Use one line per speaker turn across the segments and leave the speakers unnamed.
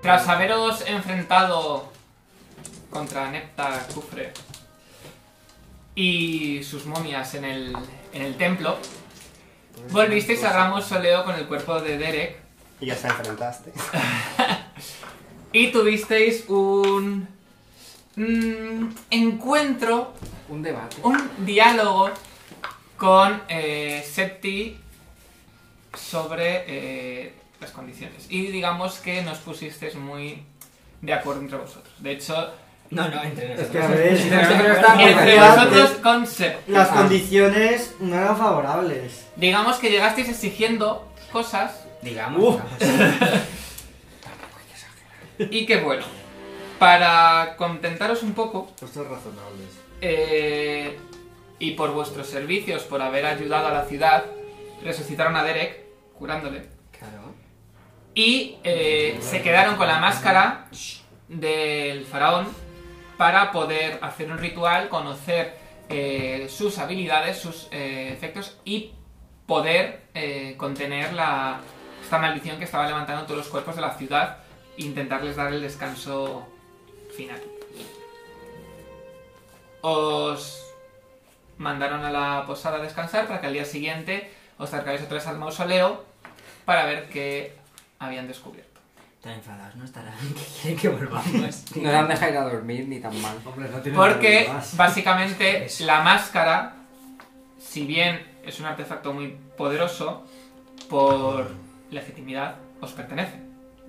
Tras haberos enfrentado contra Nepta Cufre y sus momias en el, en el templo, volvisteis a Ramos Soleo con el cuerpo de Derek
Y ya se enfrentaste.
y tuvisteis un mm, encuentro,
Un debate.
un diálogo con eh, Septi sobre eh, las condiciones. Y digamos que nos pusisteis muy de acuerdo entre vosotros. De hecho,
No, no, entre nosotros.
Es que a ver, si no
Pero-
se-
pero está muy
entre
bien.
vosotros con Septi.
las
Ah.
condiciones no eran favorables.
Digamos que llegasteis exigiendo cosas
Digamos.
Uh.
digamos.
y que bueno, para contentaros un poco
Cosas razonables.
eh, y por vuestros servicios, por haber ayudado a la ciudad, resucitaron a Derek, curándole,
Claro.
y eh, se quedaron con la máscara del faraón para poder hacer un ritual, conocer eh, sus habilidades, sus eh, efectos y poder eh, contener la, esta maldición que estaba levantando todos los cuerpos de la ciudad e intentarles dar el descanso final. Os mandaron a la posada a descansar para que al día siguiente os acercáis otra vez al mausoleo para ver qué habían descubierto.
Tan enfadados no estarán. que quieren que volvamos?
No la han dejado ir a dormir ni tan mal.
Hombre, no tiene
Porque
nada más.
básicamente la máscara, si bien es un artefacto muy poderoso, por legitimidad os pertenece,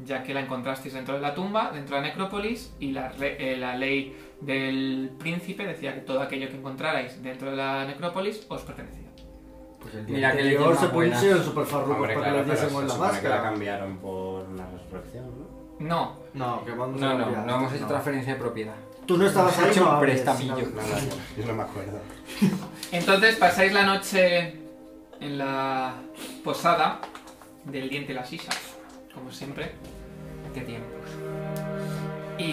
ya que la encontrasteis dentro de la tumba, dentro de la necrópolis, y la, re- eh, la ley del príncipe decía que todo aquello que encontrarais dentro de la necrópolis os pertenecía.
Pues el
Mira que le
Anterior se
llevan buena.
pusieron super farrucos
Hombre,
para
claro,
que
pero
les
se
diésemos la
supone que la
máscara.
cambiaron por una resurrección, ¿no?
No,
No, que vamos a
No, no,
cambiar.
no hemos hecho transferencia de propiedad.
Tú no estabas
Hemos
Pues ahí,
hecho
no
un
hables,
prestamillo.
no hables.
Nada, yo no me acuerdo.
Entonces pasáis la noche en la posada del diente y las sisas, como siempre,
Qué tiempos.
y,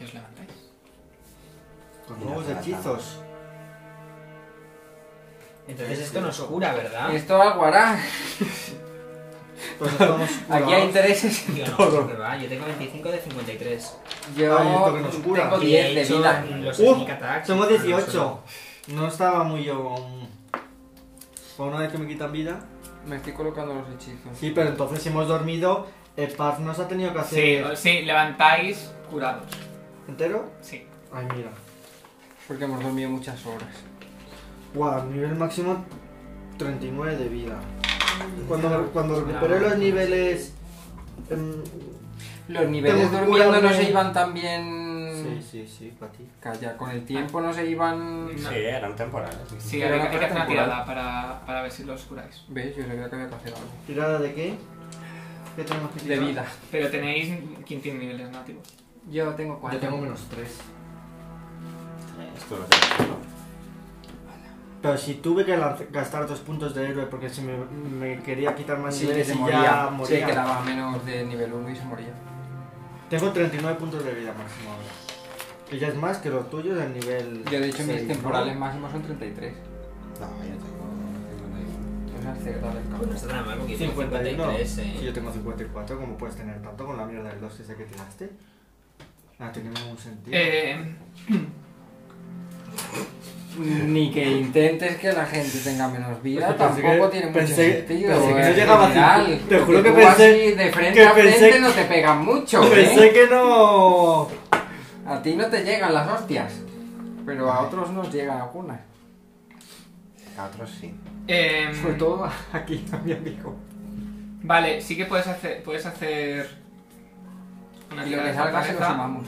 y os levantáis.
Con nuevos hechizos.
Entonces esto nos cura, ¿verdad?
Esto algo hará.
Pues estamos
Aquí hay
curados.
intereses en
Yo no
todo.
sé qué va, yo tengo 25 de 53.
Yo
Ay, esto que nos cura.
tengo
Y
10
he
de
hecho
vida.
Los
Uh,
sneak attacks.
Somos
Solo.
18. No estaba muy yo con... Por una vez que me quitan vida.
Me estoy colocando los hechizos.
Sí, pero entonces si hemos dormido, el Paz nos ha tenido que
Sí,
hacer...
o- sí, levantáis curados.
¿Entero?
Sí.
Ay, mira.
Porque hemos dormido muchas horas.
Wow, nivel máximo 39 de vida. Cuando, cuando
Claro.
recuperé los niveles... em,
Los niveles
Tengo que
durmiendo no
curarme.
se iban tan bien.
Sí, sí, sí, para ti.
Calla, con el tiempo no se iban.
No.
Sí, eran temporales.
Sí,
Pero
hay,
no
hay que hacer una
temporal.
tirada para, para ver si los curáis.
¿Ves? Yo sabía que había que hacer algo.
¿Tirada de qué? ¿Qué tenemos que
De
tirar?
vida.
Pero tenéis 15 niveles nativos.
Yo tengo
Yo
cuatro.
tengo menos 3.
Esto lo tengo, ¿no?
Pero si tuve que lanz- gastar dos puntos de héroe porque si me, me quería quitar más
Sí, que
niveles
se
y
moría.
ya
Se
moría.
quedaba menos de nivel 1 y se moría.
Tengo 39 puntos de vida máximo ahora. Que ya es más que los tuyos del nivel.
Yo, de hecho, mis
seis, ¿no?
temporales máximos son 33.
No, yo tengo 51.
O sea, cerca del
Pues no
campo.
está tan mal porque yo tengo
51.
53, eh.
Si yo tengo 54, ¿cómo puedes tener tanto con la mierda del 2 ese que tiraste? No tiene ningún sentido.
Eh,
Ni que intentes que la gente tenga menos vida,
Es que Pues pensé
tampoco
que-
tiene
pensé-
mucho sentido.
pensé que
en
no llegaba a
general,
cinco. Te juro
porque
que
tú
pensé-
así de frente
que
a frente
pensé-
no te pegan mucho, ¿eh?
Pensé que no.
A ti no te llegan las hostias, pero a otros nos llegan algunas.
A otros sí.
em,
Sobre todo aquí a mi amigo.
Vale, sí que puedes hacer, puedes hacer una
Y lo
tirada
que
de
salga se lo
fortaleza.
sumamos.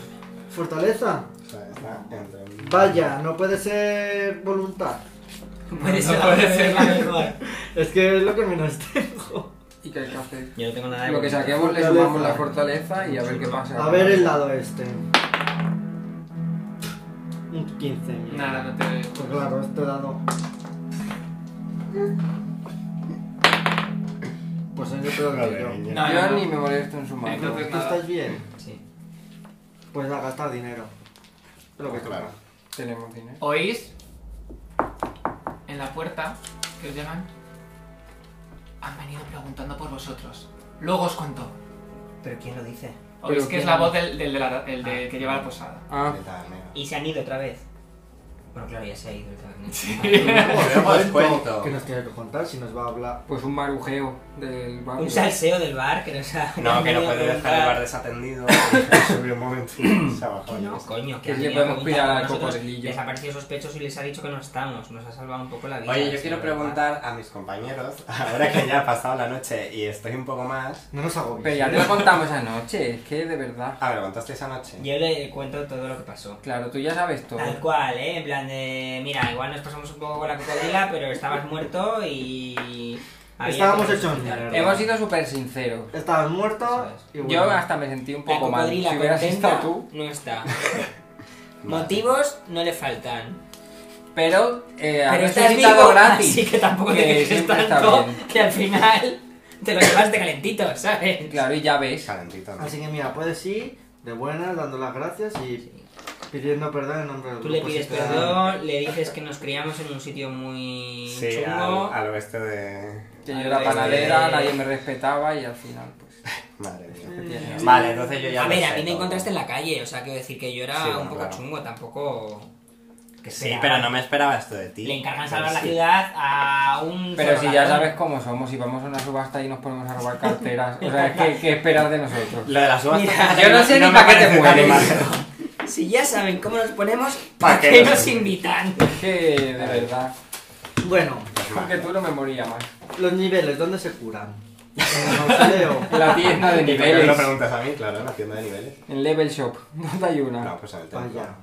Fortaleza.
O sea, está entre un-
Vaya, no puede ser voluntad.
Puede ser,
No puede
puede
ser.
ser la mejor.
Es que es lo que menos tengo.
¿Y qué hay que hacer?
Yo no tengo nada de
Lo que
voluntad.
saquemos le
Fortaleza.
sumamos la fortaleza y a ver qué pasa.
A ver el lado este. Un 15. mira.
Nada, no te...
Pues claro, este dado. Pues es otro
Joder,
que yo.
niña.
No,
Yo ni me molesto en sumarlo.
Entonces-
¿Tú estás bien?
Sí.
Pues a gastar dinero. Es lo que
Claro.
toca.
Tenemos dinero.
Oís en la puerta que os llaman. Han venido preguntando por vosotros. Luego os cuento.
Pero ¿quién lo dice?
O
Pero
es que es
¿quién?
la voz del, del de la- el de- que lleva la posada.
Ah,
De tabernero.
Y se han ido otra vez. Bueno, claro, ya se ha ido el tabernero.
Volvemos al cuento.
¿Qué nos tiene que contar si nos va a hablar?
pues un marujeo del barrio.
Un salseo del bar que nos ha.
No, que no
venido a
puede dejar el
preguntar.
bar desatendido.
Subí un momento. Se ha
Que
bajado.
No, coño,
Que
que
le
le
podemos pillar al cocodrilillo.
Les ha parecido sospechoso y les ha dicho que no estamos. Nos ha salvado un poco la vida.
Oye,
sí,
yo quiero
¿verdad?
preguntar a mis compañeros, ahora que ya ha pasado la noche y estoy un poco más.
No nos agobies.
Pero ya te lo contamos anoche, es que de verdad.
A ver, ¿contasteis anoche?
Yo le cuento todo lo que pasó.
Claro, tú ya sabes todo.
Tal cual, ¿eh? En plan de. Mira, igual nos pasamos un poco con la cocodrila, pero estabas muerto y. había
Estábamos
que
hechos mierda.
Hemos sido súper sinceros.
Estabas muerto
Eso es.
y bueno.
Yo hasta me sentí un
La
poco mal.
cocodrila
Si hubieras
contenta
estado tú.
no está.
Vale.
Motivos no le faltan.
Pero, eh, has
pero estás
resucitado
vivo,
gratis.
así que tampoco te quejes
siempre está
tanto
bien.
que al final te lo llevaste calentito, ¿sabes?
Claro, y ya ves.
Calentito, ¿no?
Así que mira, puedes ir de buenas, dando las gracias y pidiendo perdón en nombre del
Tú le
grupo, si
pides
te da-
perdón, le dices que nos criamos en un sitio muy
Sí,
chungo.
al, al oeste de.
Que yo era panadera, nadie me respetaba y al final, pues.
Madre mía.
tienes-
Vale, entonces yo ya.
A
lo
ver, a
sé
mí me
todo.
encontraste en la calle, o sea, quiero decir que yo era
Sí, bueno,
un poco
claro.
chungo, tampoco... Que
Sí,
sea.
pero no me esperaba esto de ti.
Le encargan salvar la
Sí.
ciudad a un...
Pero si ya
zorro
sabes cómo somos, si vamos a una subasta y nos ponemos a robar carteras, o sea, ¿qué, qué esperas de nosotros?
Lo de las uvas.
Mira,
yo no sé ni
me
pa' qué te
parece
mueres.
tan mal.
gatón. Si ya saben cómo nos ponemos,
¿Para
¿para
qué
qué
nos-
nos invitan?
Que de verdad,
Bueno,
porque tú no me moría más.
los niveles, ¿dónde se curan? En el mausoleo.
En la tienda de
Y me lo
niveles,
preguntas a mí, claro, en la tienda de niveles.
en Level Shop, ¿dónde hay
Ah.
No,
una?
pues en el templo.
Vaya,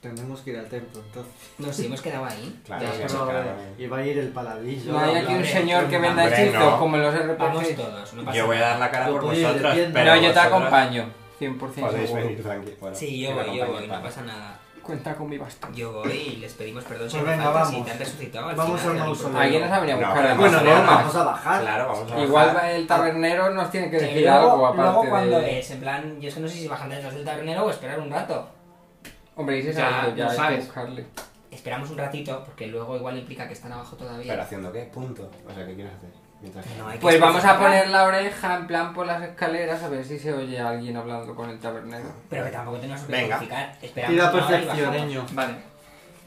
tenemos que ir al templo entonces.
Nos hemos quedado ahí.
Claro, sí,
Ya,
sí,
no,
claro.
y va a ir el paladillo.
No hay aquí un
Hombre,
señor que venda
hombre,
hechizos
no.
como en los
Vamos
RPG.
todos, no pasa
Yo voy a dar
nada.
la cara
Lo
por
podéis ir
vosotros,
viendo.
pero
No, yo te
vosotros
acompaño, 100%
Podéis venir,
seguro.
tranquilo. Bueno,
Sí,
que
yo
me
voy, yo
acompañe,
voy, no
vale.
pasa nada.
Cuenta con mi basta.
Yo voy y les pedimos perdón si
Pues
me
venga,
falta, si
vamos.
te han resucitado al
Vamos
final,
al
no hay
mausoleo.
problema.
Alguien nos ha venido a
No,
buscar a
pero
Bueno,
Vamos
luego
a bajar.
vamos a bajar.
Claro, vamos a
Igual
bajar.
el tabernero nos tiene que
Sí,
decir
luego-
algo aparte
luego cuando
de...
ves, en plan, yo es que no sé si bajan detrás del tabernero o esperar un rato.
Hombre, dices
Ya,
algo, ya
lo
hay que
sabes.
buscarle.
Esperamos un ratito, porque luego igual implica que están abajo todavía.
¿Pero haciendo qué? Punto. O sea, ¿qué quieres hacer? Mientras que-
No, hay que
Pues vamos a
escuchar.
poner la oreja en plan por las escaleras a ver si se oye alguien hablando con el tabernero.
Pero que tampoco tenemos que
Venga.
justificar. Esperamos
Tira
una hora y
percepción,
bajamos.
niño.
Vale.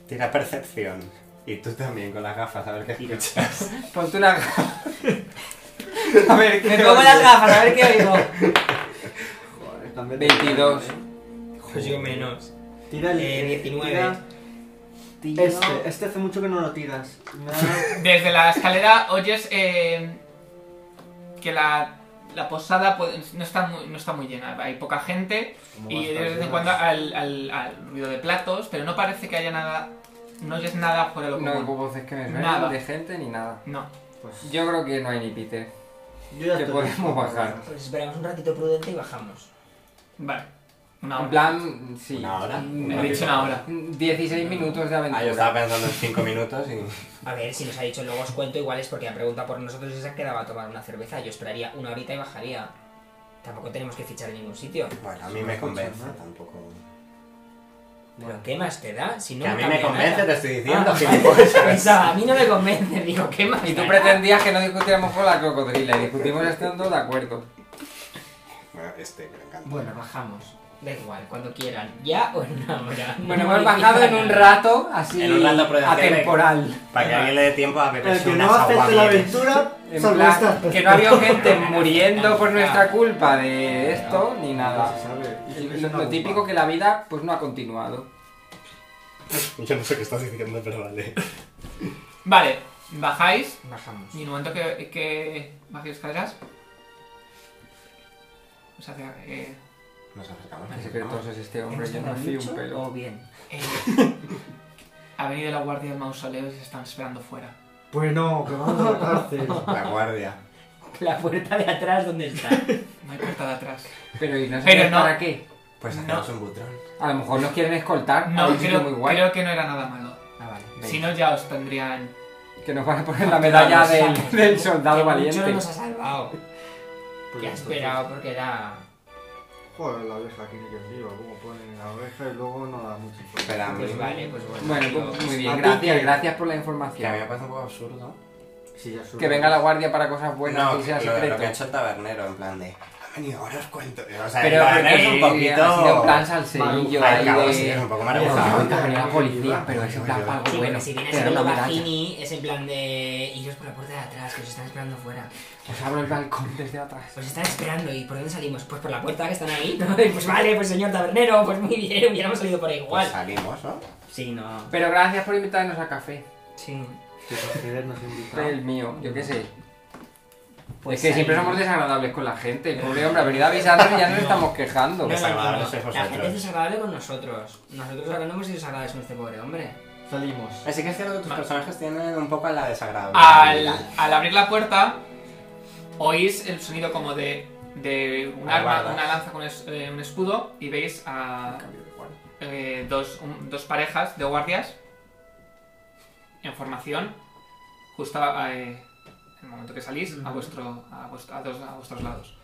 Tira percepción. Y tú también con las gafas, a ver qué escuchas.
Ponte una gafa. A ver, ¿qué
Me pongo las gafas, a ver qué oigo.
Joder, también te-
22.
Pues yo menos.
Tira el
Eh, 19.
tira Este, este hace mucho que no lo tiras. Me da-
Desde la escalera oyes eh, que la, la posada puede- no, está muy, no está muy llena, hay poca gente y de vez en cuando al, al- al ruido de platos, pero no parece que haya nada, no oyes nada fuera de lo
No hay
común.
voces que me suenen
Nada.
de gente ni nada.
No,
Pues,
Yo creo que no hay ni Peter.
yo ya
que
estoy-
podemos
este.
bajar.
Pues esperamos un ratito prudente y bajamos.
vale. Una
En
hora.
plan, sí.
¿Una hora?
Me he dicho una hora.
16 minutos de
Ah, yo
aventura.
estaba pensando en 5 minutos y.
A ver, si nos ha dicho luego os cuento, igual es porque han preguntado por nosotros y se han quedado a tomar una cerveza. Yo esperaría una horita y bajaría. Tampoco tenemos que fichar en ningún sitio.
Bueno, a mí me convence tampoco.
Pero ¿qué más te da? Si no
que a mí me
cambia
convence,
¿eh?
nada.
te estoy diciendo.
Ah,
gilipollas.
Pensaba, a mí no me convence, digo, ¿qué más?
Y tú
da?
pretendías que no discutiéramos con la cocodrila y discutimos estando de acuerdo.
Bueno, este me encanta.
Bueno, bajamos. Da igual, cuando quieran. Ya o en una hora.
Bueno,
No
hemos
modifica
bajado en un
nada.
rato así
En un rato, pero de
atemporal.
Para que alguien le dé tiempo a
El
beberse
que no
unas
este
acepte la
aguavienes.
aventura,
En
salvo
plan,
estas
que no había gente muriendo por nuestra culpa de esto ni
Se
nada.
sabe. Y si
El-
es
Lo,
una
lo
bomba.
típico que la vida pues no ha continuado.
Yo no sé qué estás diciendo, pero vale.
Vale, bajáis
Bajamos.
y en el momento que, que bajáis escaleras, os hace, eh,
Nos acercamos.
Qué
nos
secretoso
acercamos.
es este hombre, yo no fío un pelo.
O bien.
eh, ha venido la guardia del mausoleo y se están esperando fuera.
Pues no, que vamos a la cárcel.
La guardia.
La puerta de atrás, ¿dónde está?
No hay puerta de atrás.
Pero y no sé
Pero no.
para qué.
Pues
No.
hacemos un butrón.
A lo mejor nos quieren escoltar a
No,
Ah, un sitio
creo,
muy guay.
creo que no era nada malo.
Ah, vale, venga.
Si no, ya os tendrían.
Que nos van a poner la medalla del, del soldado
Ah, Que Mucho
valiente.
nos ha salvado.
Pues
Que ha
entonces-
esperado porque era.
Joder, la oveja aquí ni que viva, como ponen la oveja y luego no da mucho
Espera.
información.
A mí.
Pues vale, pues bueno.
Ah, Bueno,
yo-
pues muy
¿A
bien,
ti
gracias,
qué?
gracias por la
Que a mí
información.
me parece un poco absurdo.
Sí, ya sube.
Que venga la guardia para cosas buenas
no,
y sea
lo, lo
secreto.
que ha hecho el tabernero, en plan de. Coño, ahora os cuento. O sea,
Pero
el banner es un
porque ha sido un
poquito.
plan salserillo
Ay,
ahí
cabrón, sí, es
de...
un poco
Pero
marabujado.
no, también la policía, pero es en plan para algo
Sí,
bueno.
porque si vienes
Pero
a
una
la
medalla.
Bajini, es en plan de iros por la puerta de atrás, que os están esperando fuera.
Os abro el balcón desde atrás.
Os Pues están esperando, ¿y por dónde salimos? Pues por la puerta que están ahí, ¿no? Y Pues vale, pues señor tabernero, pues muy bien, hubiéramos salido por ahí igual.
Pues salimos, ¿no?
Sí, no.
Pero gracias por invitarnos a café.
Sí.
Que considerarnos invitados.
El mío, yo qué sé.
Pues
es que siempre
salimos.
somos desagradables con la gente. El pobre hombre ha venido avisándonos y ya nos estamos quejando.
No, no, no, no.
Desagradables sois
La gente es
vosotros.
desagradable con nosotros. Nosotros ahora no hemos sido desagradables con este pobre hombre.
Salimos.
Así que es cierto que tus personajes tienen un poco a la desagradable.
Al, al abrir la puerta, oís el sonido como de, de un
Ah,
arma,
guarda.
una lanza con es- eh, un escudo y veis a eh, dos, un- dos parejas de guardias en formación, justo eh, en el momento que salís, a, vuestro, a, vuest- a dos- a vuestros lados.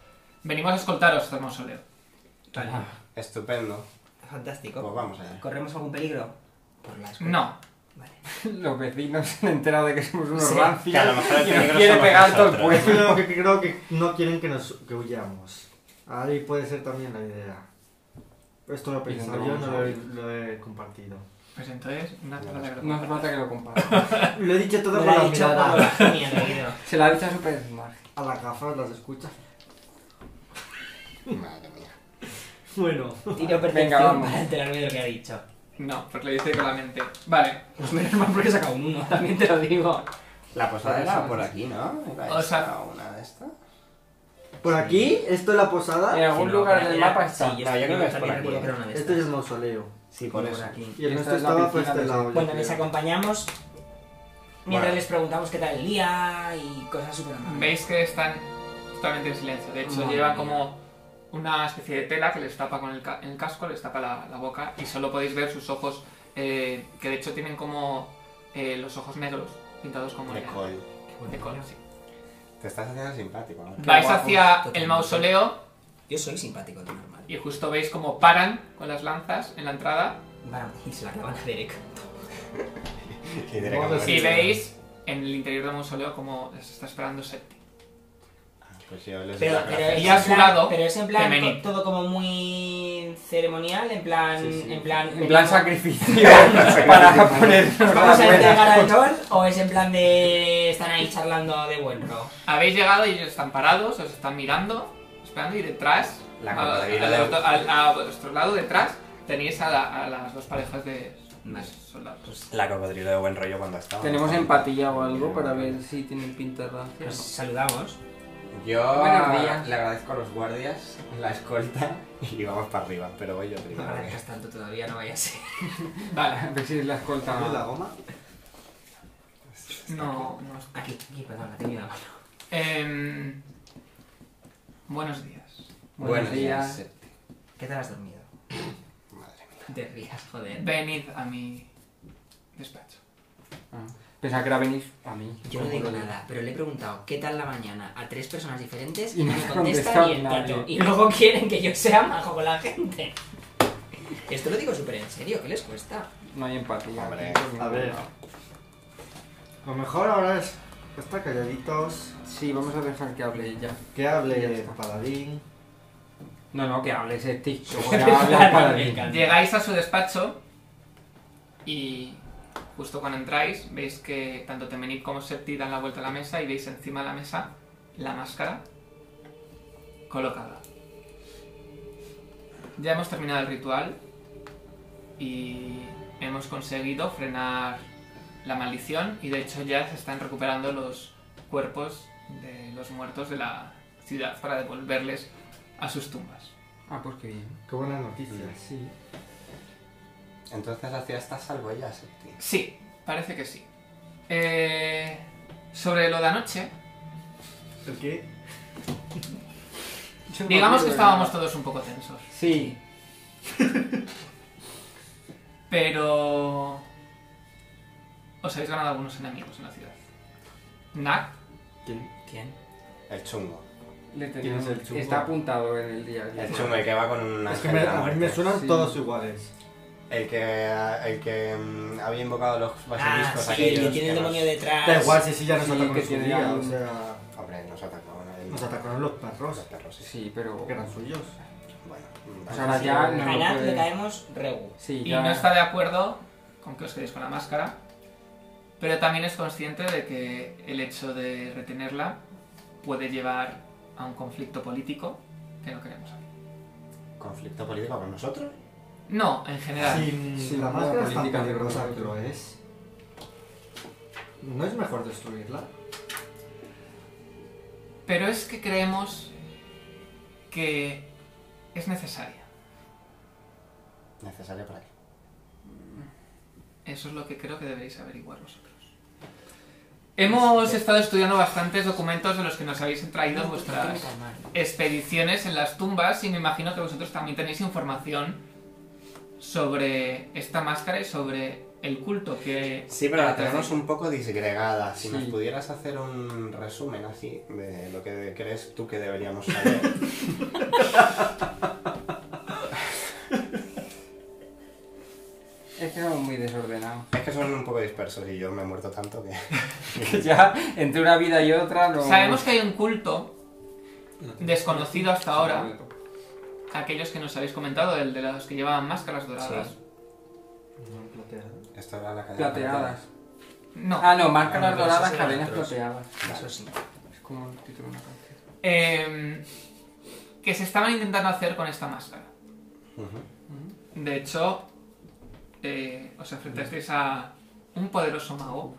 Venimos a escoltaros, este hermoso Leo.
Vale.
Estupendo. Pues
Fantástico.
vamos allá.
¿Corremos algún peligro? Por la escuela.
No,
Vale.
Los vecinos se han enterado de que somos unos
Sí,
que a lo
rancios
mejor
y
el
nos
peligro
quiere
somos
pegar todo el
nosotros.
pueblo.
Creo que, creo que no quieren que nos que huyamos. Ahí puede ser también la idea. Esto lo he
¿Y dónde
pensado yo,
vamos
no
a
lo he,
ir?
lo he compartido.
pues entonces, una
No,
cosa de
No hace
verdad.
falta que lo comparamos.
Lo he dicho todo
Me
con
lo ha
la
dicho
mirada.
por la genia, querido.
Se la ha dicho a Super Margen.
A las gafas las escuchas.
Madre mía.
Bueno.
Tiro
Venga,
perfección
vamos.
para enterarme de lo que ha dicho.
No, porque le dice claramente. Vale,
Pues menos mal porque he sacado un uno, también te lo digo.
La posada
Pero
era
eso-
por aquí, ¿no? Era
O sea-
esta, una de estas.
Por aquí, esto es la
En
posada.
algún
Sí, no,
lugar
pero
del
era-
mapa está.
Sí,
No, yo creo que es por
también
aquí.
recuerdo que era una de
Este es el
estas.
mausoleo.
Sí, por eso.
aquí.
Y el
Esta
nuestro
es la
estaba
piscina
por este
de-
lado. yo
Bueno, les
creo.
acompañamos mientras
Bueno.
les preguntamos qué tal el día y cosas súper amables.
Veis que están totalmente en silencio. De hecho,
Madre
llevan
mía.
como una especie de tela que les tapa con el, ca- el casco, les tapa la, la boca y solo podéis ver sus ojos, eh, que de hecho tienen como eh, los ojos negros pintados como
De
el-
col.
de col, sí.
Te estás haciendo simpático ahora.
Vais
guapos,
hacia
totalmente.
el mausoleo
Yo soy simpático de normal.
y justo veis como paran con las lanzas en la entrada
Para y se la clavan a Derek.
Y diré
Vamos
que
a
no.
Sí.
y veis en el interior del mausoleo como les está esperando Septi.
Pues yo les doy
Pero,
las
pero
gracias.
Y
es
a
en
su
plan-
lado,
Pero es en plan
Gemini.
co- todo como muy ceremonial, en plan.
Sí, sí.
En plan.
En plan
venimos-
sacrificio para ponernos
¿Vamos a
las buenas.
entregar al troll o es en plan de. están ahí charlando de buen rollo?
Habéis llegado y ellos están parados, os están mirando, esperando, y detrás,
La
a,
camaradería
a-
de-
a- a- a vuestro lado, detrás, tenéis a, la- a las dos parejas de de soldados.
La cocodrilo de buen rollo cuando estaba.
Tenemos empatía o algo para ver si tienen pinta rancia.
Nos saludamos.
Yo
Buenos días.
le agradezco a los guardias la escolta y vamos para arriba, pero voy yo
No
primero.
agradezcas tanto todavía, no vaya a ser.
Vale,
A ver si la escolta.
¿Ves la goma?
no, no os-
Aquí, aquí, perdón, la tenía en la mano.
Em, buenos días.
Buenos días.
Septi.
¿Qué tal has dormido?
Madre mía.
Te rías, joder.
Venid a mi despacho.
Ah, Pensaba que era venir a mí.
Yo no digo nada, pero le he preguntado qué tal la mañana a tres personas diferentes y
Y no
me
ha
contestan
contestado
y el
nadie.
tato. Y luego quieren que yo sea majo con la gente. Esto lo digo súper en serio, ¿qué les cuesta?
No hay empatía.
Hombre,
aquí. pues,
A ver. Lo mejor ahora es estar calladitos.
Sí, vamos a dejar que hable ella.
Que
Ya
hable
está.
Paladín.
No, no, que hable ese tío. habla para
Me
mí.
encanta.
Llegáis a su despacho y justo cuando entráis veis que tanto Temenit como Septi dan la vuelta a la mesa y veis encima de la mesa la máscara colocada. Ya hemos terminado el ritual y hemos conseguido frenar la maldición y de hecho ya se están recuperando los cuerpos de los muertos de la ciudad para devolverles a sus tumbas.
Ah, pues qué bien.
Qué buenas noticias.
Sí.
Entonces la ciudad está a salvo ya, Septi.
Sí, parece que sí. Eh, sobre lo de anoche,
¿El qué?
Yo no
digamos que
creo
estábamos todos un poco tensos,
Sí.
pero os habéis ganado algunos enemigos en la ciudad. Nak,
¿Quién?
¿Quién?
El chungo.
Le
Tienes el
tenemos.
chungo.
Está apuntado en el día.
El chungo, el que va con un
Es que
ángel
me-
de la
a mí
muerte.
me suenan
Sí.
todos iguales.
El que, el que mm, había invocado los
Pues
Ah,
basiliscos
sí,
aquellos
que tiene el
que nos-
demonio detrás.
Da igual si sí ya nos
Ah, Sí,
atacan
que
en su
tiene
día,
algo.
o sea...
Hombre, nos atacó. ¿no? El
Nos atacaron los perros,
Los perros, sí.
Sí, pero.
que eran suyos.
Bueno,
Pues
vamos.
ahora ya no lo
Hanad le
puede-
caemos regu.
Sí,
Y
ya.
no está de acuerdo con que os quedéis con la máscara, pero también es consciente de que el hecho de retenerla puede llevar a un conflicto político que no queremos abrir.
conflicto político con nosotros.
No, en general.
Sin,
Sin
la
la
máscara es tan
política de
peligrosa
Rosa.
que lo es. ¿No es mejor destruirla?
Pero es que creemos que es necesaria.
Necesario para qué.
Eso es lo que creo que deberéis averiguar vosotros. Hemos estado estudiando bastantes documentos de los que nos habéis traído vuestras expediciones en las tumbas y me imagino que vosotros también tenéis información sobre esta máscara y sobre el culto que...
Sí, pero la
que
tenemos
hacéis.
un poco disgregada. Si nos
Sí.
pudieras hacer un resumen así de lo que crees tú que deberíamos saber.
Es que son muy desordenados.
es que son un poco dispersos y yo me he muerto tanto que...
Que ya entre una vida y otra no.
Sabemos que hay un culto desconocido hasta ahora, aquellos que nos habéis comentado, el de los que llevaban máscaras doradas.
Sí.
No, plateada.
Esto era la cadena
Plateadas.
No,
Ah, no,
Ah,
máscaras
no, pero
doradas,
esos eran
cadenas
otros.
plateadas.
Eso sí.
Es como el título de una canción.
em, que se estaban intentando hacer con esta máscara.
Ujú.
De hecho, eh, os enfrentasteis a un poderoso mago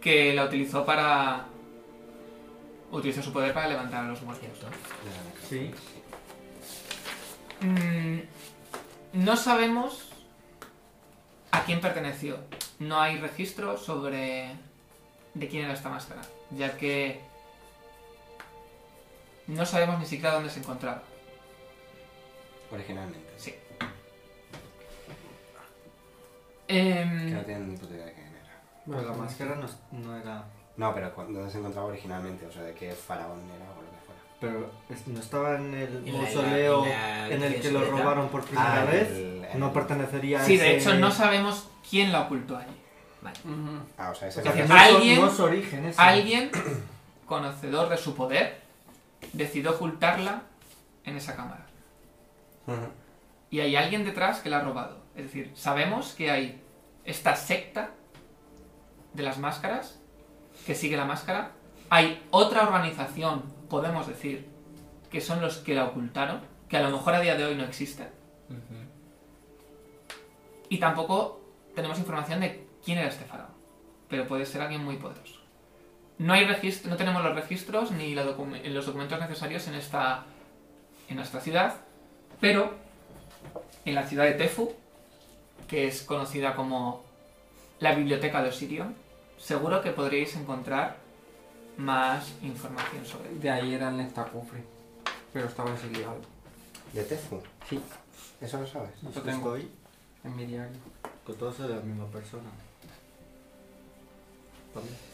que la utilizó para... Utilizó su poder para levantar a los muertos.
Sí.
Mm, no sabemos a quién perteneció. No hay registro sobre de quién era esta máscara, ya que no sabemos ni siquiera dónde se encontraba.
Originalmente.
Sí.
Que no
Em,
tienen ni puta idea de quién era.
Pero la máscara no, no era.
No, pero cu- ¿dónde se encontraba originalmente? O sea, de qué faraón era o lo que fuera.
Pero es- no estaba en el
En la-
mausoleo
en la-
en el que
en la-
lo robaron por primera
Ah,
vez.
el- el-
No pertenecería a
sí,
ese...
de hecho no sabemos quién la ocultó allí.
Ujú.
Ah, o sea, ese
O sea, que
Porque
era-
no es su-
alguien-
no es su origen ese.
Alguien, conocedor de su poder, decidió ocultarla en esa cámara.
Ujú.
y hay alguien detrás que la ha robado. Es decir, sabemos que hay esta secta de las máscaras que sigue la máscara. Hay otra organización, podemos decir, que son los que la ocultaron, que a lo mejor a día de hoy no existe.
Ujú.
Y tampoco tenemos información de quién era este faraón. Pero puede ser alguien muy poderoso. No, hay registro, no tenemos los registros ni la docu- los documentos necesarios en esta, en nuestra ciudad. Pero en la ciudad de Tefu, que es conocida como la Biblioteca de Osirion, seguro que podréis encontrar más información sobre él.
De ahí era el Nectacufri. Pero estaba exiliado.
De Tefu.
Sí,
Eso lo sabes.
Yo
Lo tengo.
estoy
en mi diario.
con todos de la misma persona. También.
Entonces,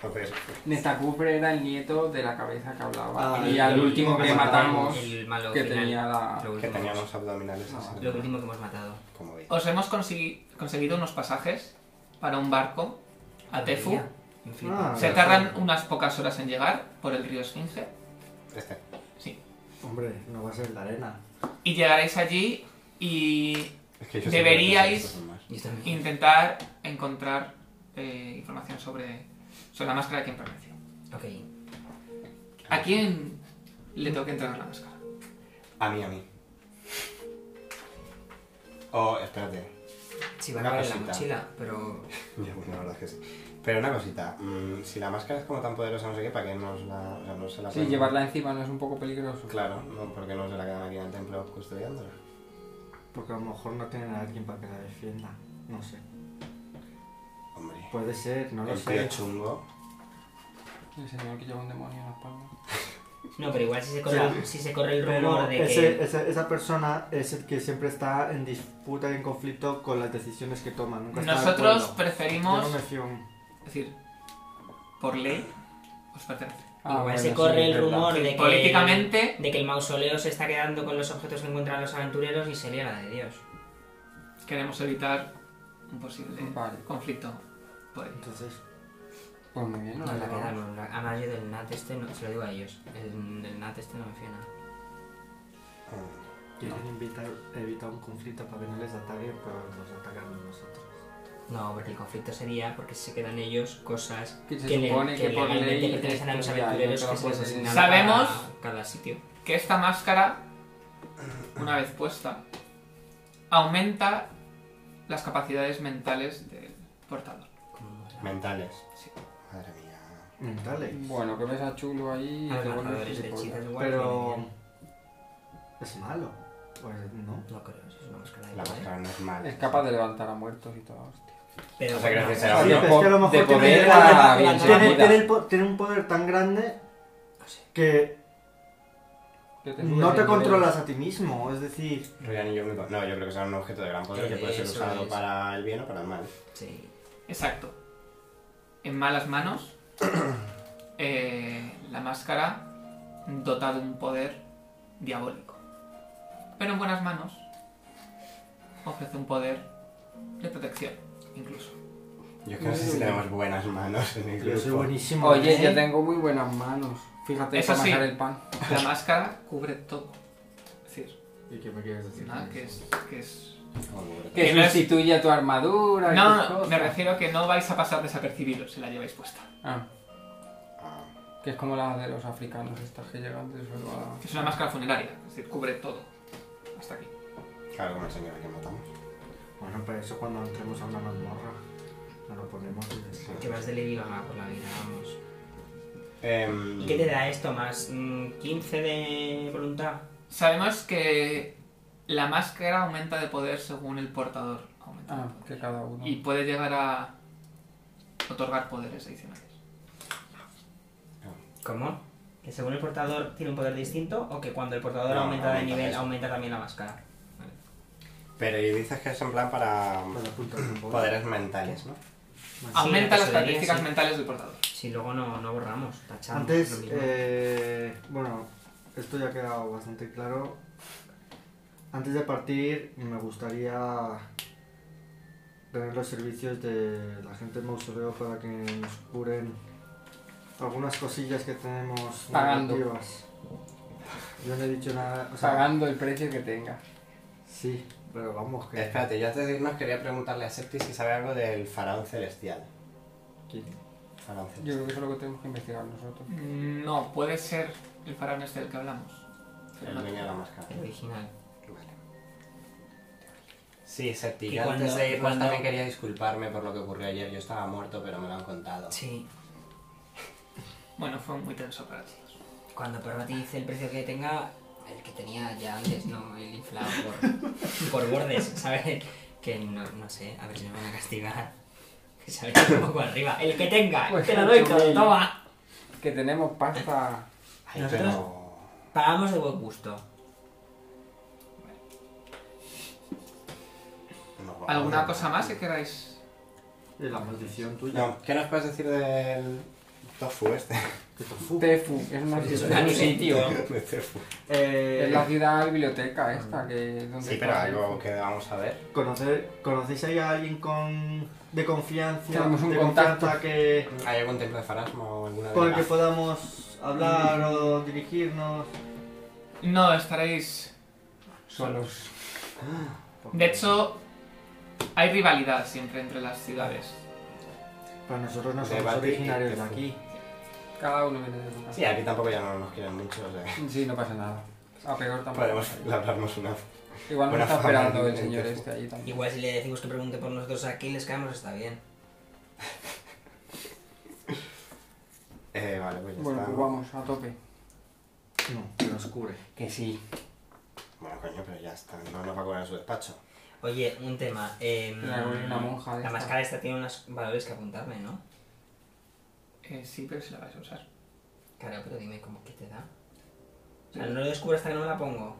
Pues Nectacufri era el nieto de la cabeza que hablaba.
Ah,
y
el
al último que matamos,
El malo
que
final.
tenía la.
Lo
que
último,
tenían los abdominales
No,
así,
lo último que hemos matado.
como veis.
Os hemos consegui- conseguido unos pasajes para un barco a Tefu.
En fin.
Ah.
Se tardan unas pocas horas en llegar por el río Esfinge.
Este.
Sí.
Hombre, no va a ser la arena.
Y llegaréis allí y
Es que yo siempre
Deberíais-
pienso que estos son más.
Y esto también.
intentar encontrar eh, información sobre, sobre la máscara de quien perteneció.
Ok.
¿A quién le toca entrar en la máscara?
A mí, a mí. Oh, espérate.
Si va a
Una
caber en la
cosita.
mochila, pero.
Ya, pues, la verdad es que sí. Pero una cosita, mm, si la máscara es como tan poderosa, no sé qué, ¿para qué nos la, o sea, no se la
Sí,
pueden-
llevarla encima no es un poco peligroso.
Claro, no, porque no se la quedan aquí en el templo custodiándola.
Porque a lo mejor no tienen a alguien para que la defienda. No sé.
Hombre,
Puede ser, no lo
el tío
sé.
chungo.
El señor que lleva un demonio en la espalda.
No, pero igual si se corre,
Ya.
si se corre el rumor
Pero
de que.
ese- esa, esa persona es el que siempre está en disputa y en conflicto con las decisiones que toma. Nunca está de
Nosotros
acuerdo.
preferimos,
Yo no me fío un-
es decir, por ley, os pertenece.
Igual
Ah, bueno,
se
sí,
Ah, corre
es
el
verdad.
rumor de que.
Políticamente,
De que el mausoleo se está quedando con los objetos que encuentran los aventureros y sería la de Dios.
queremos evitar un posible
Vale.
conflicto político.
Entonces,
Pues muy bien,
No,
no
la
la llevamos.
quedaron. la- Además, yo del Nat este no. Se lo digo a ellos. El, del Nat este no me fío nada.
eh,
Quieren evitar, evitar un conflicto para que no les ataquen, pero nos atacan nosotros.
No, porque el conflicto sería porque se quedan ellos cosas
Que se
le-
supone que por
legalmente
ley este,
pertenecen a los
ya, ya
aventureros
te la
que se les
puedes
asignan
asignar. Sabemos-
cada, cada sitio.
que esta máscara, una vez puesta, aumenta las capacidades mentales del portador.
Mentales.
Sí.
Madre mía.
Mm.
Mentales.
Bueno, que ves a Chulo ahí y
A
te
los
vuelves
lanzadores de hechizos
gilipollas.
igual.
Pero.
tienen-
¿Es malo? Pues no.
No creo, eso es una máscara de ¿eh?
La
poder.
máscara no es mala.
Es capaz de levantar a muertos y todo, hostia.
Pero
O sea,
bueno,
gracias a la-
no, no,
Oye,
no,
pero es que a lo
de
mejor
poder a
tiene, tiene-
bien se
tiene-
la
tiene
vida.
el po- tiene un poder tan grande
sé.
que
Que te subes
no
de
te
nivel.
controlas a ti mismo. Es decir,
Rian y yo me con- No, yo creo que será un objeto de gran poder que puede ser
Eso
usado
es.
para el bien o para el mal.
Sí.
Exacto. En malas manos, eh, la máscara dota de un poder diabólico. Pero en buenas manos, ofrece un poder de protección, incluso.
Yo es que no sé si tenemos buenas manos en el
yo soy
grupo.
buenísimo.
Oye,
¿eh?
yo tengo muy buenas manos. Fíjate
Eso
para
sí.
manejar el pan.
La máscara cubre todo. Es decir,
¿Y qué me quieres decir?
nada Ah, que es- que es
Oh,
Joder.
Que
Que
no es-
sustituye a tu armadura. y
No,
tus
no,
cosas.
me refiero que no vais a pasar desapercibidos si la lleváis puesta.
Ah,
Ah,
que es como las de los africanos, estas que llegan de suelo a.
Es una máscara funeraria, es decir, cubre todo. Hasta aquí.
Claro, como el señor que matamos.
Bueno, pero eso cuando entremos a una mazmorra, nos lo ponemos. y-
Sí.
Que vas de Lady Gaga por la vida, vamos.
Em,
¿Y qué te da esto más? mm, 15 de voluntad.
Sabemos que la máscara aumenta de poder según el portador. aumenta de
Ah,
poder.
que cada uno.
Y puede llegar a otorgar poderes adicionales.
¿Cómo? ¿Que según el portador tiene un poder distinto o que cuando el portador
No,
aumenta de
aumenta
nivel
eso.
aumenta también la máscara?
Pero y dices que es en plan para
Para apuntar un poco.
poderes mentales, ¿no?
aumenta las
la tesorería,
características
sí.
mentales del portador.
Si luego no, no borramos, tachamos. lo
Antes,
mismo.
eh, bueno, esto ya ha quedado bastante claro. Antes de partir, me gustaría tener los servicios de la gente del mausoleo para que nos curen algunas cosillas que tenemos
Pagando.
negativas. Yo no he dicho nada. O sea,
Pagando el precio que tenga.
Sí, pero vamos,
Eh.
que.
Espérate, yo antes de irnos quería preguntarle a Septis si sabe algo del faraón celestial.
¿Quién?
Faraón celestial.
Yo creo que eso es lo que tenemos que investigar nosotros.
No, puede ser el faraón este del que hablamos. Pero
El
no.
dueño de la máscara.
El original.
Vale. Sí, Septi,
Y
yo antes
cuando-
de
y
irnos
cuando-
también quería disculparme por lo que ocurrió ayer. Yo estaba muerto, pero me lo han contado.
Sí.
Bueno, fue muy tenso para todos.
Cuando Perro te dice el precio que tenga, el que tenía ya antes, no el inflado por, por bordes, ¿sabes? Que no, no sé, a ver si me van a castigar. Que se vaya un poco arriba. El que tenga,
Pues
te lo doy
mucho
todo,
bien.
toma.
Que tenemos pasta.
Ay,
Pero...
Nosotros pagamos de buen gusto.
no, vamos
¿Alguna
a-
cosa más que queráis?
Y la maldición tuya.
No, ¿qué nos puedes decir del tofu este?
Que tofu.
Tefu, es una
Es
ciudad.
un
un sitio.
De tofu.
Eh,
Es la ciudad biblioteca esta, que es donde
Sí, pero
está
algo
Tefu.
que vamos a ver.
¿Conocer, ¿Conocéis ahí a alguien con, de confianza?
Tenemos un
de
contacto.
confianza que,
¿Hay algún templo de farasma o alguna
con el que
de
podamos hablar o dirigirnos.
No, estaréis
Solos.
De hecho, hay rivalidad siempre entre las ciudades.
Pero nosotros no somos
Debate y
originarios de
tefu.
aquí.
Cada uno viene de su casa.
Sí, aquí tampoco ya no nos quieren mucho, o sea,
Sí, no pasa nada. A peor tampoco.
podemos labrarnos una.
Igual nos
buena
está
fama
esperando
en-
el
en
señor
Tefu.
este allí también.
Igual si le decimos que pregunte por nosotros aquí, les caemos, está bien.
Eh, vale, pues ya
Bueno,
está.
pues vamos, a tope.
No, que nos cubre.
Que sí.
Bueno, coño, pero ya está, no nos va a cobrar en su despacho.
Oye, un tema. eh,
Una- una monja de
La
esta.
máscara esta tiene unos valores que apuntarme, ¿no?
Eh, sí, pero si la vais a usar.
Claro, pero dime cómo que te da. O sea, no lo descubro hasta que no me la pongo.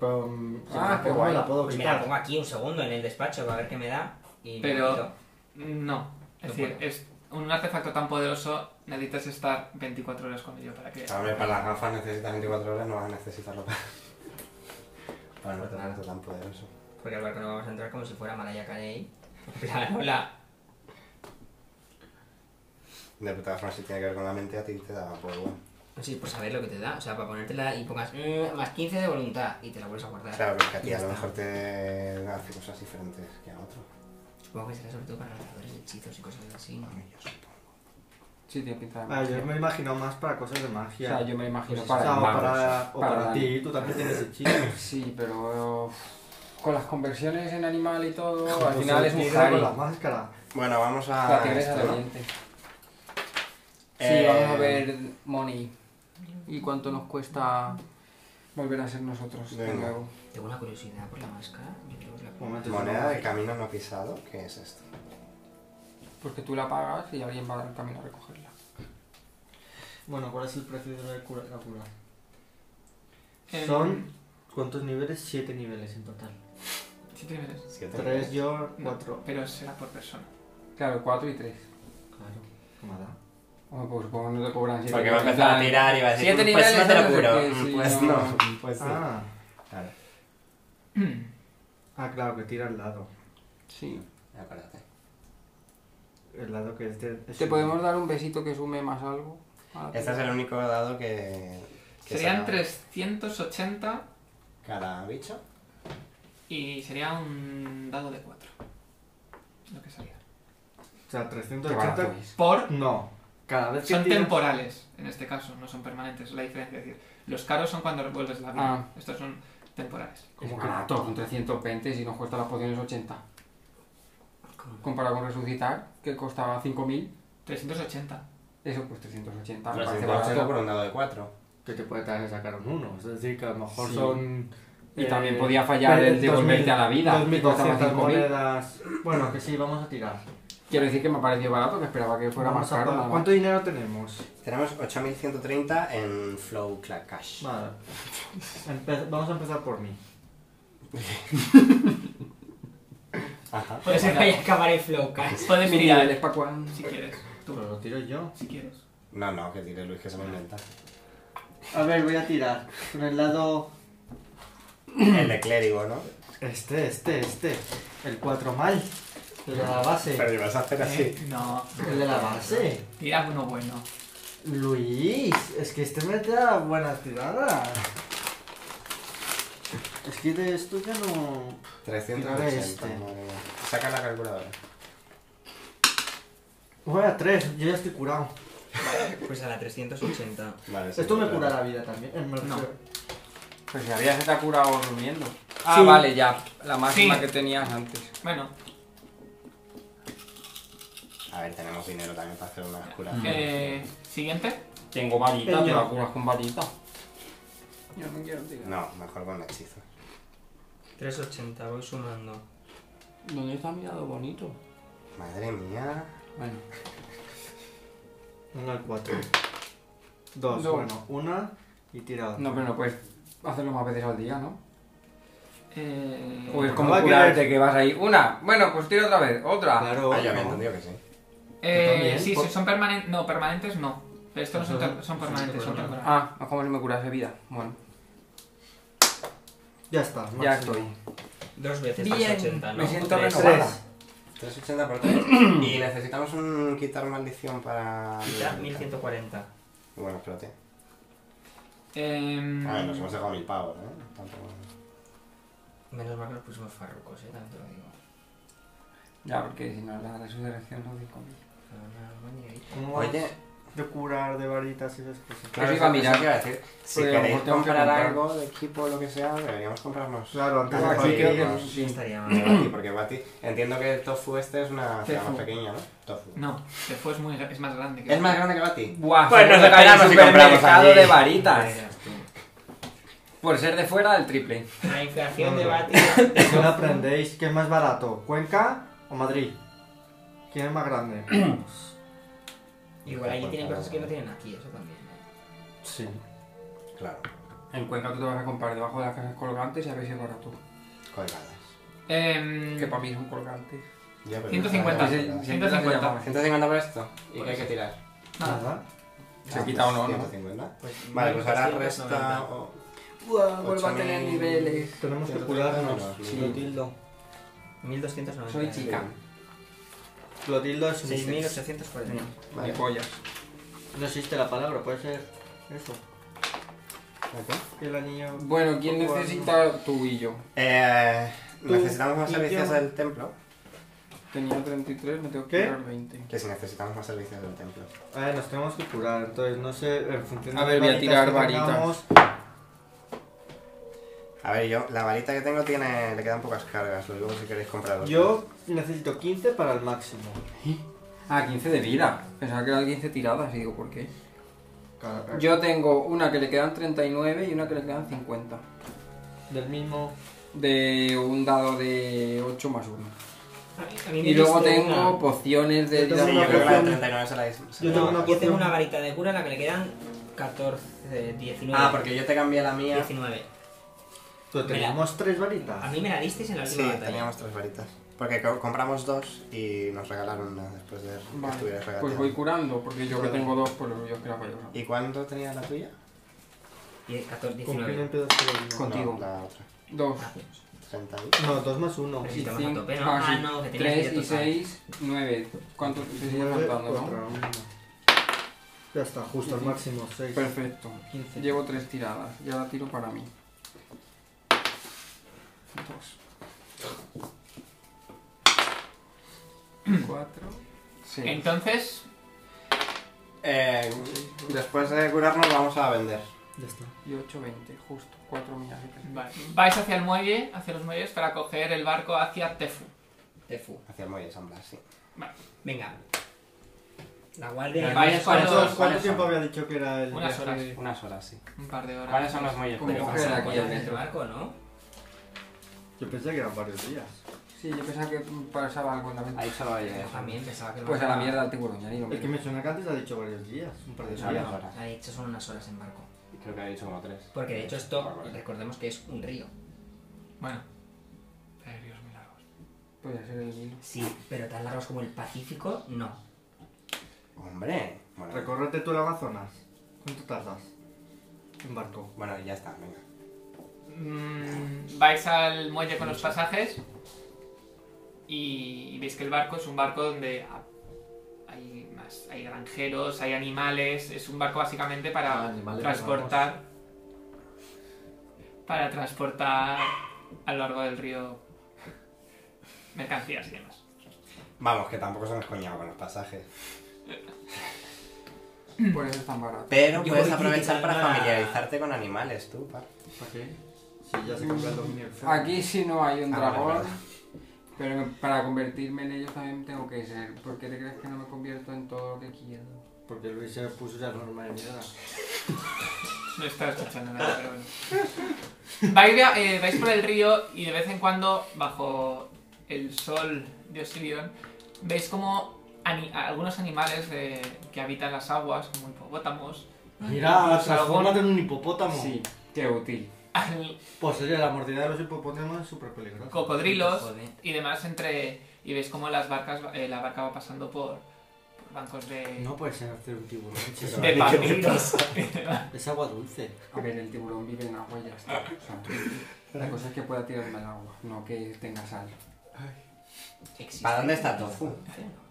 Pero, mm, si
Ah,
me la
qué
pongo,
guay.
la puedo
Pues me la
quitar.
pongo aquí un segundo en el despacho para ver qué me da. Y me
Pero-
la quito.
No. Es
Mm, No
decir,
puedo.
es un artefacto tan poderoso necesitas estar 24 horas con ello para que...
Hombre, para las gafas necesitas 24 horas, no vas a necesitarlo para. Para no tener tan poderoso.
Porque al balcón vamos a entrar como si fuera Malaya Carey. En plan, hola.
De todas formas, si tiene que ver con la mente, a ti te da por bueno.
Sí, por saber lo que te da. O sea, para ponértela y pongas "Mm, más 15 de voluntad y te la vuelves a guardar.
Claro, pero es que a ti
Ya
a lo
está.
mejor te hace cosas diferentes que a otro.
Supongo que será sobre todo para lanzadores de hechizos y cosas así. ¿no?
Sí, tiene pinta de
Ah,
magia.
yo me he imaginado más para cosas de
O
magia.
sea, yo me imagino
O sea,
para
o
magos,
para, o para
para-
ti, tú también tienes hechizos.
Sí, pero uf, con las conversiones en animal y todo, al
Pues
final
el
es un
tigre
Harry.
con la máscara.
Bueno, vamos a.
La tigresa
esto, ¿no?
valiente. Sí,
Eh,
vamos a ver Money y cuánto nos cuesta volver a ser nosotros de
Venga.
nuevo.
Tengo una curiosidad por la máscara. Yo creo que es la
Un momento,
Moneda de camino no pisado, ¿qué es esto?
Porque tú la pagas y alguien va al camino a recogerla.
Bueno, ¿cuál es el precio de la cura? la cura?
Eh,
Son, ¿cuántos niveles? Siete niveles en total.
Sí, te verás.
Siete.
Tres yo,
No,
cuatro.
Pero será por persona.
Claro, 4 y 3.
Claro, ¿qué me da?
Bueno, pues supongo que no te cobran 7
Porque va a empezar a tirar y va a decir,
Siete
"Mm, pues
niveles,
no te lo
no sé
curo.
qué,
Mm,
sí,
Pues
no.
no, pues sí.
Ah,
Claro,
ah, claro, que tira al lado.
Sí.
acuérdate.
El lado que es de... es
¿Te
un-
podemos dar un besito que sume más algo? Ah, a la
Este es
tirada?
el único dado que. que
Serían
saca
380
Cada bicho.
y sería un dado de 4. Lo que salía.
O sea,
Qué barato
380...
es.
Por
No, cada vez que
Son
tiras-
temporales, en este caso, no son permanentes, la diferencia. Es decir, los caros son cuando revuelves la vida.
Ah.
Estos son temporales.
Como que barato, son 320 si nos cuesta las pociones 80. Comparado con resucitar, que costaba 5.000,
380.
eso pues 380. me
Los
parece
cinco
barato.
por un dado de cuatro.
que te puede traer sacar un 1. Es decir, que a lo mejor
Sí.
son. eh,
Y también podía fallar el de volverte a la vida, que costaba
2.200
5.000.
monedas. Bueno, que sí, vamos a tirar.
Quiero decir que me pareció barato, que esperaba que fuera
Vamos
más
a
caro.
pagar.
nada más.
¿Cuánto dinero tenemos?
Tenemos 8.130 en Flow Cla- Cash.
Vale. Empe- vamos a empezar por mí.
Ajá.
Pues
Por eso vaya a acabar el flowcast.
Puedes
Mi
tirar,
nivel es para cuán-
si quieres. Tú,
Pero lo tiro yo.
si quieres.
No, no, que tire Luis que se me inventa.
A ver, voy a tirar. Con el lado.
El de clérigo, ¿no?
Este, este, este. El 4 mal. El de la
Pero
base.
le vas a hacer así.
Eh, No,
El de la base.
tira uno bueno.
Luis, es que este me da buenas tiradas. Es que de esto ya no.
380.
Tira este.
madre mía. Saca la calculadora.
Voy a 3, yo ya estoy curado.
Pues a la 380.
Vale, sí,
Esto me
claro.
cura la vida también. eh, me
No.
refiero.
Pues si había se te ha curado durmiendo. Ah,
Sí.
vale, ya. La máxima
Sí.
que tenías antes.
Bueno,
A ver, tenemos dinero también para hacer unas curaciones.
eh, siguiente.
Tengo varita,
Ella.
te la curas con varita. Yo no quiero tirar.
No, mejor con hechizo.
380, voy sumando.
¿Dónde está mi dado bonito?
Madre mía.
Bueno,
Uno al 4. Dos,
Dos.
bueno, una y tira otra.
no, pero no puedes hacerlo más veces al día, ¿no?
Eh,
O es
No
como
va a
curarte
querer.
que vas ahí. Una, bueno, pues tira otra vez, otra.
Claro,
Ah, yo había
Oh, no.
entendido que sí.
eh,
¿tú también?
sí,
¿Por-
sí, son permanentes. No, permanentes no. Pero estos no son,
Son-
ter- son
son
permanentes, son
temporales.
temporales.
Ah, es como si me curase vida. Bueno,
Ya está,
ya
máximo.
estoy.
Dos veces
Bien,
380, ¿no?
me siento
O tres.
renovado.
Tres.
380 por 3. y necesitamos un quitar maldición para.
Quita 1140.
Bueno, espérate.
Em,
A ver, nos hemos dejado mil pavos, ¿eh? Tampoco.
Menos mal que los pusimos farrucos, eh, también te lo digo.
Ya, porque si no, la resurrección no digo.
Pero no, no, ni ahí.
¿Cómo vas
Oye,
de curar de varitas y esas cosas?
Claro,
eso
iba a mirar.
eso iba a decir. Si
Porque a lo
queréis
mejor tengo que
comprar
comprar.
algo de equipo o lo que sea, deberíamos comprarnos.
Claro, antes
Ah,
de
sí,
partir,
creo que-
Sí, estaría
de
mal.
Bati, porque Bati. Entiendo que el tofu este es una ciudad más
Tofu.
pequeña, ¿no? Tofu.
No, Tefú es, muy, gra- es más grande. que-
¿Es más grande que Bati?
Buah,
Pues
seguro
nos
que hay un
esperamos y compramos
supermercado
allí.
de varitas.
Verás tú.
Por ser de fuera, el triple.
La inflación
No,
de
no.
Bati.
Si no aprendéis, ¿qué es más barato? ¿Cuenca o Madrid? ¿Quién es más grande?
Igual allí tienen cosas que no tienen aquí, eso también. ¿eh?
sí.
Claro,
En Cuenca tú te vas a comprar debajo de las cajas colgantes y a ver si es barato.
colgadas.
Em,
Que para mí son colgantes.
Ya, pero
150.
no Pues está colgada.
Siempre se
150.
llamaban.
150 por esto. ¿Y qué hay que tirar?
nada.
Nada.
Se
Ah,
ha quitado uno, ¿no?
150.
Pues,
Vale, pues ahora
1690.
resta. o-
Buah,
vuelvo a tener niveles.
Tenemos que
130
curarnos.
menos,
Sí.
¿no?
tildo.
1290.
Soy chica.
Clotilda es un seis.
6.849.
Vale.
Y pollas.
No existe la palabra, puede ser eso.
Ok.
Que el anillo.
Bueno, ¿quién
Bueno.
necesita tú y yo?
Eh,
Tú,
necesitamos más
y
servicios
yo.
del templo.
Tenía 33, me tengo que
¿Qué?
dar 20.
Que si necesitamos más servicios del templo.
A ver, nos tenemos que curar, entonces no sé, en función de.
A ver,
las
voy a
varitas
tirar
que
varitas.
tengamos-
A ver, yo, la varita que tengo tiene, le quedan pocas cargas, lo digo por si queréis comprarlo.
Yo necesito 15 para el máximo.
Ah, 15 de vida. Pensaba que eran 15 tiradas y digo, ¿por qué?
Cada-
Yo tengo una que le quedan 39 y una que le quedan 50.
Del mismo.
De un dado de 8 más 1.
A mí me
Y luego
diste
tengo
una-
pociones de
Yo
vida.
tengo
Sí,
una
yo creo que la de
poción.
39 se la dis- se
Yo
la
tengo
bajas.
una
Yo tengo
poción.
una varita de cura en la que le quedan 14, 19.
Ah, porque yo te cambié la mía.
19.
Pero
Mira.
tenemos tres
A
varitas.
mí me la disteis en la última
Sí,
batalla.
teníamos tres varitas. Porque co- compramos dos y nos regalaron una después de que
Vale,
estuvieras regateando.
pues voy curando, porque yo que
Vale.
tengo dos, pues yo que la voy a usar.
¿Y cuánto tenía la tuya?
Y es
¿Con
14,
quién
19.
empiezas tú, Emilio?
Con- Contigo.
No, la otra.
Dos.
Ah,
30 y...
No, 2 más
Y
1.
Pero pues si estamos a
cinco-
tope, ¿no?
ah,
Ah,
sí.
no, que tenías
Tres
que
y
tocar.
seis, nueve. ¿Cuánto te sigue contando, no?
Ya está, justo al
Sí.
máximo, 6.
Perfecto.
15.
Llevo tres tiradas, ya la tiro para mí. Dos. Cuatro. Seis.
Entonces,
Eh, después de curarnos vamos a vender.
Ya está.
Y ocho, veinte, justo. Cuatro millas de peso.
vale, vais hacia el muelle, hacia los muelles para coger el barco hacia Tefu.
Te fu.
Hacia el muelle de San Blas, sí.
Venga. La
Me
guardia.
vais con
¿cuántos-
dos.
¿Cuánto
¿Cuáles
tiempo
son?
había dicho que era el
Unas
viaje?
horas.
Unas horas, sí.
Un par de horas.
¿Cuáles son los muelles?
Como
Pero
coger
pasa-
aquí
¿Cuántos
al
en el
metro.
barco, no?
Yo pensé que eran varios días.
Sí, yo pensaba que pasaba algo en la ventana.
Ahí solo hay
Yo
eh,
también pensaba que el
Pues a la
barco-
mierda al tiburón, ya ni lo
Es que
miro.
me suena que antes ha dicho varios días, un par de
Unas
días.
horas.
Ha dicho son unas horas en barco.
Creo que ha dicho como tres.
Porque de hecho
Ah,
esto,
vale.
recordemos que es un río.
Bueno. Ay, Dios mío, largos.
Podría ser el vino.
Sí, pero tan largos como el Pacífico, no.
Hombre. Bueno,
Recórrete tú el Amazonas. ¿Cuánto tardas? En barco.
bueno, ya está, venga.
Mm, vais al muelle con los pasajes y veis que el barco es un barco donde ah, hay más, hay granjeros, hay animales, es un barco básicamente para
Ah, animales,
transportar para transportar a lo largo del río mercancías y demás.
Vamos, que tampoco se nos coñado con los pasajes.
Mm.
Por eso es tan barato.
Pero
Yo
puedes
voy
aprovechar para
criticando a-
familiarizarte con animales, tú, par.
¿Para qué? Si ya se cambia el dominio del ferro.
Aquí si no hay un
Ah, vale,
dragón,
perdón.
pero para convertirme en ellos también tengo que ser. ¿Por qué te crees que no me convierto en todo lo que quiero?
Porque Luis se puso ya normal de mierda.
No estaba escuchando nada, pero bueno. Vais, via- eh, vais por el río y de vez en cuando, bajo el sol de Osirion, veis como ani- algunos animales de- que habitan las aguas, como hipopótamos,
Mira,
Pues
transformate
algún-
en un hipopótamo.
Sí, qué útil.
al-
Pues oye, la mordida de los hipopótamos es súper peligrosa.
cocodrilos
Joder.
y demás entre y veis como las barcas va- eh, la barca va pasando por, por bancos de
No puede ser hacer un tiburón. si es-
de papitas.
Es agua dulce.
A ver, el tiburón vive en agua y ya está. O sea, la cosa es que pueda tirarme al agua, no que tenga sal.
Existe.
¿Para dónde está Tofu?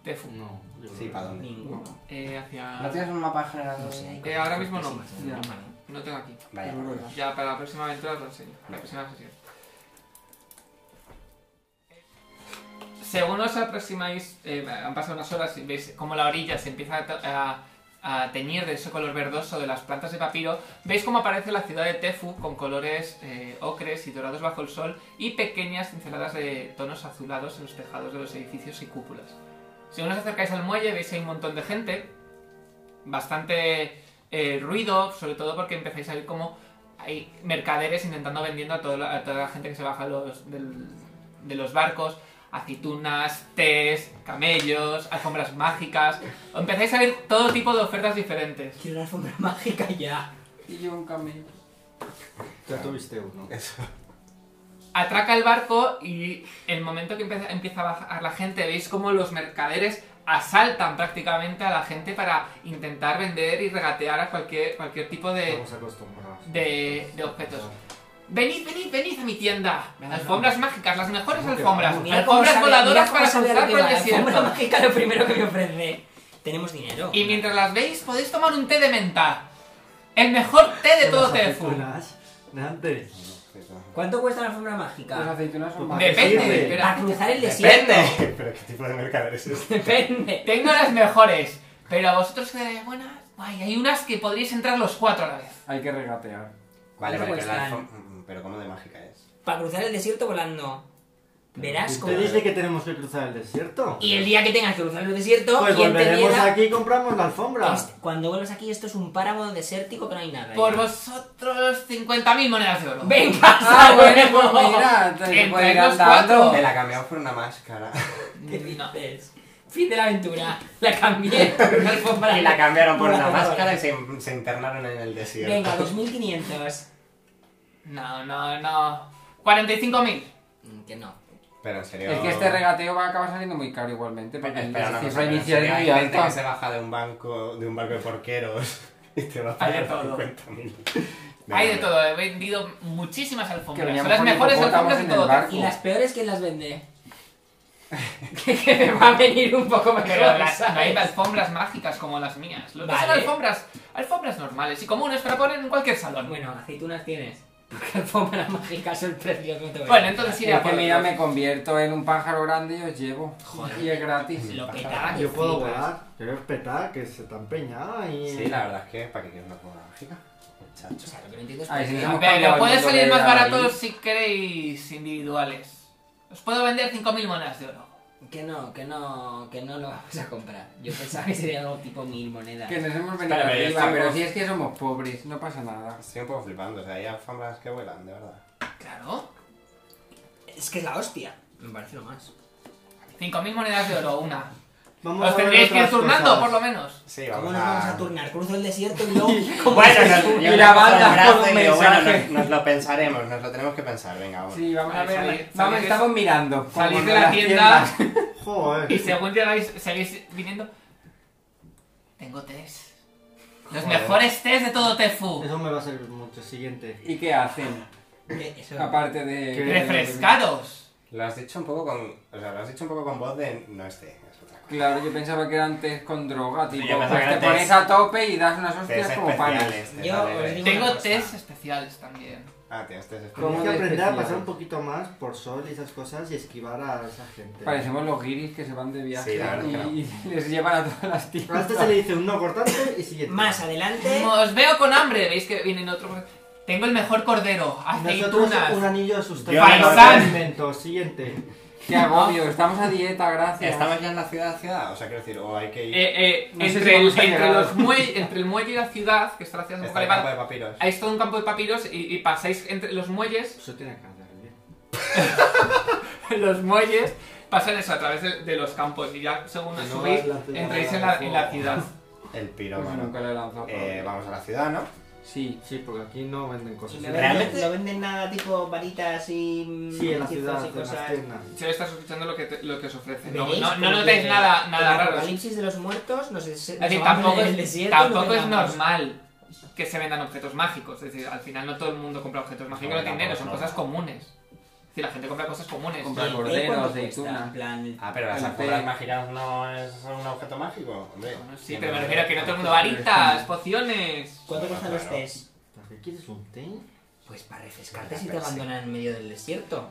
Te fu-
No. yo
Sí,
creo
¿para dónde?
Ninguno.
eh, hacia
¿No tienes un mapa general?
No sé. hay
Eh, ahora mismo no.
cosas que sí,
Ya.
no, ¿no?
no tengo aquí.
Vaya,
Pero
por
bueno.
Dios.
Ya para la próxima aventura os lo enseño. La próxima sesión. Según os aproximáis, eh, han pasado unas horas y veis como la orilla se empieza a, to- a- a teñir de ese color verdoso de las plantas de papiro. Veis cómo aparece la ciudad de Tefu con colores eh, ocres y dorados bajo el sol y pequeñas pinceladas de tonos azulados en los tejados de los edificios y cúpulas. Según os acercáis al muelle, veis que hay un montón de gente, bastante eh, ruido, sobre todo porque empezáis a ver como hay mercaderes intentando vendiendo a, todo la- a toda la gente que se baja los- del- de los barcos aceitunas, tés, camellos, alfombras mágicas. Empezáis a ver todo tipo de ofertas diferentes.
Quiero una alfombra mágica ya.
Y yo un camello.
que- Ya tuviste uno.
Atraca el barco y el momento que empieza, empieza a bajar la gente, veis como los mercaderes asaltan prácticamente a la gente para intentar vender y regatear a cualquier, cualquier tipo de,
Estamos acostumbrados.
de- de objetos. Venid, venid, venid a mi tienda.
Venga,
Alfombras mágicas, las mejores
¿Cómo que
alfombras.
Mira cómo
Alfombras
sabe-
voladoras
mira cómo
para
sabe a
cruzar
lo
por el
que va. Alfombra
desierto.
mágica lo primero que me ofrece. Tenemos dinero.
Y mientras las veis, podéis tomar un té de menta. El mejor té de todo Tefu.
Dante.
¿Cuánto cuesta la alfombra
Las
mágica?
aceitunas son más.
sirve?
Depende,
Para
espera.
cruzar el desierto.
¡Depende! ¿Pero qué tipo de mercader es este?
Depende.
Tengo las mejores, pero a vosotros que buenas. Guay, hay unas que podríais entrar los cuatro a la vez.
Hay que regatear.
Vale,
¿Cuánto
pero, que la
cuestan?
alfom- mm, pero ¿cómo de mágica es?
Para cruzar el desierto volando. Verás cómo.
¿Usted dice que tenemos que cruzar el desierto?
Y el día que tengas que cruzar el desierto,
Pues
quien te
volveremos
viera-
aquí y compramos la alfombra.
Este- cuando vuelvas aquí, esto es un páramo desértico que no hay nada.
Por
Ya.
vosotros, 50.000 monedas de oro.
Venga,
Ah, bueno, pues
bueno.
mira, te
Entre
puede ir
los
andando.
cuatro.
Me la cambiado por una máscara.
¿Qué
Mm, No.
dices? Fin de la aventura. La cambié por una alfombra.
y la cambiaron por una
Bueno,
máscara y se, se internaron en el desierto.
Venga, 2500.
No, no, no. 45.000.
Mm, Que no.
Pero en serio...
Es que este regateo va a acabar saliendo muy caro igualmente, porque el-
Espera,
la
una cosa,
cifra
pero en
inicial
serio,
es
hay
muy
gente que
alta.
se baja de un banco, de un barco de porqueros y te va a
Hay de
pagar
todo.
50.000.
Hay de
Venga,
todo, he vendido muchísimas
Que
alfombras. Son
veníamos
las
con
mejores
hipopótamos
alfombras
en
de
el
todo
barco.
Tefu.
¿Y las peores quién las vende? que, que me va a venir un poco mejor.
Pero las, no hay
¿sabes?
alfombras mágicas como las mías. Lo que son
Vale.
alfombras, alfombras normales y comunes para poner en cualquier salón.
Bueno, aceitunas tienes. Porque alfombra mágica es el precio que no te voy a
Bueno,
decir.
entonces iré
Es
a
que
por
mira,
otros.
me convierto en un pájaro grande y os llevo. Y es gratis.
Lo
ah,
petaba que
Yo puedo
pues.
flipas.
volar. Yo voy a petar, que se tan empeñada y...
Sí, la verdad es que para que quieres una alfombra mágica.
O
Muchacho.
sea, lo que no entiendo es
Ay,
por
sí,
qué-
no.
Pero
Cambiaba
puede
el mundo
salir
de
más
David.
barato si queréis individuales. Os puedo vender 5.000 monedas de oro.
que no, que no, que no lo vamos a comprar. Yo pensaba que sería algo tipo mil monedas.
Que nos hemos venido
Espera, pero ya
arriba,
estamos-
pero si es que somos pobres, no pasa nada.
Estoy un poco flipando, o sea, hay alfombras que vuelan, de verdad.
Claro.
Es que es la hostia. Me parece lo más.
5.000 monedas de oro, una.
Vamos
Os
a ver
tendréis que ir
otras
turnando,
cosas.
por lo menos.
Sí,
¿Cómo
vamos
nos vamos a
a...
turnar? Cruzo el desierto y luego... ¿Cómo
Bueno,
se
nos,
sube?
yo
Y la
le cojo el
banda
brazo
con
y
un
digo, bueno,
mensaje.
nos, nos lo pensaremos, nos lo tenemos que pensar, venga, vamos.
Sí, vamos a
Ay, salid-
ver.
salid
Vamos,
de-
estamos mirando.
Salid
Como
de la
las
tienda
tiendas.
Joder.
y según llegáis, seguís viniendo. Tengo tés. Los
Joder.
mejores tés de todo Tefu.
Eso me va a servir mucho. Siguiente.
¿Y qué hacen?
Eh, eso-
Aparte de...
Refrescaros.
Lo has dicho un poco con... O sea, lo has dicho un poco con voz de... No este, es otra cosa.
Claro, yo pensaba que eran test con droga,
Sí,
tipo,
yo
pues
pensaba que
te
eran
pones
test-
a tope y das unas
Test
hostias como panes.
especiales. test,
Yo
vale,
os
vale.
digo-
Tengo
cosa.
tés especiales también.
Ah, tienes test
Tienes
¿Cómo
que
especiales.
de
aprender a pasar
especiales?
un poquito más por sol y esas cosas y esquivar a esa gente.
Parecemos los guiris que se van de viaje
Sí, la verdad que no.
y, y les llevan a todas las
A este
tiendas.
se le dice un no cortante y siguiente.
Más adelante...
Os veo con hambre, veis que vienen otros. Tengo el mejor cordero,
Nosotros
aceitunas.
un anillo de sustento.
Yo no
para
sé.
alimentos. Siguiente.
Qué agobio, estamos a dieta, gracias.
¿Estamos ya en la ciudad, ciudad? O sea, quiero decir, o hay que ir...
Eh, eh,
No sé si
entre, el,
vamos a
entre
llegar.
los muelle, entre el muelle y la ciudad, que está la ciudad un poco
Está el campo de
elevada,
papiros.
hay todo un campo de papiros y, y pasáis entre los muelles,
Eso tiene que hacer bien.
los muelles pasan eso a través de, de los campos y ya según
No
subís
va la ciudad,
entráis
va
en
la
la, en la
ciudad.
ciudad.
El
Pues
pirómano.
nunca lo he lanzado.
Eh, vamos a la ciudad, ¿no?
Sí.
Sí, porque aquí no venden cosas.
Y no
Realmente-
venden, no venden nada tipo varitas y... mm,
Sí, en la
crucifijos
ciudad,
y
en las
cosas.
tiendas.
Si estás escuchando lo que, te- lo que os ofrece, no,
Veréis
no, no
como
notáis
que
nada,
el
nada raro. Es
apocalipsis de los muertos nos, es, nos
decir,
va a
tampoco
poner en el
es,
desierto,
tampoco
nos
es
vengamos.
normal que se vendan objetos mágicos, es decir, al final no todo el mundo compra objetos mágicos, no tiene dinero, son cosas comunes. Es decir, la gente compra cosas comunes.
Compra
Sí, ¿eh?
cordero,
¿Cuánto
aceituna.
cuesta? En plan,
Ah, pero las
El
alfombras
té.
mágicas no es un objeto mágico, hombre.
Bueno, sí, pero me refiero a que no todo el mundo varitas, pociones.
Bueno,
¿Cuánto cuestan los
claro.
tés?
¿Para qué quieres un té?
Pues para refrescarte si te
Pero sí.
abandonan en medio del desierto.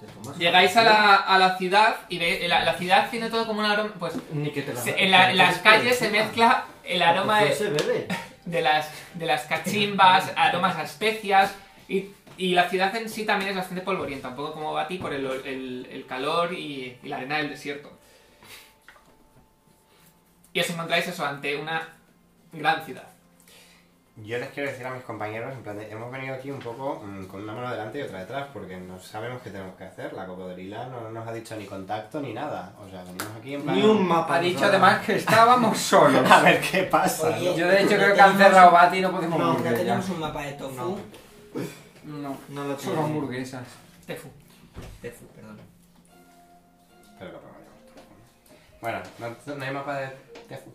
Te tomas una
Llegáis a
tía.
la, a la ciudad y veis, la, la ciudad tiene todo como un aroma, pues
Ni que te la...
se- en, la- en las calles se mezcla el aroma
No
de,
se bebe.
de las, de las cachimbas, aromas a especias y, y la ciudad en sí también es bastante polvorienta, un poco como Bati por el, ol- el- el calor y, y la arena del desierto. Y os encontráis eso ante una gran ciudad.
Yo les quiero decir a mis compañeros, en plan, de, hemos venido aquí un poco mm, con una mano delante y otra detrás, porque no sabemos qué tenemos que hacer. La cocodrila no nos ha dicho ni contacto ni nada. O sea, venimos aquí en plan...
Ni un mapa.
Ha dicho además que estábamos solos.
A ver qué pasa,
Oye,
¿no?
Yo de hecho
No
creo que han
tenemos-
cerrado Bati y no podemos
No,
No
volver ya.
tenemos un mapa de tofu.
No.
No,
No lo
solo
tengo.
hamburguesas.
Tefu.
Tofu, perdón.
Pero lo probaremos. Bueno, no, no hay mapa de... de fu-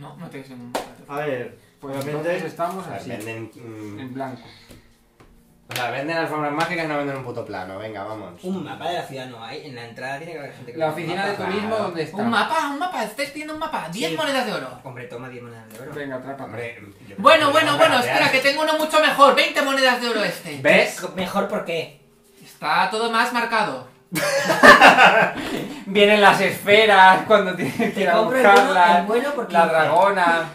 No, no tenéis ningún mapa.
A ver,
Pues
Obviamente,
Ah,
entonces estamos
O sea,
así,
venden... mm,
en blanco.
sea, venden alfombras mágicas y no venden un puto plano. Venga, vamos.
Un mapa de la ciudad no hay. En la entrada tiene que haber gente que
La
vende un
oficina de
mapa.
turismo, ¿dónde está?
Un mapa, un mapa, estáis pidiendo un mapa. 10
Sí.
monedas de oro.
Hombre, toma 10 monedas de oro.
Venga, atrápame.
Hombre, yo-
Bueno, bueno,
yo-
bueno, espera, que tengo uno mucho mejor. 20 monedas de oro este.
¿Ves?
Mejor porque
Está todo más marcado.
Vienen las esferas cuando tienes que
te
ir a
compro el bueno, el
buscarlas.
bueno porque...
La dragona.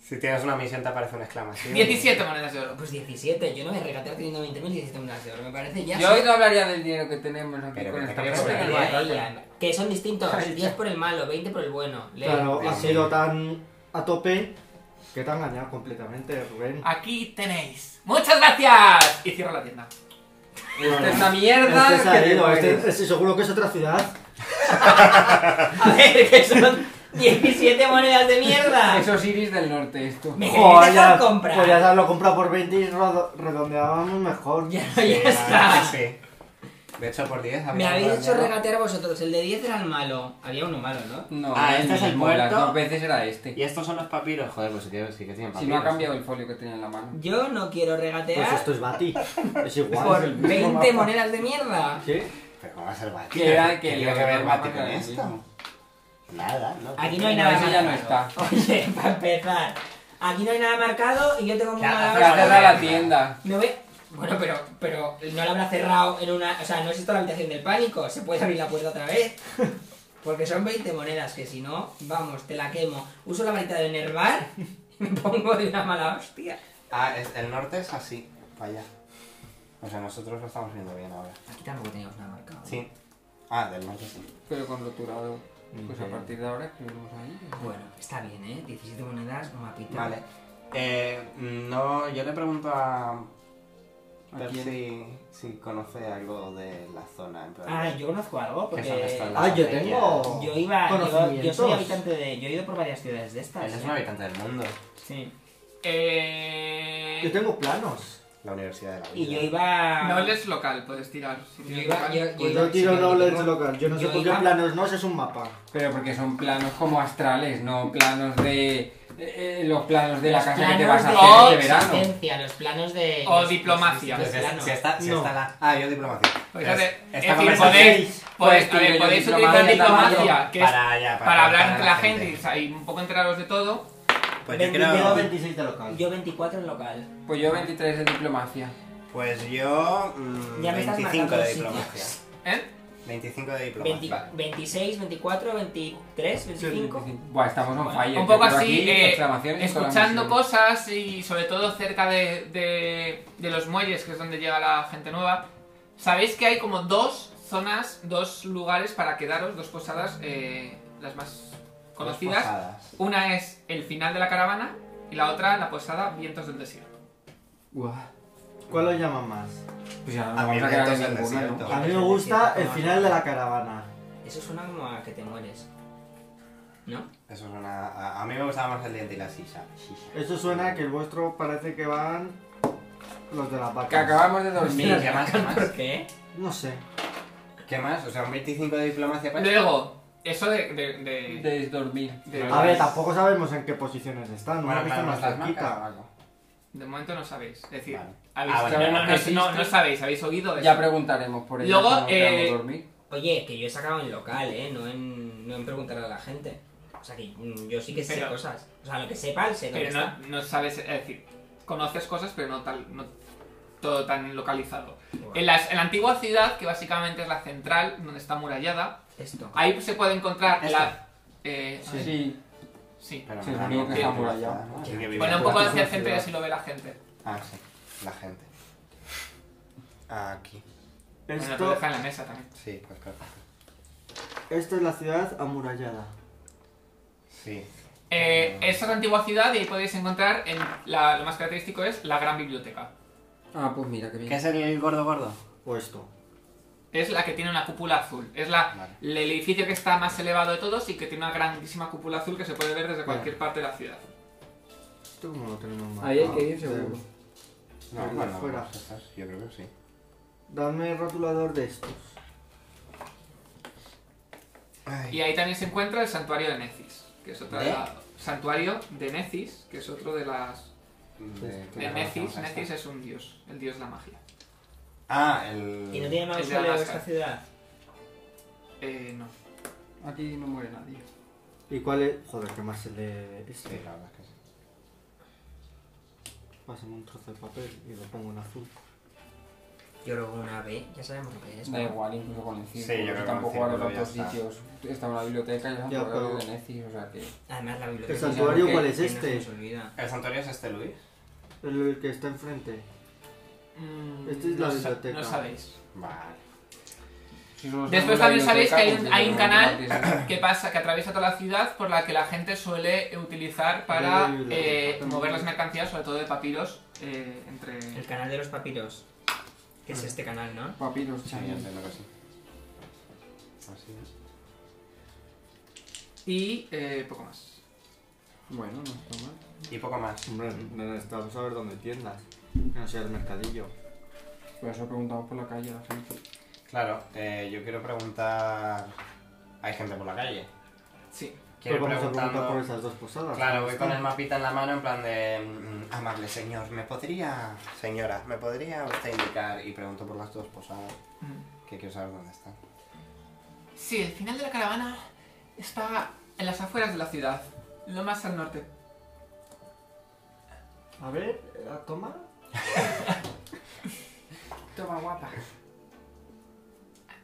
Si tienes una misión te aparece una exclamación.
17 monedas de oro.
Pues 17, yo no voy a regatear teniendo 20.000 17 monedas de oro, me parece ya...
Yo hoy no hablaría del dinero que tenemos aquí
Pero
con
que
esta
te
Pero
quería
gente
bueno,
que no
cobrar.
va a
ya,
comprar.
ya. Que son distintos,
Ahí está.
10 por el malo, 20 por el bueno. Leo.
Claro, ha
sí.
sido tan a tope que te ha engañado completamente,
Ah,
Rubén.
Aquí tenéis. ¡Muchas gracias! Y cierro la tienda.
Esta es la mierda
Este se
que
ha
te
ido, este-
mueres.
este seguro que es otra ciudad.
A ver, que son 17 monedas de mierda.
Eso es Iris del Norte, esto.
Me
Joder,
queréis
ya,
dejar
pues ya
comprar.
haberlo comprado por 20 y rodo- redondeábamos mejor.
Ya,
Sí, ah,
ya
la verdad
está.
que sí. De hecho, por 10
Me
había
habéis
algo
hecho
de-
regatear vosotros. El de 10 era el malo. Había uno malo, ¿no?
No,
Ah,
era
este es el
mismo, Las
muerto.
dos veces era este.
Y estos son los papiros, joder, pues sí que, sí que tienen papiros.
Si no ha cambiado el folio que tenía en la mano.
Yo no quiero regatear
Pues esto es Bati. Es igual.
por
es el mismo
20
mapa.
monedas de mierda.
¿Sí?
Pero ¿cómo va a ser Bati?
Que era que
¿Qué
el
tiene que ver
otro
Bati
mapa
con
era el
esto?
mismo.
Nada, ¿no?
Aquí no hay
No,
nada
ese ya no
marcado. Oye, para empezar. Aquí no hay nada marcado y yo tengo muy
Ya,
mala
Que ha
hora.
cerrado la tienda.
Me voy- Bueno, pero, pero no la habrá cerrado en una... O sea, no es esto la habitación del pánico. Se puede abrir la puerta otra vez. Porque son 20 monedas que si no, vamos, te la quemo. Uso la varita de Nervar y me pongo de una mala hostia.
Ah, es- el norte es así, para allá. O sea, nosotros lo estamos viendo bien ahora.
Aquí tampoco teníamos nada marcado.
Sí. Ah, del norte sí.
Pero con roturado. Pues a
Ok.
partir de ahora escribimos ahí.
Bueno, está bien, ¿eh? 17 monedas, un mapita.
Vale. Eh, no, yo le pregunto a...
¿A
ver
quién?
si, si conoce algo de la zona. En plan,
Ah, yo conozco algo
¿qué son
porque...
estas
Ah, yo
lavanderías?
tengo.
Yo iba... Yo, yo
Conocimientos.
soy habitante de... Yo he ido por varias ciudades de estas.
Él es
¿eh?
un habitante del mundo.
Sí.
Yo
Eh...
tengo planos.
La universidad de la vida.
Y yo iba...
No es local, puedes tirar. Si
Yo
tienes
iba...
local.
Yo, yo
Pues
iba-
yo tiro
sí,
no lo he
tengo-
hecho local. Yo no sé
yo
por qué
iba-
planos no, si es un mapa.
Pero porque son planos como astrales, no planos de. eh, eh, los planos de la
Los
casa que te vas a
planos de
hacer de
Oh,
verano.
existencia, los planos de...
O
los-
diplomacia.
los- los
Pues es-
planos.
si está, si
No.
está la... Ah, yo diplomacia.
Pues,
Es-
a ver,
esta
es decir,
conversación-
podéis, podéis,
Pues,
a ver,
tío,
podéis
yo
utilizar
diplomacia
diplomacia, que es para,
para, ya, para,
hablar
para
entre la gente y sa- y un poco enteraros de todo.
Pues yo
20, tengo
creo...
26 de local.
Yo 24 en local.
Pues yo 23 de diplomacia.
Pues yo... mm,
Ya me estás
25
marcando
de
los
diplomacia.
sitios.
¿Eh?
25 de
20
diplomacia.
26, 24, 23, 25.
Buah, estamos on fire.
un poco
Yo creo
así,
aquí
eh,
exclamaciones y todas las
escuchando
misiones.
cosas y sobre todo cerca de, de- de los muelles, que es donde llega la gente nueva. Sabéis que hay como dos zonas, dos lugares para quedaros, dos posadas, eh, las más
Dos
conocidas.
posadas.
Una es el final de la caravana y la otra la posada Vientos del Desierto.
Buah.
¿Cuál lo llama más?
Pues ya no
A
nos
mí
vamos
me
a quedar en
toca el
ninguna, ¿no?
Pues
desierto.
A mí me gusta el final de la caravana.
Eso suena como a que te mueres. ¿No?
Eso es una... A, a mí me gustaba más el diente y la silla.
Eso suena que el vuestro parece que van los de la
Pues
vaca.
Que acabamos de
Sí,
dormir.
¿qué más? ¿Qué más?
¿Por qué?
No sé.
¿Qué más? O sea, un 25 de diplomacia pues, para...
Luego, eso de... de- de-
De dormir.
de-
A ver, tampoco sabemos en qué posiciones están. No
Bueno,
hemos visto
claro,
más
las marcas o
cerquita.
algo.
de momento no sabéis. Es decir,
Vale.
habéis-
Ah, vale.
no, no, no,
Sabemos que
no- no
existe.
sabéis, habéis oído de
Ya
eso.
preguntaremos por ello.
Luego,
cómo quedamos
eh,
dormir.
Oye, que yo he sacado en local, ¿eh? No en, no en preguntarle a la gente. O sea, que mm, yo sí que sé
Pero-
cosas. O sea, lo que sepa, sé dónde
Pero no,
está.
no sabes, es decir, conoces cosas, pero no, tal, no todo tan localizado.
Bueno,
En, las- en la antigua ciudad, que básicamente es la central, donde está murallada,
Esto.
ahí se puede encontrar la... eh,
Sí. sí.
sí.
Pero
Sí,
me
es
da
lo único
miedo
que está por
está,
allá.
¿no? Así que vive
Bueno, un
la
poco
ciudad.
hacia el centro y así lo ve la gente.
Ah, sí. La gente. Aquí.
Bueno, te lo
Esto,
deja en la mesa también.
Sí, pues claro.
esto es la ciudad amurallada.
Sí.
Eh, esa es la antigua ciudad y ahí podéis encontrar, en la- lo más característico es la gran biblioteca.
Ah, pues mira, qué bien.
¿Qué es el gordo gordo?
O esto.
Es la que tiene una cúpula azul. Es la,
Vale.
el edificio que está más elevado de todos y que tiene una grandísima cúpula azul que se puede ver desde cualquier parte de la ciudad.
Esto como lo tenemos marcado.
Ahí hay que ir seguro.
No,
Ahí
bueno,
fuera.
vamos a estar, yo creo que sí.
Dame el rotulador de estos.
Y ahí también se encuentra el santuario de Necis, que es otra de
¿De?
la- santuario de Necis, que es otro de las
De, este.
de Necis. Necis es un dios, el dios de la magia.
Ah, el.
¿Y no tiene
Es de
mausoleo
Alaska.
esta ciudad?
Eh, no.
Aquí no muere nadie.
¿Y cuál es? Joder, que más el de
Sí,
este.
la verdad es que sí.
Pásame un trozo de papel y lo pongo en azul.
Yo creo que una B, ya sabemos lo que es.
Da
¿no?
igual, incluso con el circo.
Sí, yo creo
que
que
tampoco
con el
hay
círculo
tantos
ya está.
sitios. Está una biblioteca y es
Ya,
santuario
pero-
de Necis, o sea que.
Además, la biblioteca.
¿El santuario
que-
cuál es
que no
este?
se nos olvida.
¿El santuario es este, Luis?
El que está enfrente.
Mm,
Esta Este es la
no sa-
biblioteca.
No sabéis.
Vale.
si solo son
Después
una
también sabéis que hay un-
biblioteca,
hay un
pues,
canal
no
que pasa, que atraviesa toda la ciudad, por la que la gente suele utilizar para
Ver la
eh,
biblioteca.
mover las mercancías, sobre todo de papiros, eh, entre...
El canal de los papiros. Que
Ah.
es este canal, ¿no?
Papiros,
Sí, yo
chaval.
entiendo que sí. Así es.
Y eh, poco más.
Bueno, no está mal.
Y poco más.
Hombre, necesitamos saber dónde tiendas. Que no sea el mercadillo.
Por eso preguntamos por la calle a la gente.
Claro, eh, yo quiero preguntar. Hay gente por la calle.
Sí.
Pero
Quiero
vamos a
preguntar.
preguntar por esas dos posadas.
Claro, voy con el mapita en la mano en plan de... mm, Amable señor, ¿me podría... Señora, ¿me podría usted indicar? Y pregunto por las dos posadas,
Mm.
que quiero saber dónde están.
Sí, el final de la caravana está en las afueras de la ciudad, lo más al norte.
A ver, eh, a tomar.
Toma guapa.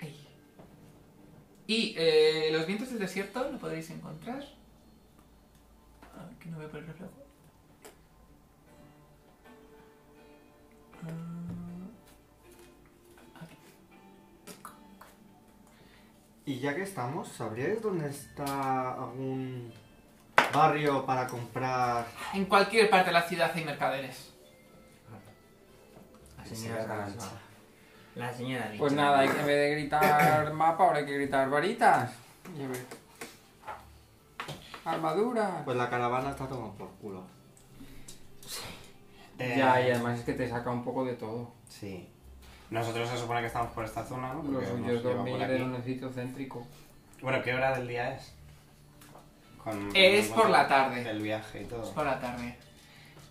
Ahí. Y eh, los vientos del desierto lo podréis encontrar. Aquí no veo por el reflejo. Ah, aquí.
Y ya que estamos, ¿sabríais dónde está algún barrio para comprar?
En cualquier parte de la ciudad hay mercaderes.
La
Sí,
señora
sí, la
Ramos.
cancha.
La señora
Pues
Ramos.
nada, hay que- en vez de gritar mapa, ahora hay que gritar varitas. Y a ver. Armadura.
Pues la caravana está tomando por culo.
Eh,
Ya, y además es que te saca un poco de todo.
Sí. Nosotros se supone que estamos por esta zona, ¿no?
Los
Porque hemos
suyos
ido por
dormir
aquí.
en un sitio céntrico.
Bueno, ¿qué hora del día es? Con-
Es por la tarde.
El viaje y
Es
todo.
por la tarde.
Eh,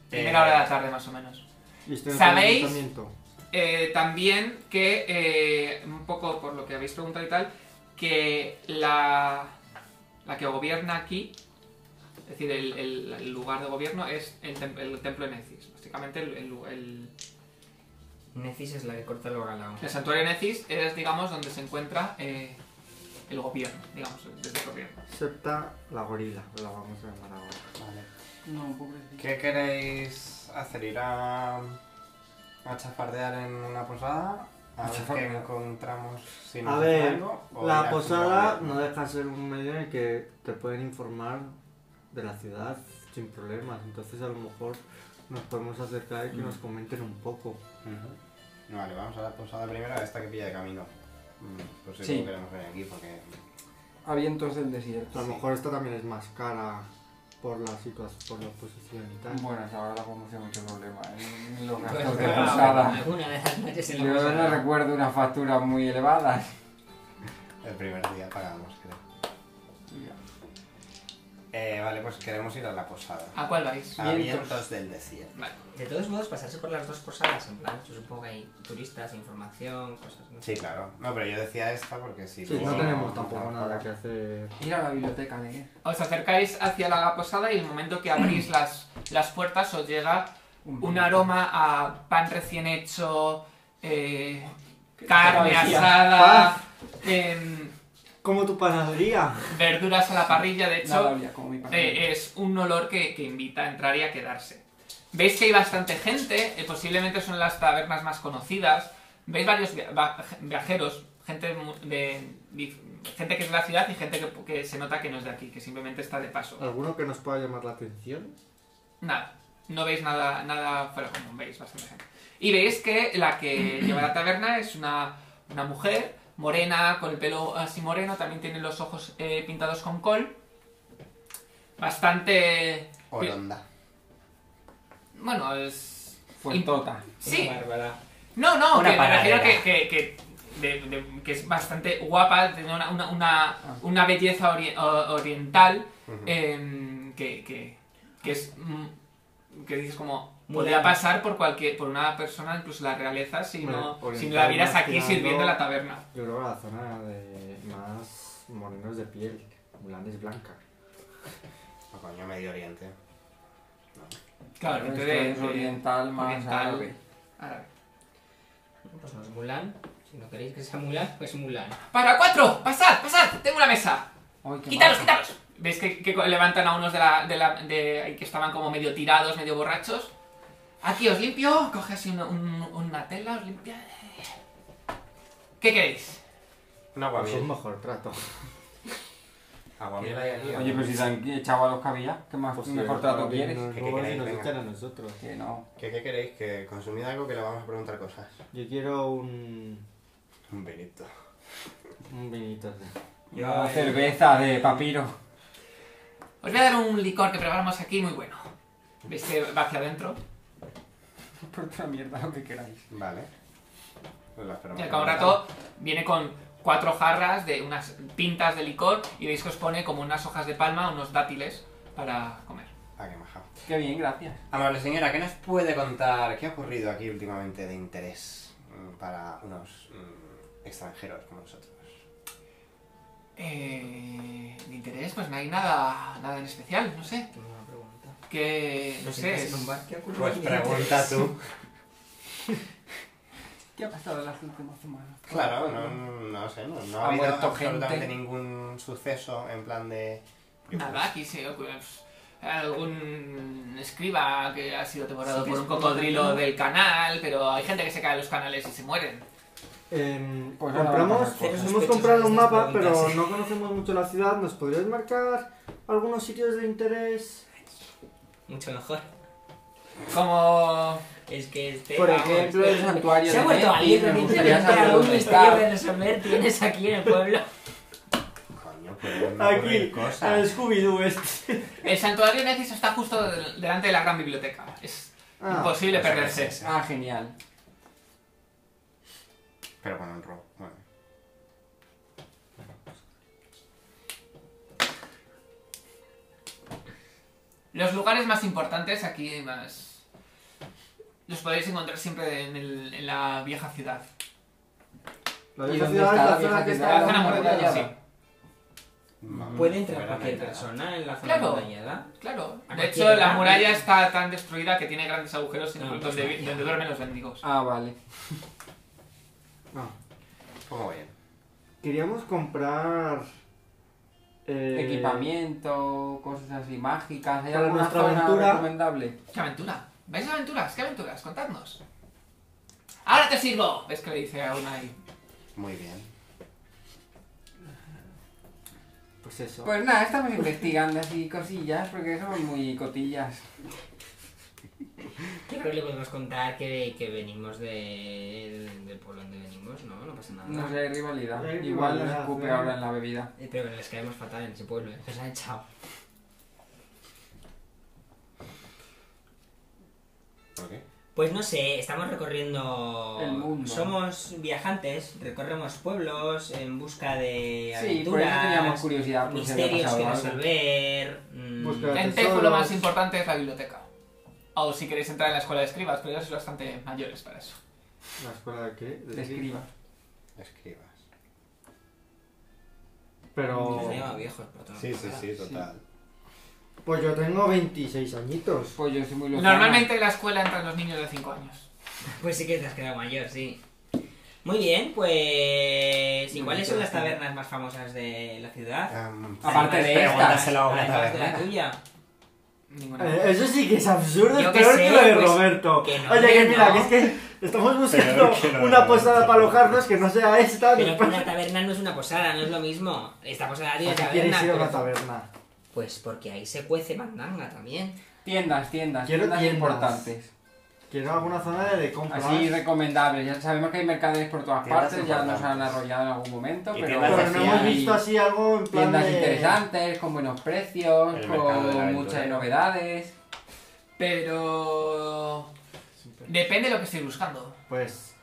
Primera hora de la tarde más o menos.
Y estoy en el
¿Sabéis?
ayuntamiento.
Eh, también que, eh, un poco por lo que habéis preguntado y tal, que la, la que gobierna aquí, es decir, el, el- el lugar de gobierno es el, tem- el templo de Necis. Básicamente el, el- el-
Necis es la que corta lo galao.
el santuario de Necis es, digamos, donde se encuentra eh, el gobierno, digamos, desde el gobierno.
Excepta la gorila, que la vamos a llamar ahora.
Vale.
No, pobrecito.
¿Qué queréis hacer? ¿Ir a, a chafardear en una posada? A ver qué encontramos si nos
A
dicen
ver,
algo, o ir
La
al
posada
sitio
no deja de ser un medio en el que te pueden informar de la ciudad sin problemas. Entonces a lo mejor nos podemos acercar y que
Mm.
nos comenten un poco.
Ujú. Vale, vamos a la posada primero, a esta que pilla de camino. Mm, Por si
Sí.
no queremos venir aquí, porque.
A vientos del
O sea,
desierto.
a lo mejor esta también es más cara por la situación, por la posición y tal.
Bueno, hasta ahora tampoco hemos tenido mucho problema. ¿eh? Los
Pues,
gastos de
claro,
posada.
Alguna de las noches en
Yo
la
no
posada.
recuerdo unas facturas muy elevadas.
El primer día pagamos, creo. Eh, vale, pues queremos ir a la posada.
¿A cuál vais?
A
Vientos.
vientos del desierto.
Vale.
De todos modos, pasarse por las dos posadas, en plan, yo supongo que hay turistas, información, cosas. ¿no?
Sí, claro. No, pero yo decía esta porque si.
Sí,
luego
no tenemos tampoco
tampoco-
nada que hacer.
Ir a la biblioteca de
Os acercáis hacia la posada y el momento que abrís las, las puertas os llega un aroma a pan recién hecho, eh, carne
maravilla.
asada, em,
Como tu panadería.
verduras a la parrilla. De
Nada
hecho,
olía como mi padre.
eh, es un olor que, que invita a entrar y a quedarse. Veis que hay bastante gente, eh, posiblemente son las tabernas más conocidas. Veis varios via- va- viajeros, gente, mu- de, di- gente que es de la ciudad y gente que, que se nota que no es de aquí, que simplemente está de paso.
¿Alguno que nos pueda llamar la atención?
Nada, no veis nada, nada fuera de común, veis bastante gente. Y veis que la que lleva la taberna es una, una mujer morena, con el pelo así moreno, también tiene los ojos eh, pintados con col. Bastante...
Oronda.
Bueno, es...
Fuentota.
Sí,
Una bárbara.
no, no,
Una
que me refiero
panadera.
que, que, que, de- de- que es bastante guapa, tiene una, una, una, una belleza ori- o- oriental
Ujú.
em, que, que, que es... mm, que dices como...
Muy
Podría
bien.
pasar por cualquier, por una persona, incluso la realeza, si no,
Bueno,
si no la vieras aquí
oriental,
sirviendo
¿no?
en la taberna.
Yo creo que la zona de más morenos de piel, es blanca.
O coño, Medio Oriente.
Claro,
Esto
gente de,
es
de-
oriental más
oriental.
árabe.
árabe.
Pues no es Mulan. Si no queréis que sea Mulan, pues Mulan.
¡Para cuatro! ¡Pasad, pasad! Tengo una mesa.
Ay, qué
¡Quítalos,
mal.
quítalos! ¿Ves que, que levantan a unos de la, de la- de- que estaban como medio tirados, medio borrachos? Aquí os limpio, coge así una, un- una tela, os limpia. ¿Qué queréis?
Un aguamiel.
Pues un mejor trato.
Aguamiel hay aquí.
Oye, pero si se han echado a los cabillas, ¿qué más
Pues
mejor trato quieres?
Nos
¿Qué
roban y
queréis?
nos
Venga.
echan a nosotros.
Que no.
¿Qué, qué queréis? Que consumid algo que le vamos a preguntar cosas.
Yo quiero un,
Un vinito.
un vinito.
No, cerveza de papiro.
Os voy a dar un licor que preparamos aquí muy bueno. ¿Veis que va hacia adentro?
Por otra mierda, lo que queráis.
Vale. Pues lo
Y
esperamos.
al cabo de un rato viene con cuatro jarras de unas pintas de licor y veis que os pone como unas hojas de palma, unos dátiles para comer.
Ah, qué maja.
Qué bien, gracias.
Amable señora, ¿qué nos puede contar? ¿Qué ha ocurrido aquí últimamente de interés mm, para unos mm, extranjeros como nosotros?
Eh, de interés, pues no hay nada, nada en especial, no sé.
Qué buena pregunta.
Que no
Nos
sé.
sientas
es-
en un bar, ¿qué ha ocurrido?
Pues pregunta tú.
¿Qué ha pasado las últimas semanas?
Claro, no, no sé, no, no ha,
Ha
habido
muerto
absolutamente
gente.
ningún suceso en plan de... yo
Nada, aquí se ocurre pues, algún escriba que ha sido devorado
Sí que
por
es
un
un
cocodrilo
cocodrilo.
del canal, pero hay gente que se cae en los canales y se mueren.
Em,
Pues ahora vamos a
compramos,
hacer
cosas.
hemos comprado un mapa,
Sospechosas estas
pero
preguntas.
no conocemos mucho la ciudad. ¿Nos podrías marcar algunos sitios de interés?
Mucho mejor.
Como
Es que este.
Por
vamos,
ejemplo, el santuario
Se ha
de
muerto
Nephi,
alguien,
me
me dice
gustaría
que
saber
para un
dónde
misterio
está.
de resolver tienes aquí en el pueblo.
pues, Coño, pueden ocurrir cosas.
al Scooby-Doo este.
el santuario de Necis está justo del- delante de la gran biblioteca. Es
Ah,
imposible
pues,
perderse.
sí, sí.
Ah, genial.
Pero con un robo. Bueno.
Los lugares más importantes aquí más los podéis encontrar siempre en, el- en la vieja ciudad.
La
¿Y
vieja
dónde
ciudad
está la
es la
vieja
zona que
ciudad?
Ah,
está
La zona muralla,
amurallada.
sí.
Vamos,
Puede entrar
fuera
cualquier
nada.
persona en la zona
Claro.
amurallada.
Claro.
A
De
cualquier
hecho, la
lugar,
muralla
¿no?
está tan destruida que tiene grandes agujeros en-
Ah, pues
donde, vi-
vaya.
donde duermen los mendigos.
Ah, vale.
Ah,
¿Cómo Pues bien?
queríamos comprar... eh,
Equipamiento, cosas así mágicas. ¿Hay
para
alguna
nuestra
zona
aventura.
recomendable?
¡Qué aventura! ¿Veis aventuras? ¿Qué aventuras? Contadnos. ¡Ahora te sirvo! ¿Ves que le dice a una ahí?
Muy bien.
Pues eso.
Pues nada, estamos investigando así cosillas porque somos muy cotillas.
Yo creo que le podemos contar que, que venimos de, del pueblo donde venimos, ¿no? No pasa nada.
No sé, hay rivalidad.
Hay
Igual nos
rivalidad,
escupe
¿eh?
ahora en la bebida.
Eh, Pero que les caemos fatal en ese pueblo, ¿eh? Nos han echado.
¿Por qué?
Pues no sé, estamos recorriendo.
El mundo.
Somos viajantes, recorremos pueblos en busca de
Sí, por eso teníamos
aventuras,
curiosidad por si había
misterios que
pasado algo.
resolver. mm,
Busca-
En
Tesoros.
Tejo lo más importante es la biblioteca. O si queréis entrar en la escuela de escribas, pero ya sois bastante mayores para eso.
¿La escuela de qué?
Te escriba.
Escribas.
Pero...
nos llama viejos por todas
Sí, sí, sí,
partes.
total.
Pues yo tengo 26 añitos.
Pues yo soy muy lozana.
Normalmente en la escuela entran los niños de 5 años.
Pues sí que te has quedado mayor, sí. Muy bien, pues. ¿Y
Muy
cuáles son las
interesante.
tabernas más famosas de la ciudad?
Am, ah,
Aparte de esta.
pregúntaselo a una
Además de
taberna.
la tuya.
Ninguna.
Eh, Eso sí que es absurdo,
Yo
es
qué
peor
sé,
que lo de
pues,
Roberto.
que no,
Oye, que
que
mira,
no.
que es que estamos buscando
Peor que lo de
una posada
Roberto.
para alojarnos que no sea esta. ni
Pero que
para-
una taberna no es una posada, no es lo mismo. Esta posada tiene
¿Por qué quieres
taberna.
ir a una
pero-
taberna?
Pues porque ahí se cuece mandanga también.
Tiendas, tiendas,
Quiero
tiendas,
tiendas.
importantes.
Quiero alguna zona de, de compras.
Así recomendables. Ya sabemos que hay mercaderes por todas
Tiendas
partes, ya nos han
importantes.
arrollado en algún momento,
Y
pero,
tiendas
Pero no hemos
Hay
visto así algo en plan
tiendas
de...
interesantes, con buenos precios,
El mercado de la
con
aventura.
muchas novedades.
Pero... Depende de lo que estéis buscando.
Pues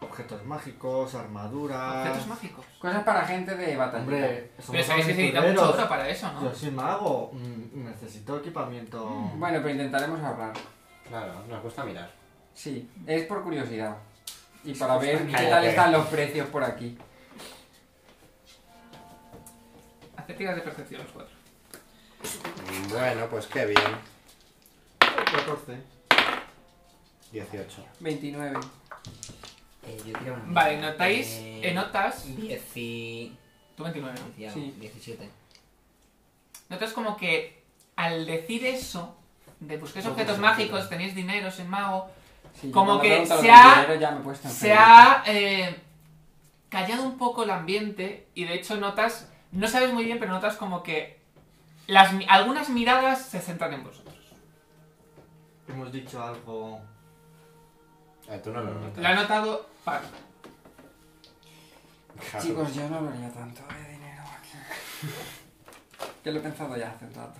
objetos mágicos, armaduras.
Objetos mágicos.
Cosas para gente de batalla.
Hombre,
Pero
somos
sabéis que se necesita mucho
aventureros.
oro para eso,
Yo
¿no?
soy mago, mm, necesito equipamiento.
Bueno, pero intentaremos ahorrar.
Claro, nos gusta mirar.
Sí, es por curiosidad. Y para ver qué
Cállate.
tal están los precios por aquí.
Hacer tiras de percepción los cuatro.
Bueno, pues qué bien.
14.
18.
29.
Eh, yo quiero una
Vale,
mierda.
notáis,
Eh,
eh, notas,
Dieci...
tú 29, ¿no?
dieci-
Sí.
17.
Notas como que al decir eso, de busquéis
No,
objetos
no, no,
mágicos,
no.
tenéis dineros en mago,
Sí, yo
Como
cuando
que
pregunto lo
se
del
ha-
dinero ya me he puesto
se
enfermo.
ha eh, callado un poco el ambiente y de hecho notas, no sabes muy bien, pero notas como que las, mi- algunas miradas se centran en vosotros.
Hemos dicho algo.
Eh, tú no lo notas.
Lo ha notado Paco.
Claro.
Chicos, yo no hablaría tanto de dinero aquí. que lo he pensado ya hace un rato.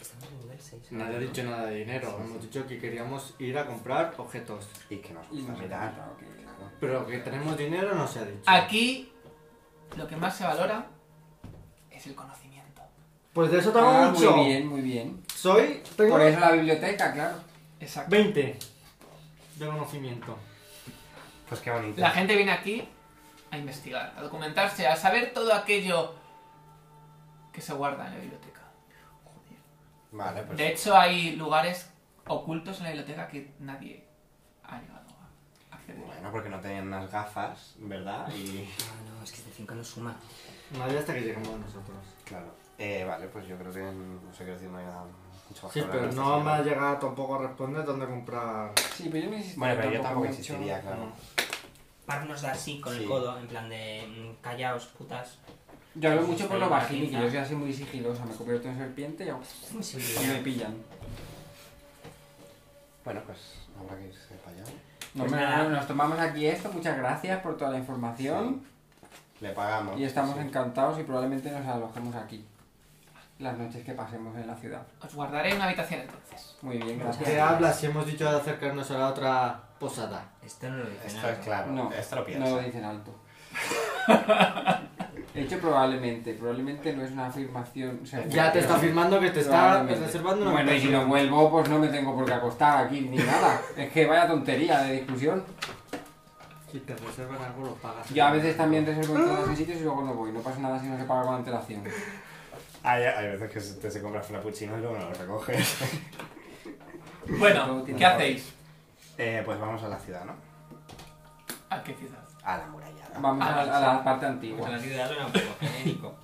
Estamos en nivel 6.
Nadie ha dicho nada de dinero. Hemos dicho que queríamos ir a comprar objetos.
Y que nos
Y
gusta
no sé,
mirar.
claro que- claro.
Pero que tenemos dinero no se ha dicho.
Aquí lo que más se valora es el conocimiento.
Pues de eso tengo
Ah,
mucho.
muy bien, muy bien.
Soy. Tengo
Por eso la biblioteca, claro.
Exacto.
20 de conocimiento.
Pues qué bonito.
La gente viene aquí a investigar, a documentarse, a saber todo aquello que se guarda en la biblioteca.
Vale, pues.
De hecho, hay lugares ocultos en la biblioteca que nadie ha llegado a acceder.
Bueno, porque no tenían unas gafas, ¿verdad? Y.
No, no, es que este 5 no suma.
Nadie hasta que lleguemos nosotros.
Claro. Eh, vale, pues yo creo que. No sé qué decir, no hay nada mucho más que
Sí,
hablar
pero
en esta
no me ha
semana.
llegado tampoco a responder dónde comprar.
Sí, pero yo no insistiría
Bueno, pero yo tampoco
mucho.
insistiría, claro.
Park nos da así con
Sí.
el codo, en plan de mm, callaos, putas.
Yo hablo mucho por lo
Sí,
bajito, que
quizá.
yo soy así muy sigilosa. Me convierto en serpiente y hago- y me pillan.
Bueno, pues habrá que irse para allá.
No,
Pues
hombre,
nada.
no, nos tomamos aquí esto. Muchas gracias por toda la información.
Le pagamos.
Y estamos
sí.
encantados y probablemente nos alojemos aquí. Las noches que pasemos en la ciudad.
Os guardaré en una habitación entonces.
Muy bien,
¿De
gracias.
qué hablas si hemos dicho de acercarnos a la otra posada?
Esto no lo dice
Esto
nada.
es claro.
No,
esto lo
No
pienso.
lo dicen alto. De hecho, probablemente, probablemente no es una afirmación. segura,
Ya te está
pero
afirmando que te está
probablemente.
reservando una
Bueno, y si
habitación.
no vuelvo, pues no me tengo por qué acostar aquí ni nada. Es que vaya tontería de discusión.
Si te reservan algo, lo pagas.
Yo a veces también reservo entradas en sitios y luego no voy. No pasa nada si no se paga con antelación.
Hay, hay veces que se- te se compra frappuccino y luego no lo recoges.
Bueno,
Todo tiene
¿qué hacéis?
Eh, pues vamos a la ciudad, ¿no?
¿A qué ciudad?
A la murallada.
Vamos a, a la parte antigua.
Porque la ciudad era un poco genérico.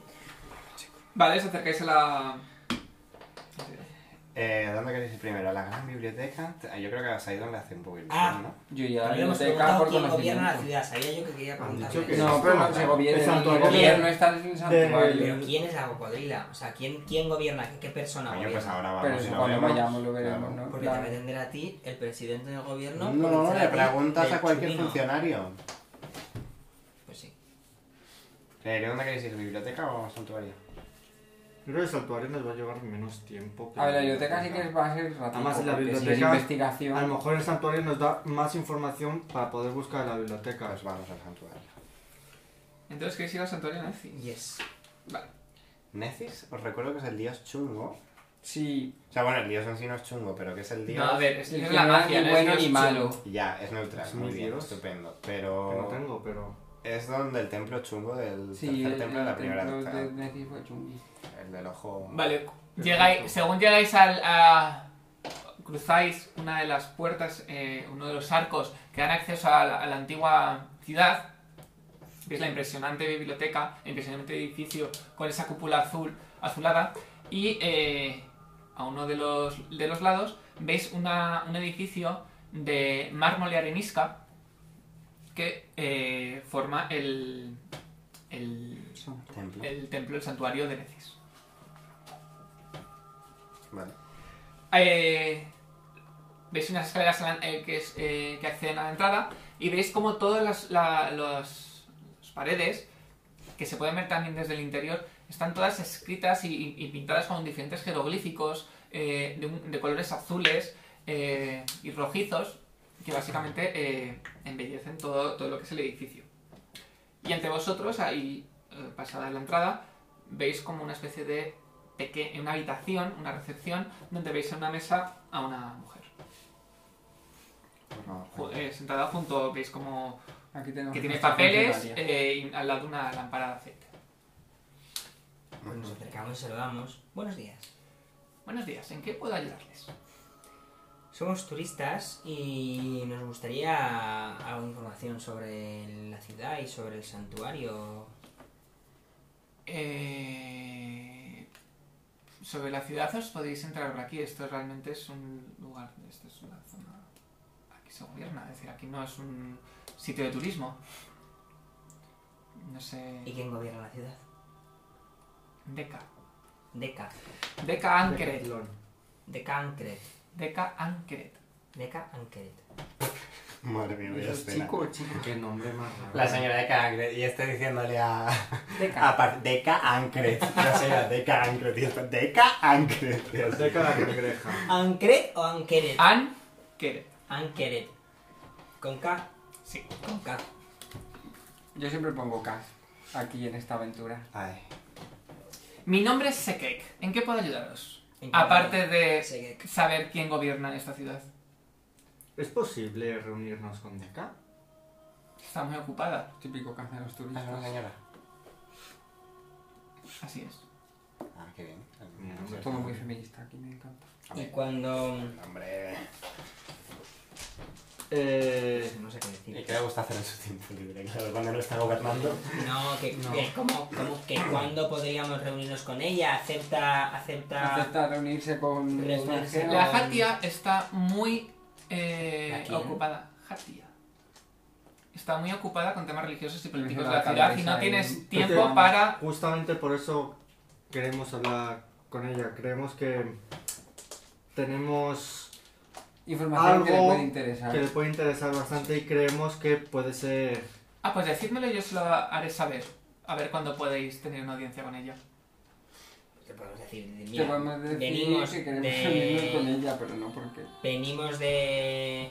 Vale, os acercáis a la...
Eh, ¿Dónde queréis ir primero? ¿A la gran biblioteca? Ah, Yo creo que has ido en la Cempu
Ah.
¿no?
Yo ya la
Habíamos
biblioteca
preguntado
por
quién gobierna la
conocimiento.
ciudad. Sabía yo que quería
Han dicho que
preguntarle.
No, pero no se
El
gobierna. El
santuario.
gobierno está en un santuario.
Pero ¿quién es la cocodrila? O sea, ¿quién, quién gobierna? ¿Qué, qué persona
Coño,
gobierna?
pues ahora vamos
Pero
y
eso
lo
cuando
vemos.
vayamos lo veremos,
Claro.
¿no?
Porque te va a
Claro.
atender a ti el presidente del gobierno.
No,
por
no,
ser
le
a ti
preguntas
el
a cualquier
chupino.
funcionario.
Pues sí.
Eh, ¿Dónde queréis ir? ¿Biblioteca o santuario?
Creo que el santuario nos va a llevar menos tiempo. que
A ver, la biblioteca sí que va a ser ratito,
Además, en la
porque si es
biblioteca,
investigación...
A lo mejor el santuario nos da más información para poder buscar en la biblioteca.
Pues vamos al santuario.
Entonces, ¿queréis ir al santuario nazi?
Yes.
Vale.
Necis, os recuerdo que es el dios chungo.
Sí,
O sea, bueno, el dios en sí no es chungo, pero que es el dios...
No, a ver, es,
el
es
que
la
no es
magia,
ni
no
bueno
es
ni
Dios
malo.
chungo.
Ya, es neutral,
Es
muy
un
bien,
dios.
estupendo.
Que no
Oh.
Pero
tengo, pero.
es donde el templo chungo del
Sí,
tercer
el,
templo de la
el
primera
templo
etapa,
de Necis fue chungui.
El del ojo...
Vale, llegáis, según llegáis al, a... Cruzáis una de las puertas, eh, uno de los arcos que dan acceso a la, a la antigua ciudad. Veis la impresionante biblioteca, el impresionante edificio con esa cúpula azul, azulada. Y eh, a uno de los, de los lados veis una- un edificio de mármol y arenisca que eh, forma el, el,
Templo.
Eh.
el templo, el santuario de Necis.
Vale.
Eh, veis unas escaleras a la- eh, que, es- eh, que acceden a la entrada y veis como todas las, la- los- las paredes, que se pueden ver también desde el interior, están todas escritas y, y- y pintadas con diferentes jeroglíficos eh, de, un- de colores azules eh, y rojizos que básicamente eh, embellecen todo, todo lo que es el edificio. Y ante vosotros, ahí eh, pasada la entrada, veis como una especie de peque- una habitación, una recepción, donde veis en una mesa a una mujer.
favor.
ju- eh, sentada junto, veis como
Aquí tenemos
que tiene
nuestra
papeles
funcionaria.
eh, y al lado de una lámpara de aceite.
Pues nos acercamos y saludamos. Buenos días.
Buenos días, ¿en qué puedo ayudarles?
Somos turistas y nos gustaría algo de información sobre la ciudad y sobre el santuario.
Eh, sobre la ciudad os podéis entrar por aquí. Esto realmente es un lugar. Esto es una zona. Aquí se gobierna. Es decir, aquí no es un sitio de turismo. No
¿Y
sé.
quién gobierna la ciudad?
Deca.
Deca.
Deca Ankeret.
Decathlon.
Deca Ankeret.
Deca Ankeret.
Deca Ankeret.
Madre mía, voy a
¿Es
escena.
chico o chica?
Qué nombre más raro.
La señora de Cangre, y está diciéndole a.
Deca.
a par- Deca Ancre. La señora Deca Ancre, tío. está- Deca Ancre, tío.
Deca la cangreja.
¿Ankeret o Ankeret?
Ankeret.
Ankeret. Con K.
Sí.
Con K.
Yo siempre pongo K aquí en esta aventura.
Ay.
Mi nombre es Sekek. ¿En qué puedo ayudaros?
¿En qué
Aparte de
Sekek.
saber quién gobierna esta ciudad.
¿Es posible reunirnos con Deca?
Está muy ocupada.
Típico K de los
Ah, no,
turistas.
señora.
Así es.
Ah, qué bien.
Todo muy feminista aquí, me encanta.
Y cuando...
Hombre.
Eh,
No sé qué
¿Y
decir.
qué le gusta hacer en su tiempo libre? Claro, cuando no está gobernando.
No, que,
No.
que como, como que cuando podríamos reunirnos con ella. Acepta, acepta...
Acepta reunirse con
Reunirse.
extranjeros.
La Hatia está muy eh,
¿La quién?
ocupada. Hatia. Está muy ocupada con temas religiosos y políticos de
Religiosa
la ciudad y
cabeza
no
y-
Pues
tienes
Es
tiempo
que-
para...
justamente por eso queremos hablar con ella. Creemos que tenemos
Información
algo
que le puede interesar.
que le puede interesar bastante y creemos que puede ser
Ah, pues decídmelo y yo se lo haré saber. A ver cuándo podéis tener una audiencia con ella.
Te podemos decir,
Te
mira,
podemos decir
venimos
que queremos reunirnos con
de...
ella, pero no porque.
Venimos de...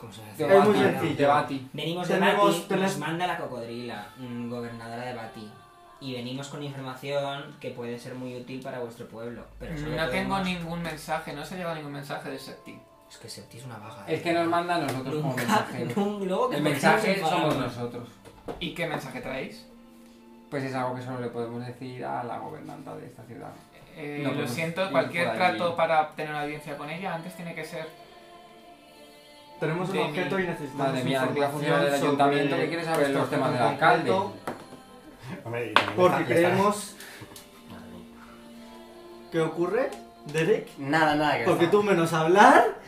¿Cómo se
Es muy
Bati, ¿no?
sencillo.
de Bati.
Venimos de
Tenemos-
Bati,
tenemos-
nos manda la cocodrila, mm, gobernadora de Bati. Y venimos con información que puede ser muy útil para vuestro pueblo. Pero solo
No tengo
podemos-
ningún mensaje, no se ha llegado ningún mensaje de Septi.
Es que Septi es una vaga.
Es
eh.
que nos manda a nosotros como
Nunca,
mensajeros.
nun- luego que
El
nos
mensaje
enfadamos.
somos nosotros.
¿Y qué mensaje traéis?
Pues es algo que solo le podemos decir a la gobernanta de esta ciudad.
Eh,
No,
lo
pues,
siento,
ir
cualquier
por
trato
allí.
para obtener una audiencia con ella antes tiene que ser...
tenemos un
De
objeto
mi-
y necesitamos
Madre mía, la
información
funcionaria del
sobre
ayuntamiento que quiere saber
este
los temas del
objeto en
alcalde.
concreto,
Hombre, y también
Porque
está- y está-
creemos que ocurre, Derek,
Nada, nada que
porque
está-
tú menos hablar.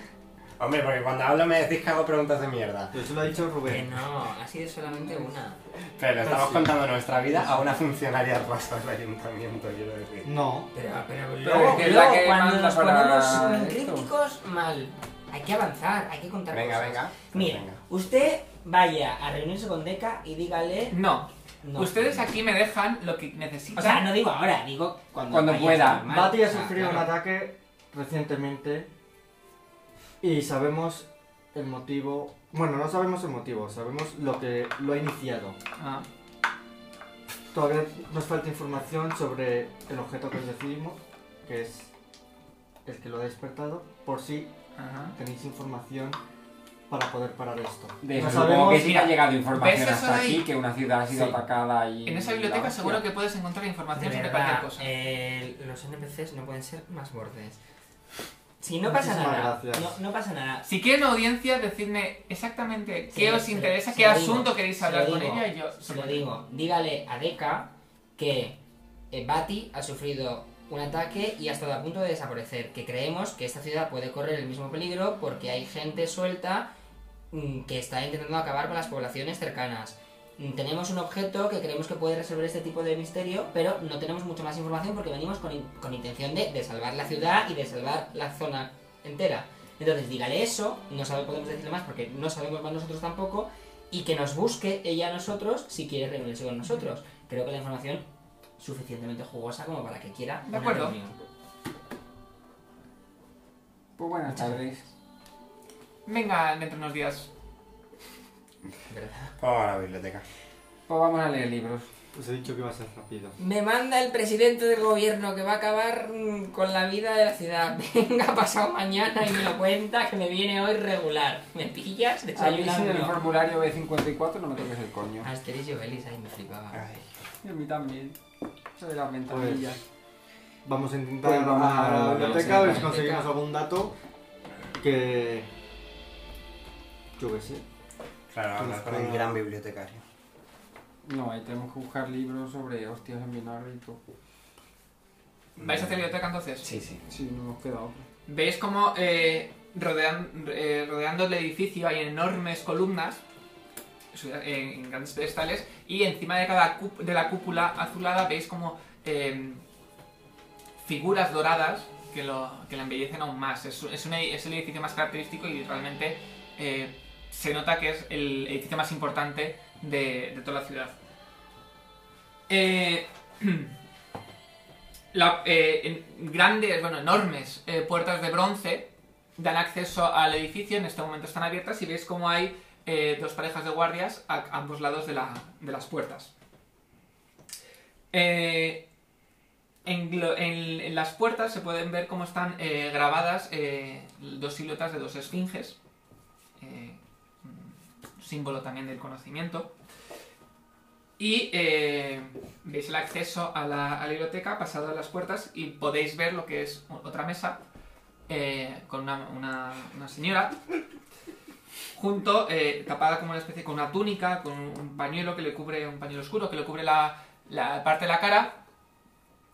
Hombre, porque cuando hablo me decís que hago preguntas de mierda.
Eso pues lo ha dicho
Que
Rubén.
no, ha sido solamente una.
Pero estamos
Sí.
contando nuestra vida a una funcionaria rosa del ayuntamiento, quiero decir.
No.
Pero, pero,
Pero es que es la que
cuando
manda
nos
para
ponemos
esto.
críticos, mal. Hay que avanzar, hay que contar
Venga,
cosas.
venga.
Mira,
Venga.
usted vaya a reunirse con Deca y dígale...
No.
no.
Ustedes aquí me dejan lo que necesitan.
O sea, no digo ahora, digo cuando,
Cuando
vaya,
pueda.
es normal.
Bati ha
O sea,
sufrido un
Ah, claro.
ataque recientemente y sabemos el motivo. Bueno, no sabemos el motivo, sabemos lo que lo ha iniciado.
Ah,
Todavía nos falta información sobre el objeto que os decidimos, que es el que lo ha despertado, por si
ajá.
tenéis información para poder parar esto.
De
no
eso,
sabemos
que sí
mira,
ha llegado información
¿ves eso
hasta
de ahí?
aquí, que una ciudad ha sido
Sí.
atacada y...
En esa biblioteca
la
seguro
hostia.
que puedes encontrar
De
información sobre
verdad,
cualquier cosa.
eh, los NPCs no pueden ser más bordes. Si no pasa
Muchísimas
nada,
gracias.
no, no pasa nada.
Si quieren audiencia, decidme exactamente
Sí,
qué os
se-
interesa,
se
qué
lo
asunto
digo,
queréis
se lo
hablar con
digo,
ella y yo...
Se lo digo, dígale a Deca que eh, Bati ha sufrido un ataque y ha estado a punto de desaparecer. Que creemos que esta ciudad puede correr el mismo peligro porque hay gente suelta mm, que está intentando acabar con las poblaciones cercanas. Mm, Tenemos un objeto que creemos que puede resolver este tipo de misterio, pero no tenemos mucha más información porque venimos con, in- con intención de, de salvar la ciudad y de salvar la zona entera. Entonces, dígale eso, no sabe- podemos decirle más porque no sabemos más nosotros tampoco, y que nos busque ella a nosotros si quiere reunirse con nosotros. Creo que la información suficientemente jugosa como para que quiera.
De
una
acuerdo.
reunión.
Pues buenas tardes.
Venga, dentro de unos días.
¿Verdad?
Vamos a la biblioteca.
Pues vamos a leer libros.
Os he dicho que iba a ser rápido.
Me manda el presidente del gobierno que va a acabar mm, con la vida de la ciudad. Venga, pasado mañana y me lo cuenta que me viene hoy regular. ¿Me pillas?
A mí sin el
Desayunando.
formulario B54 no me toques el coño.
Asterix y Obelix, ay, me flipaba.
Ah.
Ay.
Y a mí también. Eso de las ventanillas.
Vamos a intentar
Pues vamos
a
a
la
la
biblioteca a ver si
biblioteca.
conseguimos algún dato que. Yo qué sé.
Claro,
Pues
hablar con el
para-
gran bibliotecario.
Pues-
No, ahí tenemos que buscar libros sobre hostias en vinagre y todo.
¿Vais a hacer biblioteca entonces?
Sí, sí.
Sí, no nos queda otro.
Veis como eh, rodean- eh, rodeando el edificio hay enormes columnas su- en, en grandes pedestales y encima de cada cúp- de la cúpula azulada veis como eh, figuras doradas que, lo, que la embellecen aún más. Es, es un edi- es el edificio más característico y realmente eh, se nota que es el edificio más importante de, de toda la ciudad. Eh, la- eh, en- grandes, bueno, enormes eh, puertas de bronce dan acceso al edificio, en este momento están abiertas y veis cómo hay eh, dos parejas de guardias a ambos lados de, la- de las puertas. Eh, en, glo- en- en las puertas se pueden ver cómo están eh, grabadas eh, dos siluetas de dos esfinges, eh, mm, símbolo también del conocimiento. Y eh, veis el acceso a la, a la biblioteca, pasado las puertas, y podéis ver lo que es o- otra mesa eh, con una, una- una señora junto, eh, tapada como una especie con una túnica, con un pañuelo que le cubre, un pañuelo oscuro que le cubre la, la parte de la cara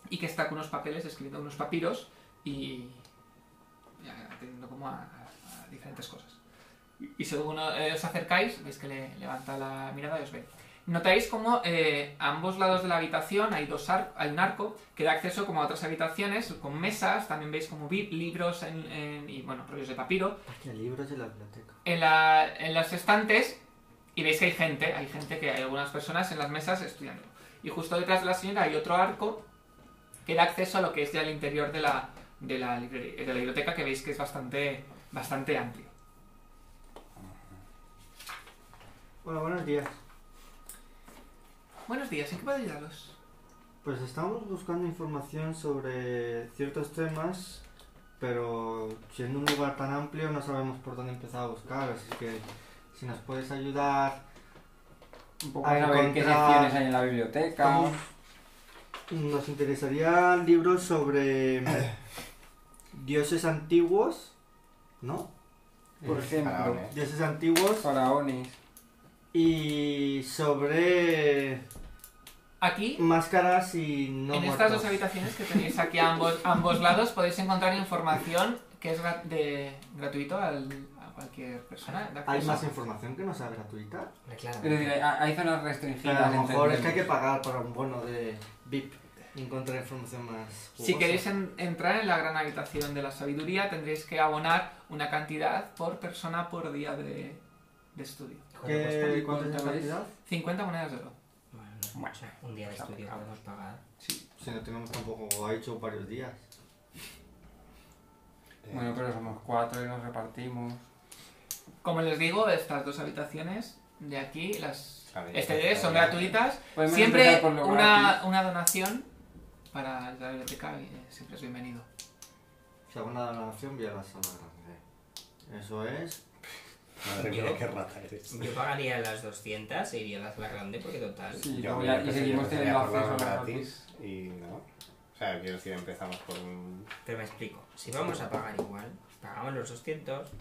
y que está con unos papeles escribiendo unos papiros y y atendiendo como a, a diferentes cosas. Y- Y según eh, os acercáis, veis que le levanta la mirada y os ve. Notáis como eh, a ambos lados de la habitación hay, dos ar- hay un arco que da acceso como a otras habitaciones con mesas, también veis como bi- libros en- en- y bueno, rollos de papiro
Hostia, libros de la biblioteca.
en, la- en los estantes y veis que hay gente, hay gente que hay algunas personas en las mesas estudiando. Y justo detrás de la señora hay otro arco que da acceso a lo que es ya el interior de la, de la, librería- de la biblioteca que veis que es bastante, bastante amplio.
Hola, buenos días.
Buenos días, ¿en qué puedo ayudaros?
Pues estamos buscando información sobre ciertos temas, pero siendo un lugar tan amplio no sabemos por dónde empezar a buscar, así que si nos puedes ayudar,
Un poco
A
saber qué
encontrar-
secciones hay en la biblioteca.
estamos- nos interesarían libros sobre dioses antiguos, ¿no? Eh,
Por ejemplo,
faraones.
Dioses antiguos
faraones.
y sobre
Aquí,
máscaras y no
en este estas
muertos.
dos habitaciones que tenéis aquí a ambos, a ambos lados, podéis encontrar información que es gra- de, gratuito al- a cualquier persona. da
Hay
acceso.
más información que no sea gratuita.
Hombre, claro.
Es decir, hay- hay zonas
Claro,
restringidas.
a lo mejor es que hay que
entendemos.
pagar para un bono de VIP y encontrar información más.
Si
jugosa.
queréis en- entrar en la gran habitación de la sabiduría, tendréis que abonar una cantidad por persona por día de, de estudio.
¿Cuánto
Eh,
cuesta?
¿Qué, ¿Cuánto es la
¿Cuánto es?
cantidad?
50 monedas de oro.
pues, Bueno, no es mucho. Un día de
está
estudio
pecado.
podemos pagar.
Si no tenemos tampoco, ha hecho varios días.
Eh,
Bueno, pero somos cuatro y nos repartimos.
Como les digo, estas dos habitaciones de aquí, las
Claro, ya
exteriores
está,
son
ya.
gratuitas.
Podemos
Siempre
empezar por lo
una,
gratis.
una donación para la biblioteca eh, siempre es bienvenido.
Si hago una donación, voy a la sala grande. Eso es.
Madre mía, qué rata eres.
Yo pagaría las 200 e iría a la sala grande porque total.
Sí,
Yo
luego
voy
ya-
a
y
empezar-
seguimos
yo
teniendo
voy a
acceso a
probar
las
gratis y no. O sea, quiero decir, empezamos por un...
Pero me explico. Si vamos a pagar igual, pagamos los 200.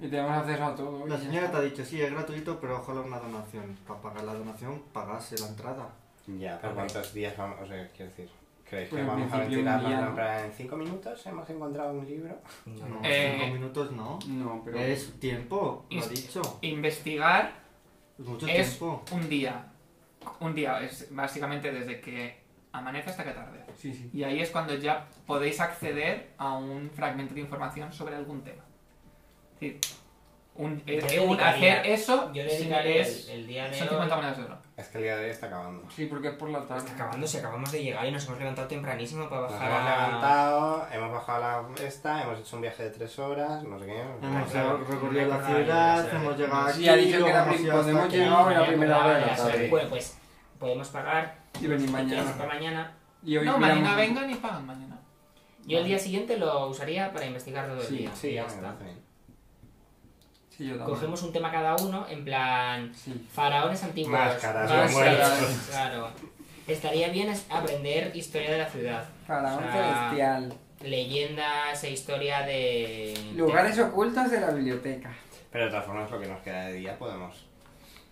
Y tenemos acceso a todo. y
La
ya
señora te
está.
ha dicho, sí, es gratuito, pero ojalá una donación. Para pagar la donación, pagase la entrada.
Ya, pero
Ok.
¿cuántos días vamos? O sea, quiero decir... ¿Creéis que
Pues en
vamos a
principio un
ventilar
día,
la
¿no?
compra en cinco minutos? ¿Hemos encontrado un libro?
No,
No,
Eh,
cinco minutos no.
No, pero.
Es tiempo, lo ha
es-
dicho.
Investigar
Es mucho
es-
tiempo.
un día. Un día es básicamente desde que amanece hasta que tarde.
Sí, sí.
Y ahí es cuando ya podéis acceder a un fragmento de información sobre algún tema. Es decir, un,
Yo
eh,
le
un-
dedicaría-
hacer eso
Yo le
sin-
dedicaré
es-
el, el día de
son
hoy.
50 monedas de oro.
Es que el día de hoy está acabando.
Sí, porque es por la tarde.
Está acabando, si acabamos de llegar y nos hemos levantado tempranísimo para
Nos
bajar
hemos
a-
levantado, hemos bajado la esta, hemos hecho un viaje de tres horas, no sé qué.
Hemos
claro,
recorrido
no hay
la
nada,
ciudad,
o sea,
hemos llegado
sí,
aquí.
ha dicho que
luego
era
hemos
prim-
ido hasta
cuando hemos
aquí.
llegado era
Ya
primera hora de la
ya se
tarde.
fue, Pues podemos pagar
Y venir
mañana. para
mañana.
mañana.
Y hoy
No,
miramos-
mañana vengan y pagan mañana.
Yo el día siguiente lo usaría para investigar todo el
Sí,
día.
Sí,
y ya
me
está.
parece bien.
Sí, yo también.
Cogemos un tema cada uno, en plan
Sí.
Faraones antiguos.
Máscaras
máscaras,
de muertos.
Claro. Estaría bien es- aprender historia de la ciudad.
Para
O
un
sea,
celestial.
Leyendas e historia de.
Lugares ocultos de la biblioteca.
Pero de todas formas, lo que nos queda de día podemos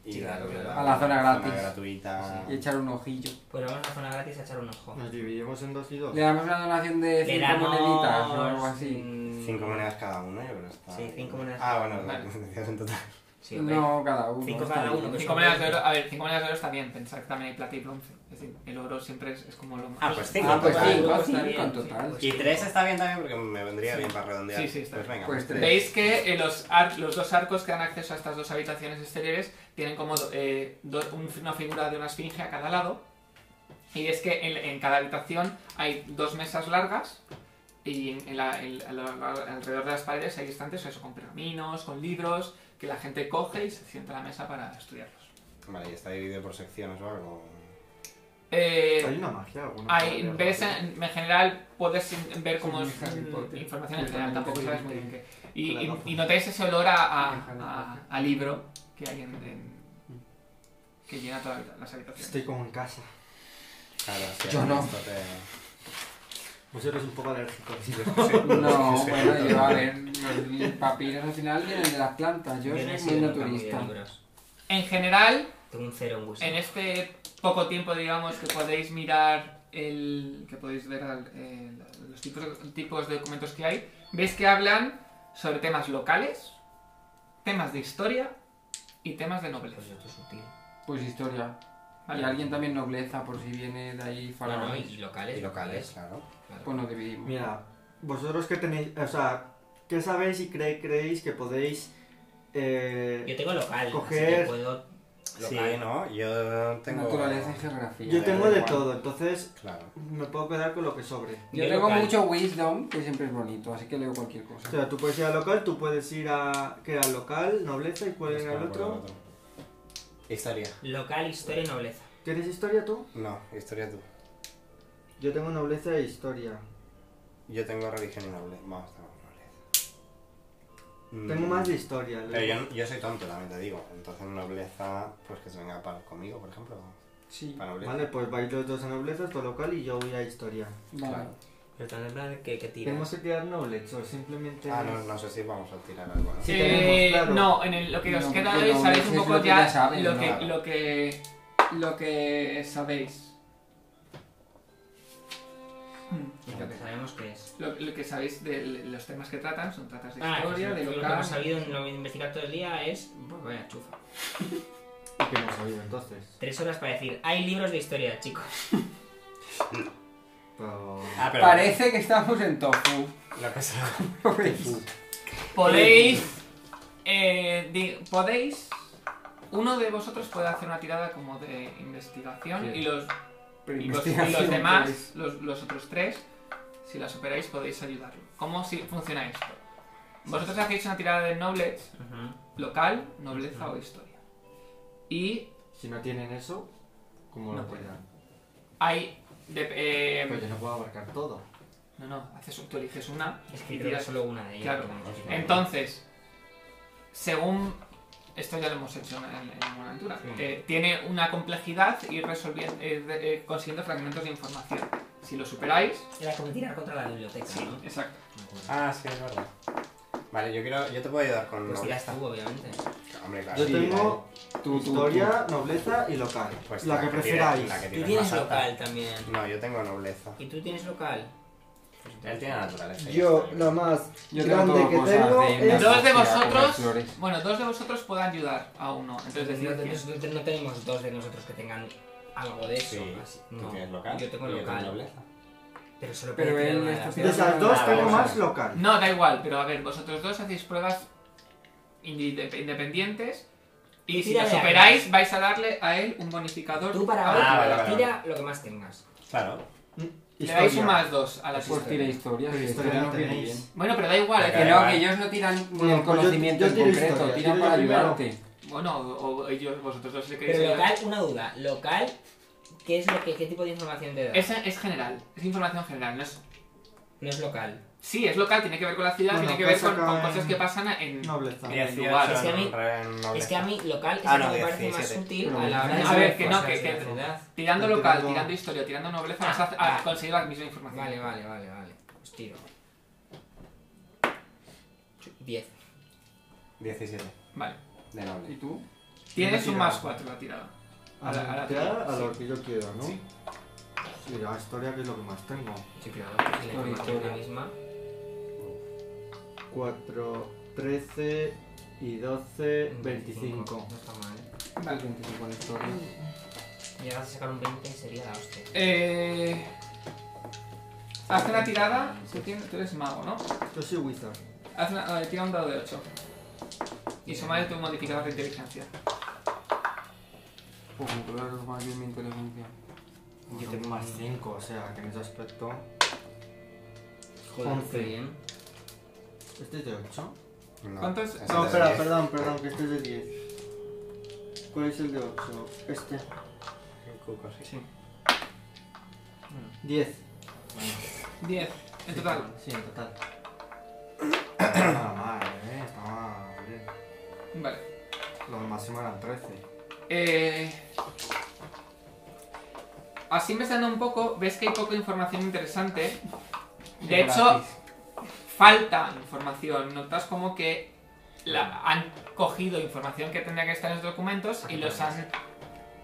ir
Sí,
a, lo que
claro.
da,
A la zona gratis.
Ah.
gratuita.
Y echar un ojillo.
Pues vamos a la zona gratis a echar un ojo.
Nos dividimos en dos y dos.
Le damos una donación de
Le
5
damos.
moneditas o algo así.
mm,
Cinco monedas cada uno, yo creo que está.
Sí, cinco monedas.
Ah, bueno,
Vale.
decías en total.
Sí, hombre.
No, cada uno.
Cinco
está
cada
bien.
uno, que
5
son
monedas de
veinte.
oro, a ver, 5 monedas de oro está bien, pensar que también hay plata y bronce. Es decir, el oro siempre es, es como lo más.
Ah, pues cinco.
Ah, pues
total.
cinco,
Sí,
cinco
bien,
en
sí,
total.
pues.
Y tres está bien también porque me vendría
Sí.
bien para redondear.
Sí, sí, está
Pues
bien.
venga.
Pues tres.
Veis que eh, los, ar- los dos arcos que dan acceso a estas dos habitaciones exteriores tienen como do- eh, do- un- una figura de una esfinge a cada lado. Y es que en, en cada habitación hay dos mesas largas y en- en la- en- a lo- a- alrededor de las paredes hay estantes eso, con pergaminos, con libros, que la gente coge y se sienta a la mesa para estudiarlos.
Vale, y está dividido por secciones o algo.
Eh,
Hay una magia alguna.
Hay,
Alguna
ves
magia.
en, en general, puedes in- ver como
Como
es,
Harry
mm,
Potter.
información en
Yo
general,
también
tampoco
te
sabes
vi
muy bien
que-
qué. Y,
la
y-
gafa.
y notáis ese olor a, a-
Harry
a-
Potter.
a libro que hay en, en- que llena todas las habitaciones.
Estoy como en casa.
Claro, sí,
Yo no.
esto te-
Vosotros un poco alérgicos.
No, bueno, yo a ver, los papiros al final vienen de las plantas. Yo
Yo no he
soy
sido
muy
nunca muy de
naturista.
libros.
En general,
Tengo un cero en gusto.
en este poco tiempo, digamos, que podéis mirar el. que podéis ver al- eh, los tipos, tipos de documentos que hay, veis que hablan sobre temas locales, temas de historia y temas de
Pues
nobleza.
esto es útil.
Pues historia.
¿vale?
Y alguien también nobleza, por si viene de ahí
Bueno,
faraón.
y locales.
Y locales, claro.
claro.
Pues nos dividimos.
Mira, vosotros que tenéis. O sea, ¿qué sabéis y creéis, creéis que podéis. eh,
Yo tengo local, así que
Coger-
puedo.
Sí,
Local.
¿no? Yo tengo.
Naturaleza y geografía.
yo tengo de
Igual.
todo, entonces
Claro.
me puedo quedar con lo que sobre.
Yo
Yo
tengo
local.
mucho wisdom, que siempre es bonito, así que leo cualquier
O
cosa.
sea, tú puedes ir al local, tú puedes ir a. ¿Qué era local? ¿Nobleza? ¿Y cuál
Es
era
que
el
me acuerdo
otro?
del Historia.
Local, historia y nobleza.
¿Tienes historia tú?
No, historia tú.
Yo tengo nobleza e historia.
Yo tengo religión y nobleza. Vamos, tengo nobleza. Mm. Eh,
Tengo más de historia.
Pero
luego.
yo, yo soy tonto, también te digo. Entonces, nobleza, pues que se venga para conmigo, por ejemplo.
Sí,
Para Ah, nobleza.
Vale, pues vais los dos a nobleza, tu local y yo voy a historia.
vale.
Claro.
Pero también en plan que, que tiras.
Tenemos que tirar nobleza o simplemente.
Ah, no, no sé si vamos a tirar algo. ¿no?
pues, Sí.
Eh,
tenemos, claro.
No, en el- lo que os
No,
queda
porque
hoy
no,
sabéis
eso
un
es
poco
lo que
ya
ya saben,
lo,
¿no?
que, lo que lo que sabéis. Mm.
Lo que sabemos que es.
Lo, lo que sabéis de l- los temas que tratan son tratas de
Ah,
historia,
lo
de
que
local.
hemos sabido en lo que investigar todo el día es. Pues vaya chufa.
¿Y qué hemos sabido entonces?
Tres horas para decir, hay libros de historia, chicos.
Pero.
Ah, pero.
Parece que estamos en tofu. Pues,
La cosa.
Podéis eh, di- podéis uno de vosotros puede hacer una tirada como de investigación
Sí.
y los
Pero
Y los, y los
investigación, pues.
demás, los, los otros tres, si la superáis podéis ayudarlo. ¿Cómo si funciona esto? Vosotros hacéis una tirada de knowledge local, nobleza o historia. Y
Si no tienen eso, ¿cómo
No
lo
pueden.
tiran?
hay... de- eh,
Pero Pues yo no puedo abarcar todo.
no, no, haces, un- tú eliges una
Es que
y
creo que
tiras
solo una de ellas.
Claro.
que vamos a tirar.
Entonces, según. Esto ya lo hemos hecho en, en alguna aventura.
Sí.
Eh, tiene una complejidad y resolviendo, eh, de- eh, consiguiendo fragmentos de información. Si lo superáis.
Era como tirar contra la biblioteca, ¿no? Me
Exacto.
acuerdo.
Ah, sí, es verdad. Vale, yo quiero. Yo te puedo ayudar con
Pues tiras
nobleza.
tú, obviamente.
Hombre, claro.
Yo
Sí,
tengo
Tú, tú,
historia, nobleza y local.
ahí. Pues
la que
tires-
preferáis.
la que
Tú
tires
tienes
más alta.
local también.
No, yo tengo nobleza.
¿Y tú tienes local? Pues
Él tiene naturaleza. y
Yo,
está.
lo más
Yo tengo
grande
todo
que
cosas
tengo
de
Dos
es.
de
Hostia, comer
vosotros.
flores.
Bueno, dos de vosotros pueden ayudar a uno. Entonces,
Entonces, no,
decir, que-
nosotros no tenemos dos de nosotros que tengan algo de eso.
Sí,
así.
tú
No,
tienes local.
Yo tengo
y
local.
nobleza.
Pero solo
Pero
puedo
él
tirar una de
está
las
De
tirando-
dos.
esas dos
Ah,
tengo
vamos a
más
ver.
local.
No, da igual, pero a ver, vosotros dos hacéis pruebas inde- independientes. Y si lo
Tírale a
superáis,
él.
vais a darle a él un bonificador.
Tú para
a-
ahora
Ah, vale, vale,
tira lo que más tengas.
Claro.
Le dais un
Historia.
más dos a la
Pues tira historia,
Pero
que
historia
historia
la
no viene
tenéis.
bien.
Bueno, pero da igual.
Venga,
es
Que
decir,
no,
vale.
que ellos no tiran ni
Bueno,
el
pues yo-
conocimiento
yo
en
tiro
concreto,
historia,
tiran
tiro
para
yo primero.
ayudarte.
Bueno, o o ellos, vosotros dos le queréis
Pero
ayudar.
local, una duda. Local, ¿qué es lo que, qué tipo de información te da?
Esa es general, es información general. No es...
No es local.
Sí, es local, tiene que ver con la ciudad,
Bueno,
tiene que ver
pues
pasa
con,
acá
con
en-
cosas que pasan en...
Nobleza.
Mira,
Dieciocho
lugar.
Es que a mí-
en nobleza.
Es que a mí local es
Ah,
lo
no,
que me parece más
17.
útil
Pero
a la hora de
A ver,
saber
que no,
cosas
que,
de la
que
ciudad.
tirando
Tirando-
local, tirando historia, tirando nobleza, vas a,
Ah,
a
ah.
conseguir la misma información.
Vale, vale, vale, vale. Pues tiro. 10.
17.
Vale.
De
¿Y
noble.
tú?
Tienes un
tirada.
más 4 la tirada.
A,
A la- a la
tirada,
tirada,
a lo
sí.
que yo quiera, ¿no?
Sí.
Sí, la historia que es lo que más tengo.
Yo creo que la
Con
información es
historia.
la misma.
4, 13 y 12, 25.
No está mal.
Vale.
25 en historia.
Llegas a sacar un 20 y sería la hostia.
Eh... Haz una tirada, tú, tienes- tú eres mago, ¿no?
Yo soy wizard.
Haz una, eh, tira un dado de 8. Y sumale tu modificador de inteligencia.
Pues claro, es más bien mi inteligencia.
Yo tengo más 5, o sea, que en ese aspecto.
Joder,
Once.
qué bien.
Este es de 8.
No,
¿Cuántos?
ese es
No,
de
espera,
diez.
perdón, perdón, que este es de 10. ¿Cuál es el de 8? Este.
El cuco, sí.
10.
10. En total.
Sí, en total. Está mal, eh, está mal. bien.
Vale.
Lo máximo eran 13.
Eh, así investigando un poco, ves que hay poca información interesante. De hecho, falta información. Notas como que la, han cogido información que tendría que estar en los documentos y los han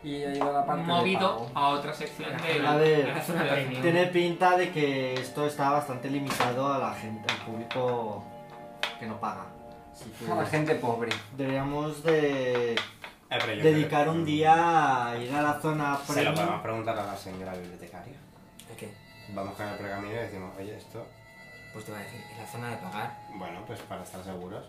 Y ahí va la parte de
movido
pago.
a otra sección de...
A ver,
Es una premium.
tiene pinta de que esto está bastante limitado a la gente, al público que no paga. Así
A la
que
Pues, gente pobre.
deberíamos de
Eh, pero yo
dedicar
creo-
un día a ir a la zona
Se lo podemos
premium.
preguntar a la señora bibliotecaria.
¿El qué?
Vamos con el pergamino y decimos, oye, esto,
Pues te voy a decir, en la zona de pagar.
bueno, pues para estar seguros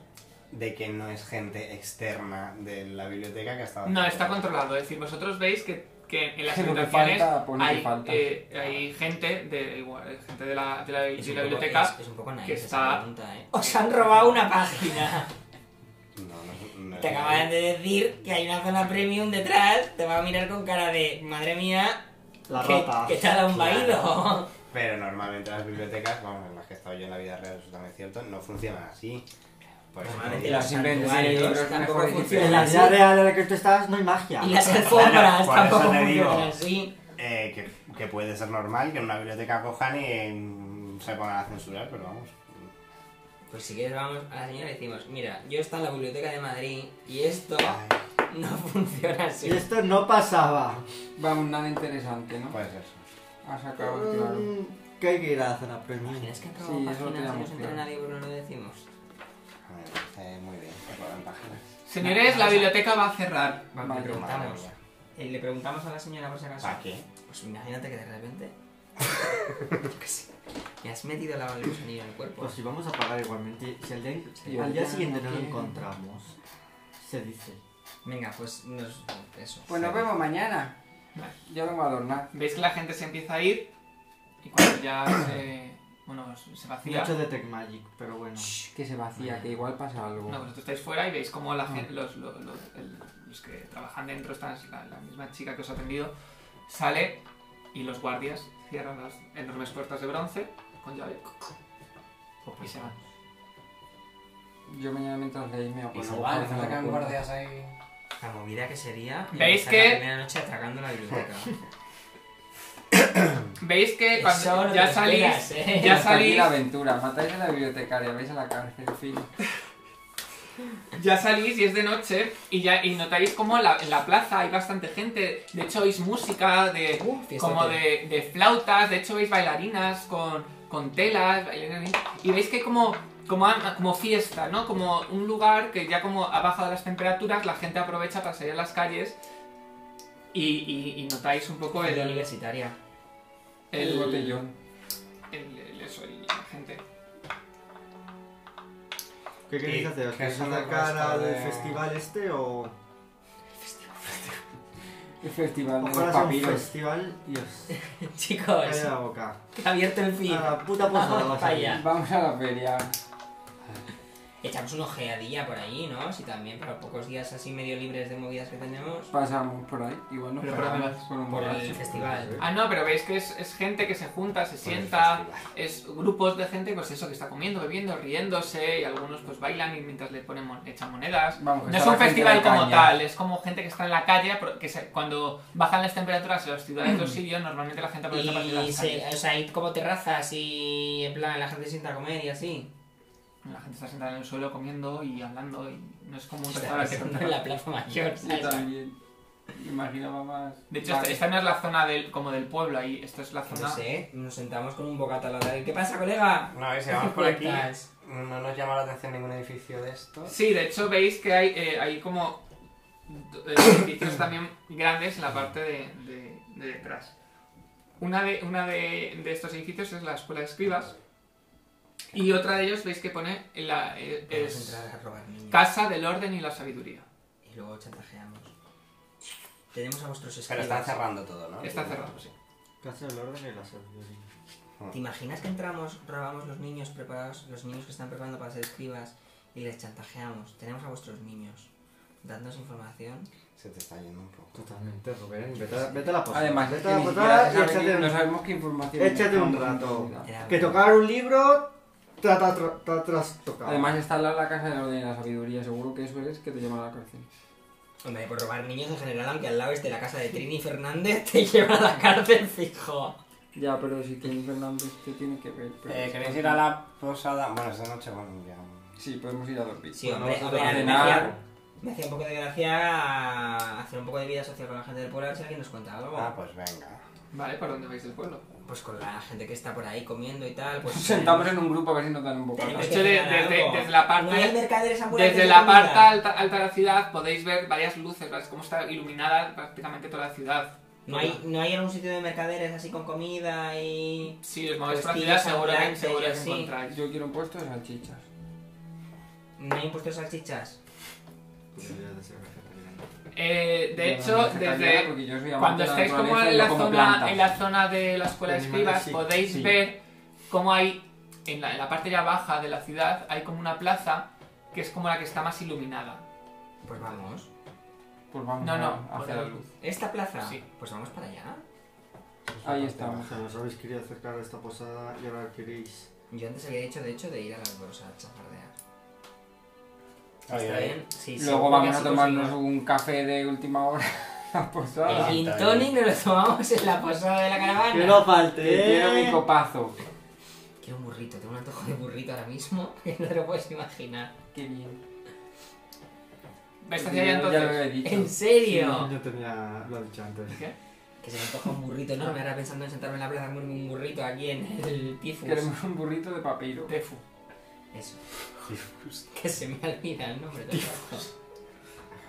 de que no es gente externa de la biblioteca que ha estado.
No, está controlado. Es decir, vosotros veis que, que en las
Lo que
habitaciones
falta, pone que
hay,
falta.
eh, hay gente, de, igual, gente de la, de la- de
Es
la
un poco-
biblioteca
es- es un poco nice
que
esa
está-
pregunta, ¿eh? ¡Os han robado una página!
No, no, no es-
Te acaban de decir que hay una zona premium detrás, te van a mirar con cara de, madre mía,
La
que,
rata.
que te ha dado un
Claro.
baído.
Pero normalmente las bibliotecas, vamos, en las que he estado yo en la vida real, eso también es cierto, no funcionan así. Por eso
Normalmente
digo,
las-
Los inventos de
santuarios
libros
tampoco
mejores
funcionan.
En la vida real en la que tú estás no hay magia.
Y las alfombras
por eso
tampoco
te digo.
funcionan así.
eh, que, que puede ser normal que en una biblioteca cojan y mm, se pongan a censurar, pero vamos.
Pues si quieres vamos a la señora y decimos, mira, yo estaba en la biblioteca de Madrid y esto
ay,
Ah.
no funciona
Y
así.
esto no pasaba.
Vamos, nada interesante, ¿no?
puede ser.
Ha sacado, claro.
Mm, Que hay que ir a la zona premium.
Imaginas que han
Sí,
robado
eso lo
páginas y no
teníamos
se entera
claro.
nadie porque no lo decimos.
A ver, eh, muy bien, se roban páginas.
Señores, la biblioteca va a cerrar.
Vale,
le
pero
preguntamos.
madre
eh, Le preguntamos a la señora por si acaso.
¿Para qué?
Pues imagínate que de repente. Yo qué sé. Me has metido la el sonido en el cuerpo.
Pues si vamos a pagar igualmente, si al día,
Sí,
al día
ya
siguiente
no
no lo
quiero.
encontramos, se dice.
Venga, pues nos. Eso.
Pues nos vemos mañana.
Vale.
Ya vengo a adornar.
Veis que la gente se empieza a ir y cuando ya se, bueno, se vacía,
Mucho de Tech Magic, pero bueno.
Que se vacía, que igual pasa algo.
no, vosotros estáis fuera y veis como la
Ah.
gente, los, los, los, el- los que trabajan dentro, están, la, la misma chica que os ha atendido, sale y los guardias cierran las enormes puertas de bronce con llave y se van.
Yo mañana mientras leí me acuerdo. Parece la
sacan
locura.
guardias ahí.
La movida que sería.
¿Veis
empezar
que-
La primera noche atracando la biblioteca.
Veis que
Eso no
cuando
te
ya
lo
salís,
esperas, ¿eh?
ya
Hasta aquí
salís,
la aventura. Matáis a la bibliotecaria, vais a la cárcel, fin.
ya salís y es de noche y ya y notáis como en la, en la plaza hay bastante gente, de hecho oís música de,
Uh, fiesta,
como
tío.
de, de flautas, de hecho veis bailarinas con, con telas, bailarinas, y veis que hay como, como, a- como fiesta, ¿no? Como un lugar que ya como ha bajado las temperaturas, la gente aprovecha para salir a las calles y, y- y notáis un poco
Vida
el...
universitaria.
El
el,
botellón.
el- el- eso, el- la gente.
¿Qué queréis
¿Y
hacer? ¿Os
qué
queréis
es el
atacar
resto
al
de-
festival este o
El festival de
ojalá
los
sea un
papiros.
festival y os cae
Chicos,
la boca? Ah.
que ha abierto el fin.
A la puta posada
Vamos
vas
para
a ir.
allá.
Vamos a la feria.
Echamos una ojeadilla por ahí, ¿no? Si también para pocos días así medio libres de movidas que tenemos.
Pasamos por ahí, igual nos
Pero por
paramos
ahí,
por un
Por el
borracho.
festival.
Ah, no, pero veis que es, es gente que se junta, se sienta, es grupos de gente, pues eso, que está comiendo, bebiendo, riéndose, y algunos pues bailan y mientras le ponen, mon- echan monedas.
Vamos, que
No es
está
un
la gente en
festival
la
como
caña.
tal, es como gente que está en la calle, pero que se- cuando bajan las temperaturas en las ciudades
Mm.
de los sitios, normalmente la gente aprovecha para ir a
Y
las
se,
calles.
o sea, hay como terrazas y en plan la gente se sienta a comer y así.
La gente está sentada en el suelo comiendo y hablando, y no es como un
Está
restaurante.
pasando en la plaza mayor.
Sí,
¿sabes?
también. Imaginaba más.
De hecho, esta,
Vale.
esta no es la zona del, como del pueblo, ahí, esta es la
No
zona...
sé, nos sentamos con un bocata al lado. de- ¿Qué pasa, colega?
Una vez si vamos por aquí, no nos llama la atención ningún edificio de estos.
Sí, de hecho veis que hay, eh, hay como eh, edificios también grandes en la parte de, de- de detrás. Una, de, una de, de estos edificios es la Escuela de Escribas y otra de ellos veis que pone la, eh,
Vamos a
es
entrar a robar niños.
Casa del Orden y la Sabiduría.
Y luego chantajeamos. Tenemos a vuestros
Pero
escribas.
están cerrando todo, ¿no?
Está cerrado, sí.
Casa del orden y la sabiduría.
¿Te imaginas que entramos, robamos los niños preparados, los niños que están preparando para ser escribas y les chantajeamos? Tenemos a vuestros niños. Dándonos información.
Se te está yendo un poco.
Totalmente, Rubén. Vete, a- vete a la posada.
Además, es
vete
que
a
ni
la
siquiera
posada
se
y
sabe
échate
ni-
un-
no sabemos qué información.
échate un
estamos
rato.
necesitando.
Era-
Que tocar un libro, tra, tra, tra, tra, tras tocar.
Además está al lado la casa de la orden y la sabiduría, seguro que eso es que te llaman a la cárcel.
Hombre, por robar niños en general, aunque al lado esté la casa de Trini Fernández, te lleva a la cárcel fijo.
Ya, pero si tienes Fernández, ¿qué tiene que ver? Pero-
Eh, ¿Queréis ir a la posada? Bueno, esta noche, bueno, ya.
Sí, podemos ir a dormir.
Sí,
Bueno,
hombre, a
vosotros
ver, me
cenar.
hacía, me hacía un poco de gracia hacer un poco de vida social con la gente del pueblo, a ver si alguien nos cuenta algo.
Ah, pues venga.
Vale, ¿por dónde vais del pueblo?
Pues con la gente que está por ahí comiendo y tal, pues...
Nos sentamos en un grupo a ver si nos dan un bocata.
Tenemos
De
que
hecho, de-
cenar
desde-
algo.
desde la parte-
No hay mercaderes ambulantes
Desde
de
la
comida.
parte alta, alta de la ciudad podéis ver varias luces, ¿verdad? cómo está iluminada prácticamente toda la ciudad.
¿No hay, ¿No hay algún sitio de mercaderes así con comida y...?
Si os movéis
Pues
por la ciudad
tiendas
seguro que,
ambulantes
seguro
y
que
así.
encontráis.
Yo quiero un puesto de salchichas.
¿No hay impuestos de salchichas?
Pues yo ya decía vegetariano.
Eh, de
Yo no
hecho,
soy vegetariana
desde,
porque yo soy amante
Cuando
de la
estáis como
naturaleza y
en la,
no como
zona,
plantas.
en la zona de la escuela de
Animales,
escribas,
sí.
podéis
Sí.
ver cómo hay, en la, en la parte ya baja de la ciudad, hay como una plaza que es como la que está más iluminada.
Pues vamos.
Pues vamos
No, no,
a- a
por
hacer
la
la
luz.
luz.
¿Esta plaza?
Sí.
Pues vamos para allá.
Ahí estamos.
Baja, Nos habéis querido acercar a esta posada y ahora queréis.
Yo antes había dicho, de hecho, de ir a las dos a chafardear.
Oye,
¿Está
oye.
bien? Sí, sí,
Luego
porque
vamos a
así
tomarnos
conseguimos-
un café de última hora en la
El
posada.
Ah,
gin
está
tonic
bien.
nos lo tomamos en la posada de la caravana.
falte!
Que quiero
¿Eh?
mi copazo.
Quiero un burrito, tengo un antojo de burrito ahora mismo que no te lo puedes imaginar.
Qué bien.
¿Ves hacia allá
Ya lo
entonces?
he dicho.
¿En serio?
Yo tenía lo dicho antes.
¿Qué?
Que se me antoja un burrito enorme. Ahora pensando en sentarme en la plaza a comerme un burrito aquí en el Tifus.
Queremos un burrito de papiro.
Tefu.
Eso. Que se me olvida el nombre. del pueblo.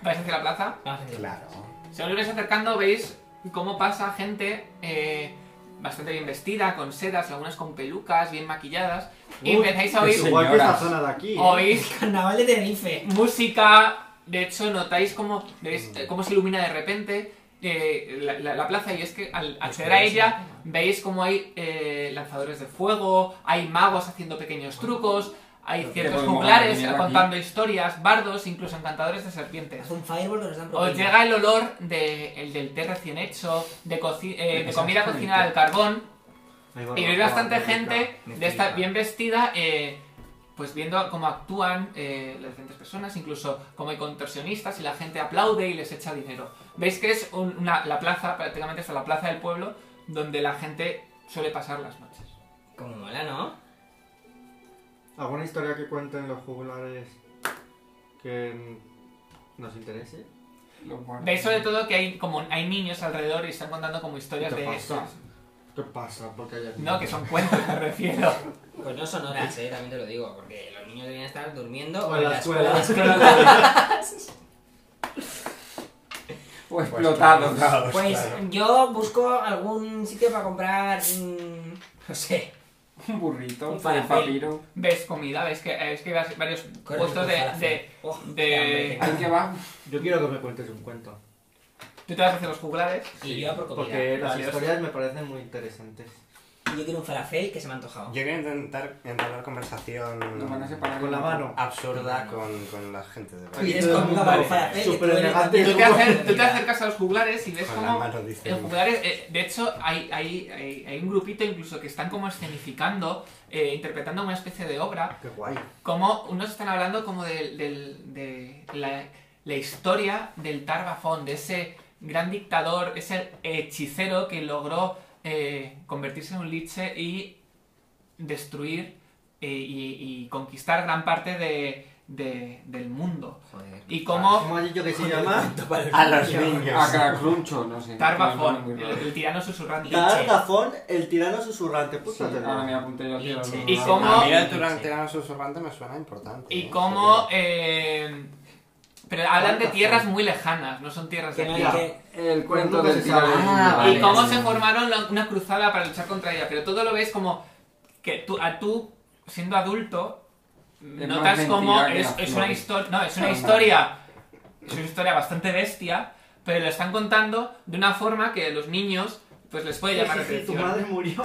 Vais hacia la plaza.
Ah, sí.
Claro.
Según os vais acercando, veis cómo pasa gente eh, bastante bien vestida, con sedas, algunas con pelucas, bien maquilladas. y
Uh,
empezáis a
Es
oír,
sí.
Igual que esta
Señoras.
zona de aquí. ¿eh?
oír
Carnaval de Tenerife.
música. De hecho, notáis cómo, veis,
Mm.
eh, cómo se ilumina de repente eh, la, la- la plaza y es que al acceder a ella veis cómo hay eh, lanzadores de fuego, hay magos haciendo pequeños trucos, hay
Pero
ciertos
qué buen
juglares
momento, aquí.
contando historias, bardos, incluso encantadores de serpientes.
Haz un fireball que nos dan
Os
propina.
llega el olor de, el del té recién hecho, de, coci- eh, de
Exactamente.
comida cocinada al carbón
Ahí va,
y
va,
veis
va,
bastante
va,
gente
me
de esta,
flipa.
bien vestida, eh, pues viendo cómo actúan eh, las diferentes personas, incluso como hay contorsionistas y la gente aplaude y les echa dinero. Veis que es un- una, la plaza, prácticamente hasta la plaza del pueblo, donde la gente suele pasar las noches.
Como mola, ¿no?
¿Alguna historia que cuenten los jugulares que nos interese?
Los guardo.
Veis sobre todo que hay, como, hay niños alrededor y están contando como historias
¿Qué
de...
pasa? ¿Qué pasa? Porque hay aquí-
No, que son cuentos, me refiero.
Pues no son horas, eh, también te lo digo, porque los niños deberían estar durmiendo
O en la escuela.
O
Pues
explotados.
Pues
claro.
yo busco algún sitio para comprar, mm, no sé,
Un burrito
Un
de
falafel.
papiro.
Veis comida, veis que, veis que hay varios
Corre,
puestos de-
falafel.
de
Oh,
de-
qué hambre tengo.
Ahí que va.
Yo quiero que me cuentes un cuento.
Tú te vas hacia los juglares.
Y yo por comida.
Porque las
Vale,
historias me parecen muy interesantes.
y yo quiero un falafel que se me ha antojado.
Yo quiero intentar entablar conversación
Nos van a separar
Con la mano.
absurda con, con la gente de
Tú vienes
todo
con
el
un
mundo
falafel
vale.
que tú
Súper
eres
elegante.
Tú
también-
te, acer- tú te acercas a los juglares y ves
Con la
como
mano dicen.
los juglares, eh, de hecho, hay, hay, hay, hay un grupito incluso que están como escenificando, eh, interpretando una especie de obra,
Qué guay.
como unos están hablando como del- del- de, la, la historia del Tarbafón, de ese gran dictador, ese hechicero que logró eh, convertirse en un liche y destruir eh, y, y conquistar gran parte de- de- del mundo.
Joder.
Y cómo
¿Cómo has dicho que se llama?
A los niños.
A Caracruncho, Ah, no sé. No, no,
Tarbafón,
no,
el,
no.
el tirano susurrante.
Targafón, el tirano susurrante. Puta,
Sí,
te lo-
Ahora me apunté yo aquí. a los-
¿Y cómo-
A mí el Turantano susurrante me suena importante.
Y
¿eh?
cómo... eh, pero hablan de
Tarbafón.
tierras muy lejanas, no son tierras de
Que no
aquí.
hay que...
El
Nunca
cuento
se
del
sabe.
tirano.
Ah,
Y
vale.
cómo se formaron la- una cruzada para luchar contra ella. Pero todo lo ves como que tú, a tú siendo adulto, notas
más
como
mentira que
es,
la
es una
flor.
historia... No, es una historia... Es una historia bastante bestia, pero lo están contando de una forma que a los niños pues les puede llamar la
tu
atención.
madre murió.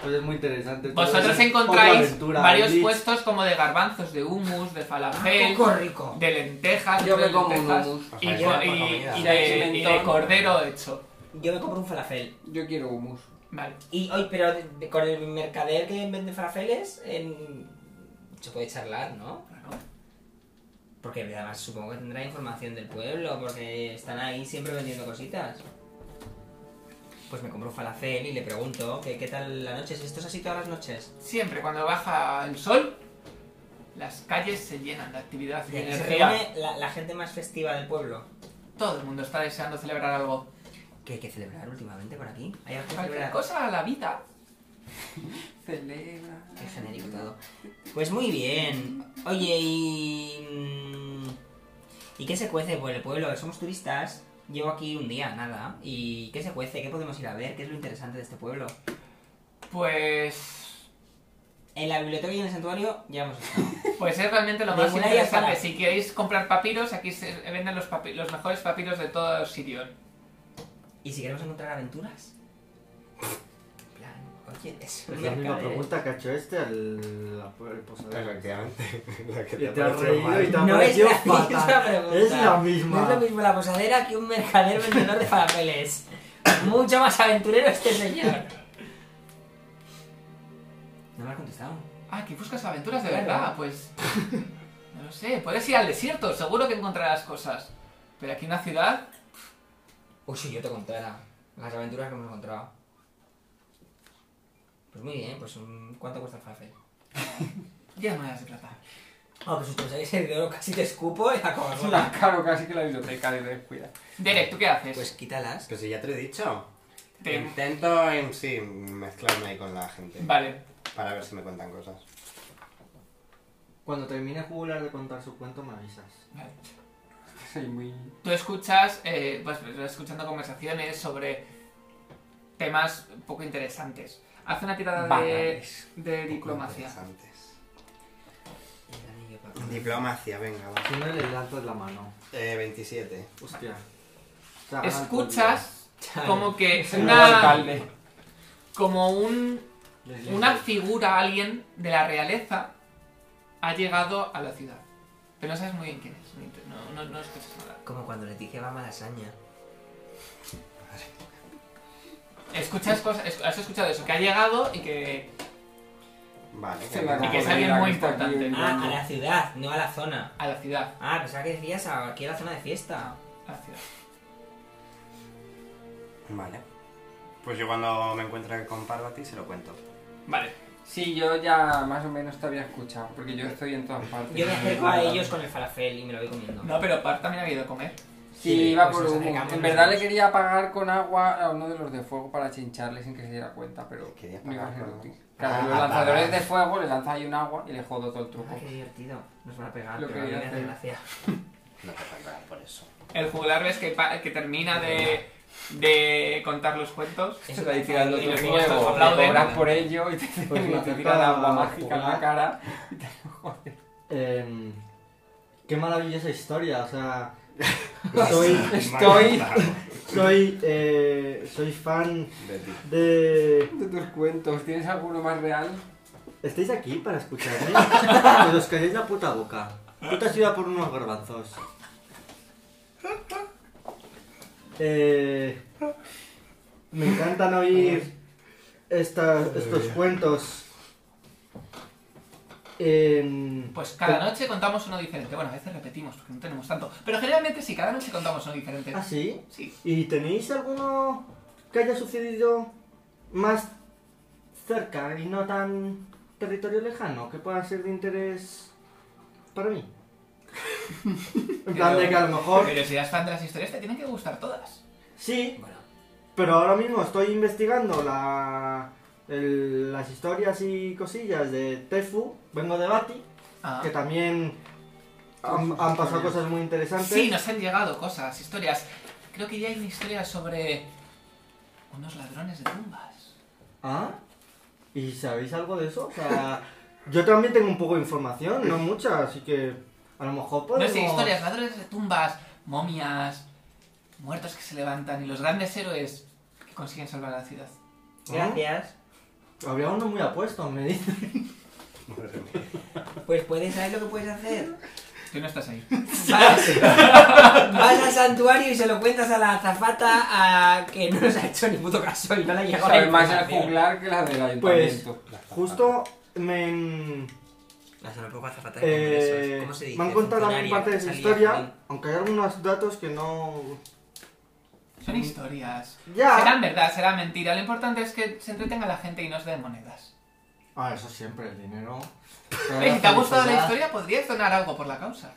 Pues es muy interesante. todo
Vosotros
es otra
encontráis
aventura,
varios
Blitz.
puestos como de garbanzos, de humus, de falafel,
Poco rico.
de lentejas,
Yo
de
me como un
lentejas,
hummus.
y,
Ojalá,
co-
ojalá,
y-
comida.
y
Sí,
de, y de
mentón.
cordero hecho.
Yo me compro un falafel.
Yo quiero humus.
Vale.
Y hoy, pero de- de- con el mercader que vende falafeles, en... se puede charlar, ¿no? Porque además supongo que tendrá información del pueblo, porque están ahí siempre vendiendo cositas. Pues me compro un falafel y le pregunto que, qué tal la noche, si esto es así todas las noches.
Siempre cuando baja el sol, las calles se llenan de actividad y
Y
de
aquí se
energía.
reúne la, la gente más festiva del pueblo.
Todo el mundo está deseando celebrar algo.
Que hay que celebrar últimamente por aquí. Hay algo que
Cualquier
celebrar.
cosa a la vida.
Celebra.
Qué genérico todo. Pues muy bien. Oye, y. mm, ¿Y qué se cuece por el pueblo? Somos turistas. Llevo aquí un día, nada. ¿Y qué se cuece? ¿Qué podemos ir a ver? ¿Qué es lo interesante de este pueblo?
Pues...
En la biblioteca y en el santuario ya hemos estado.
Pues es realmente lo
De
más
Muralla
interesante.
hasta-
Si queréis comprar papiros, aquí se venden los, papi- los mejores papiros de todo Sirion.
¿Y si queremos encontrar aventuras? En plan, oye, es un ¿eh?
Es la misma
mercader.
pregunta que ha hecho este al la- el posadero.
Efectivamente. La que
Y te has
pareció
reído
mal.
y te ha
No es
parecido
la misma
fatal.
pregunta.
Es la
No es lo
misma.
mismo la posadera que un mercader vendedor de falafeles. Mucho más aventurero este señor. No me ha contestado.
Ah, que buscas aventuras de
Claro.
verdad, pues. No lo sé, puedes ir al desierto, seguro que encontrarás cosas. Pero aquí en la ciudad,
Uy, si yo te contara las aventuras que hemos encontrado. Pues muy bien, pues mm, ¿cuánto cuesta el falafel?
ya no monedas de plata.
Ah, pues si sabéis el de oro casi te escupo y la
Es
coca
más caro casi que la biblioteca de descuida.
Derek, ¿tú qué haces?
Pues quítalas.
Pues eh, si ya te lo he dicho.
Te-
Intento en sí mezclarme ahí con la gente.
Vale,
Para ver si me cuentan cosas.
Cuando termine Jugular de contar su cuento, me avisas.
vale.
Soy muy...
Tú escuchas, eh, vas vas escuchando conversaciones sobre temas poco interesantes. Haz una tirada de,
banales.
de diplomacia.
Interesantes.
Y el anillo para comer.
Diplomacia, venga, va.
Si no, le lanzas la mano.
Eh, 27.
Hostia. O sea, ganan todo el día.
Escuchas como que
Es el nuevo
una,
alcalde.
como un
Les
Una
lanzas.
figura, alguien de la realeza, ha llegado a la ciudad. Pero no sabes muy bien quién es. ni te- No, no, no escuchas nada.
Como cuando Leticia va a Malasaña.
Escuchas cosas, es- has escuchado eso, que ha llegado y que...
Vale.
Se me
Y que es
acabó de
alguien
ir a
muy
esta
importante.
aquí.
Ah, a la ciudad, no a la zona.
A la ciudad.
Ah, pensaba que decías a- aquí a la zona de fiesta.
A la ciudad.
Vale. Pues yo cuando me encuentre con Parvati se lo cuento.
Vale.
Sí, yo ya más o menos te había escuchado, porque yo estoy en todas partes.
Yo me acerco a ellos con el falafel y me lo voy comiendo.
No, pero Park también ha ido a comer.
Sí, iba
pues
por
nos
humo.
acercamos
En verdad le
nosotros.
quería pagar con agua a uno de los de fuego para chincharle sin que se diera cuenta, pero
Quería
no iba a ser
pagar, ¿no?
útil. Claro,
Ah,
los lanzadores
pagar.
de fuego le lanza ahí un agua y le jodo todo el truco.
Ah, qué divertido. Nos van a pegar,
Lo
pero a mí
quería
me hace
hacer.
gracia.
No te faltará por eso.
El jugador ves que, pa- que termina de, de contar los cuentos.
Se está ahí tirando
Y
tu
los niños
fuego,
aplauden.
te cobras por ello y te,
Pues me
y te
acerco
tiran
a
agua mágica en la
jugar.
cara.
Em, qué maravillosa historia, o sea, estoy,
Estoy-
Soy, eh, soy fan
de ti.
de...
De tus cuentos, ¿tienes alguno más real?
¿Estáis aquí para escucharme? Que os calléis la puta boca. Tú te has ido a por unos garbanzos. Eh, me encantan oír esta- estos cuentos. En-
Pues cada noche contamos uno diferente. Bueno, a veces repetimos porque no tenemos tanto. Pero generalmente sí, cada noche contamos uno diferente.
¿Ah, sí?
Sí.
¿Y tenéis alguno que haya sucedido más cerca y no tan territorio lejano que pueda ser de interés para mí? En plan de que a lo mejor
Pero si eres fan de las historias, te tienen que gustar todas.
sí,
Bueno,
pero ahora mismo estoy investigando la, el- las historias y cosillas de Tefu, vengo de Bati,
Ah.
que también han, han pasado cosas muy interesantes.
Sí, nos han llegado cosas, historias. Creo que ya hay una historia sobre unos ladrones de tumbas.
¿Ah? ¿Y sabéis algo de eso? O sea, yo también tengo un poco de información, no mucha, así que a lo mejor podemos...
No sé, historias, ladrones de tumbas, momias, muertos que se levantan y los grandes héroes que consiguen salvar a la ciudad.
gracias.
Habría uno muy apuesto, me dice.
Pues puedes saber lo que puedes hacer.
Tú no estás ahí. ¿Sabes?
Vas al santuario y se lo cuentas a la azafata a que no nos ha hecho ni puto caso y no le ha llegado
Sabes
la
más el
información.
juglar que la del ayuntamiento.
Pues, Justo me...
La suena un poco azafata de
eh,
congresos. ¿Cómo se dice?
me han contado también
Funcionaria,
parte de su
salía
historia,
con-
aunque hay algunos datos que no...
Son Ah. historias. Serán
Ya.
verdad, será mentira. Lo importante es que se entretenga la gente y nos den monedas.
Ah, eso siempre, el dinero.
Oye, si te ha gustado la historia, podrías donar algo por la causa.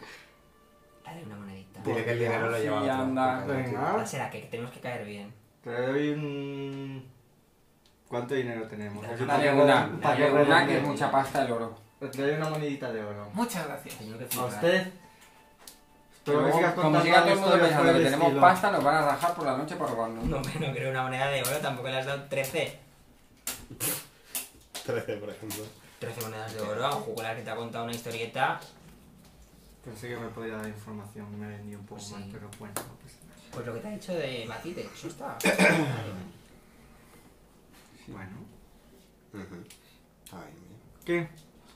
Dale una monedita.
Dile que el dinero lo
Sí,
lleva otro.
anda.
Venga,
Ah, será que tenemos que caer bien.
te doy un... ¿Cuánto dinero tenemos?
Dale
Dale
tengo
una,
un
dale
paquete
una que
de-
es mucha pasta el oro.
Te doy una monedita de oro.
Muchas gracias.
Tengo que
A
flipar.
usted. Espero que sigas
Pero como
contando
siga todo el mundo
historias
pensando
por
que
el
tenemos
estilo.
pasta, nos van a rajar por la noche para robarnos.
No, pero no creo una moneda de oro, tampoco le has dado 13.
13, por ejemplo.
13 monedas de oro a un juglar que te ha contado una historieta.
Pensé que me podía dar información, me vendí un poco
Pues
más,
sí.
pero bueno. no pasa nada.
Pues lo que te ha dicho de Batite, eso está.
Bueno.
Ujú. Ay, mira.
¿Qué?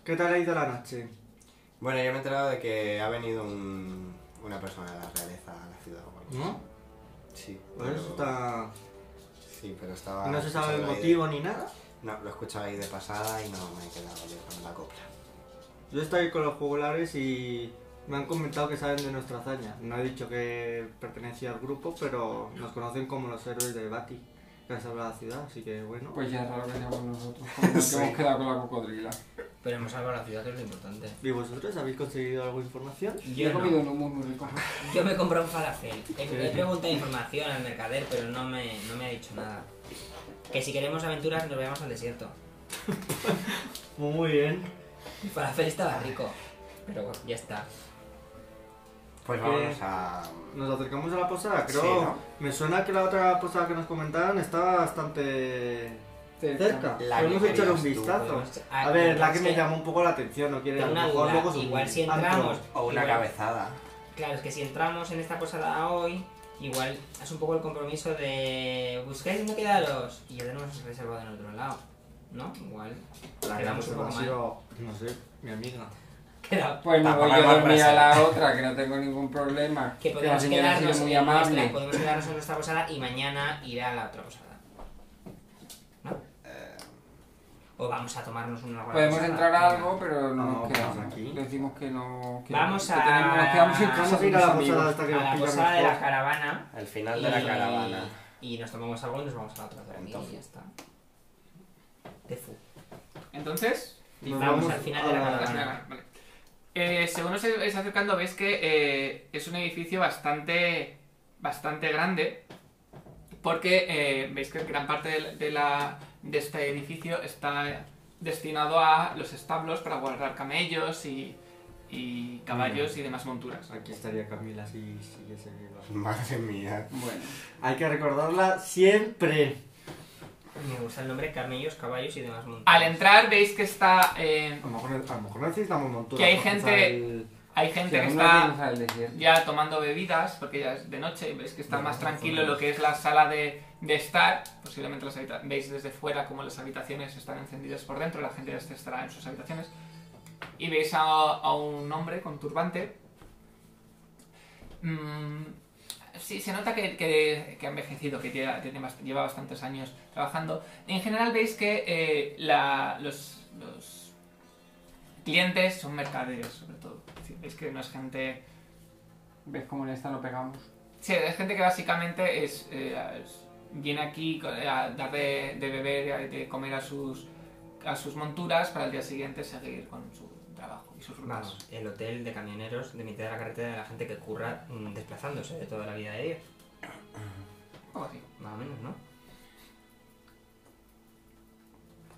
¿Qué tal ha ido la noche?
Bueno, yo me he enterado de que ha venido un, una persona de la realeza a la ciudad o algo así.
¿No?
Sí.
Por eso está...
Sí, pero estaba...
No ah, se sabe el
escuchando ahí de-
motivo ni nada.
No, lo he escuchado ahí de pasada y no me he quedado yo con la copla.
Yo estoy con los jugulares y me han comentado que saben de nuestra hazaña. No he dicho que pertenecía al grupo, pero nos conocen como los héroes de Bati, que han salvado la ciudad, así que bueno.
Pues ya es raro que seamos nosotros, como nos
Sí.
hemos quedado con la cocodrila.
Pero hemos salvado la ciudad, que es lo importante.
¿Y vosotros habéis conseguido alguna información?
Yo he comido un humo muy rico.
Yo me compré un falafel. He, he preguntado información al mercader, pero no me, no me ha dicho nada. Que si queremos aventuras nos vayamos al desierto.
Muy bien.
El falafel estaba rico. Pero bueno, ya está.
Pues
Eh,
vámonos a...
Nos acercamos a la posada, creo.
Sí, ¿no?
Me suena que la otra posada que nos comentaron estaba bastante cerca.
La
Podemos
que
echarle un
querías tú,
vistazo.
podemos-
A ver, la que
es
me llamó un poco la atención, no quiere a
Tengo
lo
una
mejor
duda.
luego es un
Igual si
antro.
entramos.
O una
igual-
cabezada.
Claro, es que si entramos en esta posada hoy, igual es un poco el compromiso de "Pues, buscáis no quedaros. Y ya tenemos reservado en otro lado. ¿No? Igual.
La que nos
Quedamos un poco mal.
conoció, no sé, mi amiga.
Queda-
Pues me voy
Tampoco
yo a
hemos
dormir a la
abrazado.
otra, que no tengo ningún problema.
Que
la
podemos
señora ha sido
quedarnos
muy
en nuestra-
amable.
podemos quedarnos en nuestra posada y mañana ir a la otra posada. ¿No?
Eh.
O vamos a tomarnos una buena
Podemos
posada.
entrar a
Venga.
algo, pero no
No,
nos quedamos
vamos aquí.
Decimos que no... que-
Vamos
que
a-
tenemos- Nos quedamos en casa
Vamos a
de
ir a la
unos
posada
amigos.
hasta que
A la
nos
posada de la
pillamos.
caravana.
Al final de la
y-
caravana.
Y nos tomamos algo y nos vamos a la otra caravana. Y
Entonces.
ya está. De fu.
Entonces,
Nos
Vamos al final
a
de la
la-
caravana.
Ah, Vale. Eh, según os vais acercando, veis que eh, es un edificio bastante, bastante grande. Porque eh, veis que gran parte del- de, la, de este edificio está destinado a los establos para guardar camellos y, y caballos y demás monturas.
Aquí estaría Camila si siguiese viva.
Madre mía.
Bueno,
Hay que recordarla siempre.
Me gusta el nombre camellos, caballos y demás montañas.
Al entrar veis que está eh,
A lo mejor, a lo mejor necesitamos montura.
Que hay
porque
gente-
está el-
Hay gente que
Uno
está
piensa el desierto.
ya tomando bebidas, porque ya es de noche, ves que está
No,
más
no,
tranquilo
no.
lo que es la sala de, de estar. Posiblemente las habita- veis desde fuera como las habitaciones están encendidas por dentro, la gente ya está- estará en sus habitaciones. Y veis a, a un hombre con turbante. Mm, sí, se nota que, que- que ha envejecido, que tiene- tiene bast- lleva bastantes años trabajando. En general veis que eh, la- los, los clientes son mercaderes, sobre todo. Es decir, Veis que no es gente...
¿Ves cómo en esta lo pegamos?
Sí, hay gente que básicamente es, eh, es- viene aquí co- eh, a dar de, de beber, eh, de comer a sus, a sus monturas para el día siguiente seguir con su trabajo y sus rutas.
Vamos, el hotel de camioneros de mitad de la carretera de la gente que curra mm, desplazándose de toda la vida de ellos.
Un poco así.
Más o menos, ¿no?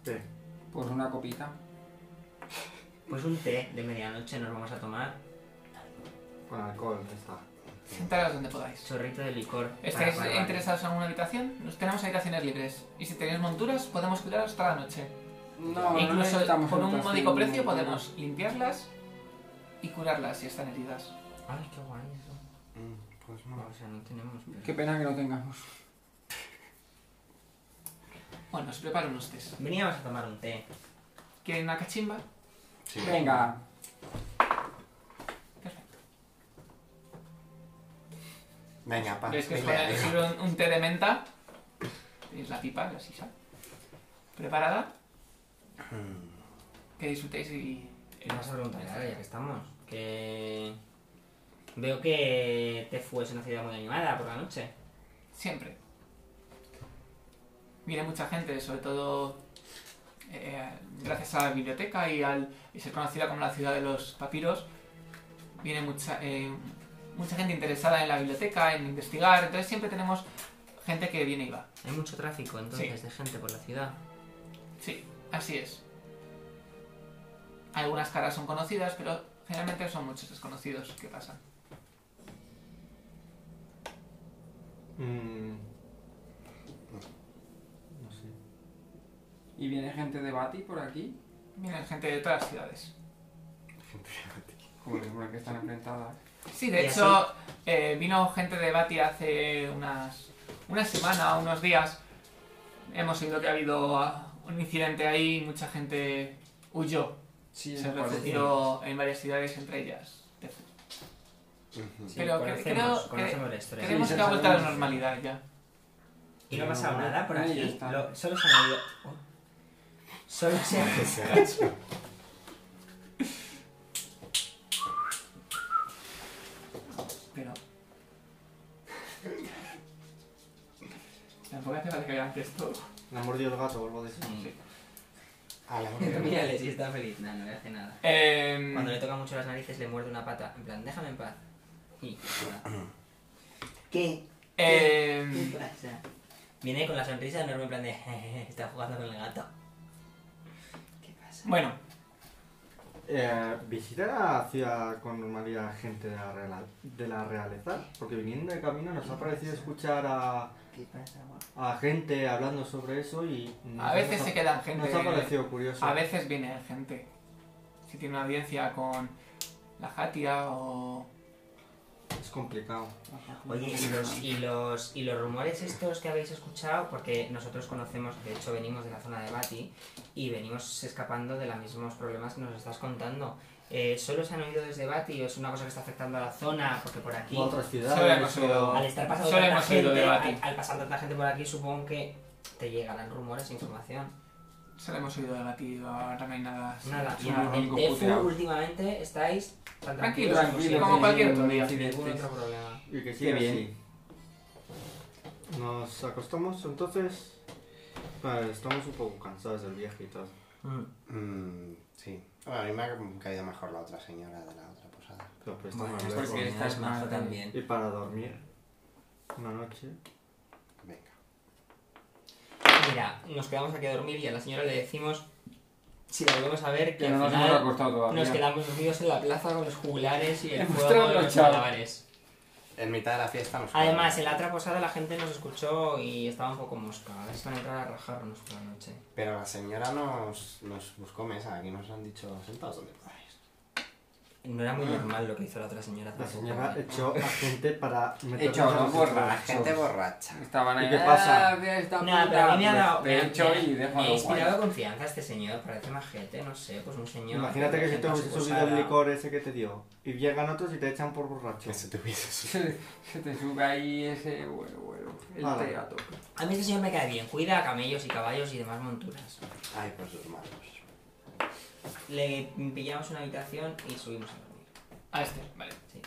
¿Qué?
Pues una copita.
Pues un té de medianoche nos vamos a tomar.
Con alcohol, está.
Sentaros donde podáis.
Chorrito de licor.
¿Estáis
para barbarie.
interesados en alguna habitación? Nos tenemos habitaciones libres. Y si tenéis monturas, podemos cuidaros toda la noche.
No,
E Incluso por un módico precio podemos limpiarlas y curarlas si están heridas.
Ay, qué guay eso.
Mm, Pues no.
No, o sea, no tenemos. pero-
Qué pena que no tengamos.
Bueno, os preparo unos test.
Veníamos a tomar un té.
¿Quieren una cachimba?
Sí.
Venga.
Venga, pa.
¿Veis que os
pelea,
ponéis
venga.
un, un té de menta? Tenéis la pipa, la sisa. ¿Preparada? Que disfrutéis y...
Y vamos a preguntar, ahora ya que estamos. Que. Veo que Tefu es una ciudad muy animada por la noche.
Siempre. Viene mucha gente, sobre todo eh, gracias a la biblioteca y al y ser conocida como la ciudad de los papiros. Viene mucha, eh, mucha gente interesada en la biblioteca, en investigar. Entonces siempre tenemos gente que viene y va.
Hay mucho tráfico entonces
Sí.
de gente por la ciudad.
Sí, así es. Algunas caras son conocidas, pero generalmente son muchos desconocidos que pasan.
Mm. No sé.
¿Y viene gente de Bati por aquí?
Vienen gente de todas las ciudades.
Joder, por aquí están enfrentadas.
Sí,
¿Y
de hecho, eh, vino gente de Bati hace unas, una semana, unos días. Hemos oído que ha habido ah, un incidente ahí y mucha gente huyó.
Sí,
Se
eso parece.
refugió en varias ciudades, entre ellas. Tefu.
Ujú.
Sí,
Pero que-
conocemos,
creo-
conocemos la historia.
Creemos
sí,
que ha vuelto a la
sabemos.
normalidad ya.
Y no ha pasado
No,
nada por
ahí
aquí.
está.
Lo- solo se han oído. oh. Solo se han.
Se agacha.
Pero. Tampoco hace falta que vean esto.
Me ha mordido el gato o algo de eso.
Sí.
A la mujer.
Mírale, si está feliz. No, no le hace nada.
Em,
Cuando le toca mucho las narices le muerde una pata. En plan, déjame en paz. Y- ¿Qué?
em,
pasa? Mm. Viene con la sonrisa enorme en plan de... "Jejeje, está jugando con el gato. ¿Qué pasa?
bueno,
Eh, ¿Visita la ciudad con normalidad gente de la, reala- de la realeza? Porque viniendo de camino nos ha parecido escuchar a,
¿Qué pasa, amor?
a gente hablando sobre eso y... nos
a
ha-
veces
nos ha-
se quedan gente.
Nos ha parecido curioso.
A veces viene gente. Si tiene una audiencia con la Jatia o.
Es complicado.
Oye, ¿y los, y, los, y los rumores estos que habéis escuchado, porque nosotros conocemos, de hecho venimos de la zona de Bati y venimos escapando de los mismos problemas que nos estás contando. Eh, ¿Solo se han oído desde Bati o es una cosa que está afectando a la zona? Porque por aquí...
O otras
Solo hemos
ciudades
oído-
o...
Al estar pasando
Solo
tanta
hemos oído
gente,
de Bati.
al, al pasar tanta gente por aquí, supongo que te llegarán rumores e información.
Solo hemos oído debatir, ahora no hay nada.
Nada,
Sí,
y
nada.
en
algo
el
puteado.
Tefu últimamente estáis tan
Tranquilos,
tranquilos como
sí, como
Tranquilo, sí,
si-
cualquier otro
no
día.
hay
ningún
incidentes.
otro problema.
Y que siga
bien.
así. Nos acostamos entonces... Vale, estamos un poco cansados del viaje y todo.
Mm, sí. Bueno, a mí me ha caído mejor la otra señora de la otra posada.
Pero pues
Bueno,
estamos
esta
lejos.
señora
estás
es majo
mal.
también.
Y para dormir una noche...
Venga.
Mira, nos quedamos aquí a dormir y a la señora le decimos, si la volvemos a ver, que,
Que
al
no nos hemos
final
acostado todavía.
nos quedamos dormidos en la plaza con los jugulares y el
Hemos
fuego y los
trasnochado.
malabares.
En mitad de la fiesta nos
Además, en la otra posada la gente nos escuchó y estaba un poco mosca. A ver si van a entrar a rajarnos por la noche.
Pero la señora nos, nos buscó mesa. Aquí nos han dicho sentados donde podáis.
No era muy
Ah.
normal lo que hizo la otra señora.
La
tampoco,
señora
¿eh?
echó a gente para meterlos
Echó,
a
no,
los
borra.
otros.
Gente borracha.
Estaban ahí.
¿Y qué pasa?
"Ah, mira esta
No, pero a mí me ha dado. Me,
Despecho
me ha-
y
me ha
déjalo
inspirado
guay.
confianza este señor, parece majete, no sé, pues un señor.
Imagínate que si te
gente
hubiese subido
acosada.
el licor ese que te dio y llegan otros y te echan por borracho.
Que se te hubiese subido.
Se, se te sube ahí ese bueno, bueno. El
Ala.
té a tope.
A mí este señor me cae bien, cuida a camellos y caballos y demás monturas.
Ay, por sus manos.
Le pillamos una habitación y subimos a dormir.
A este, vale.
Sí.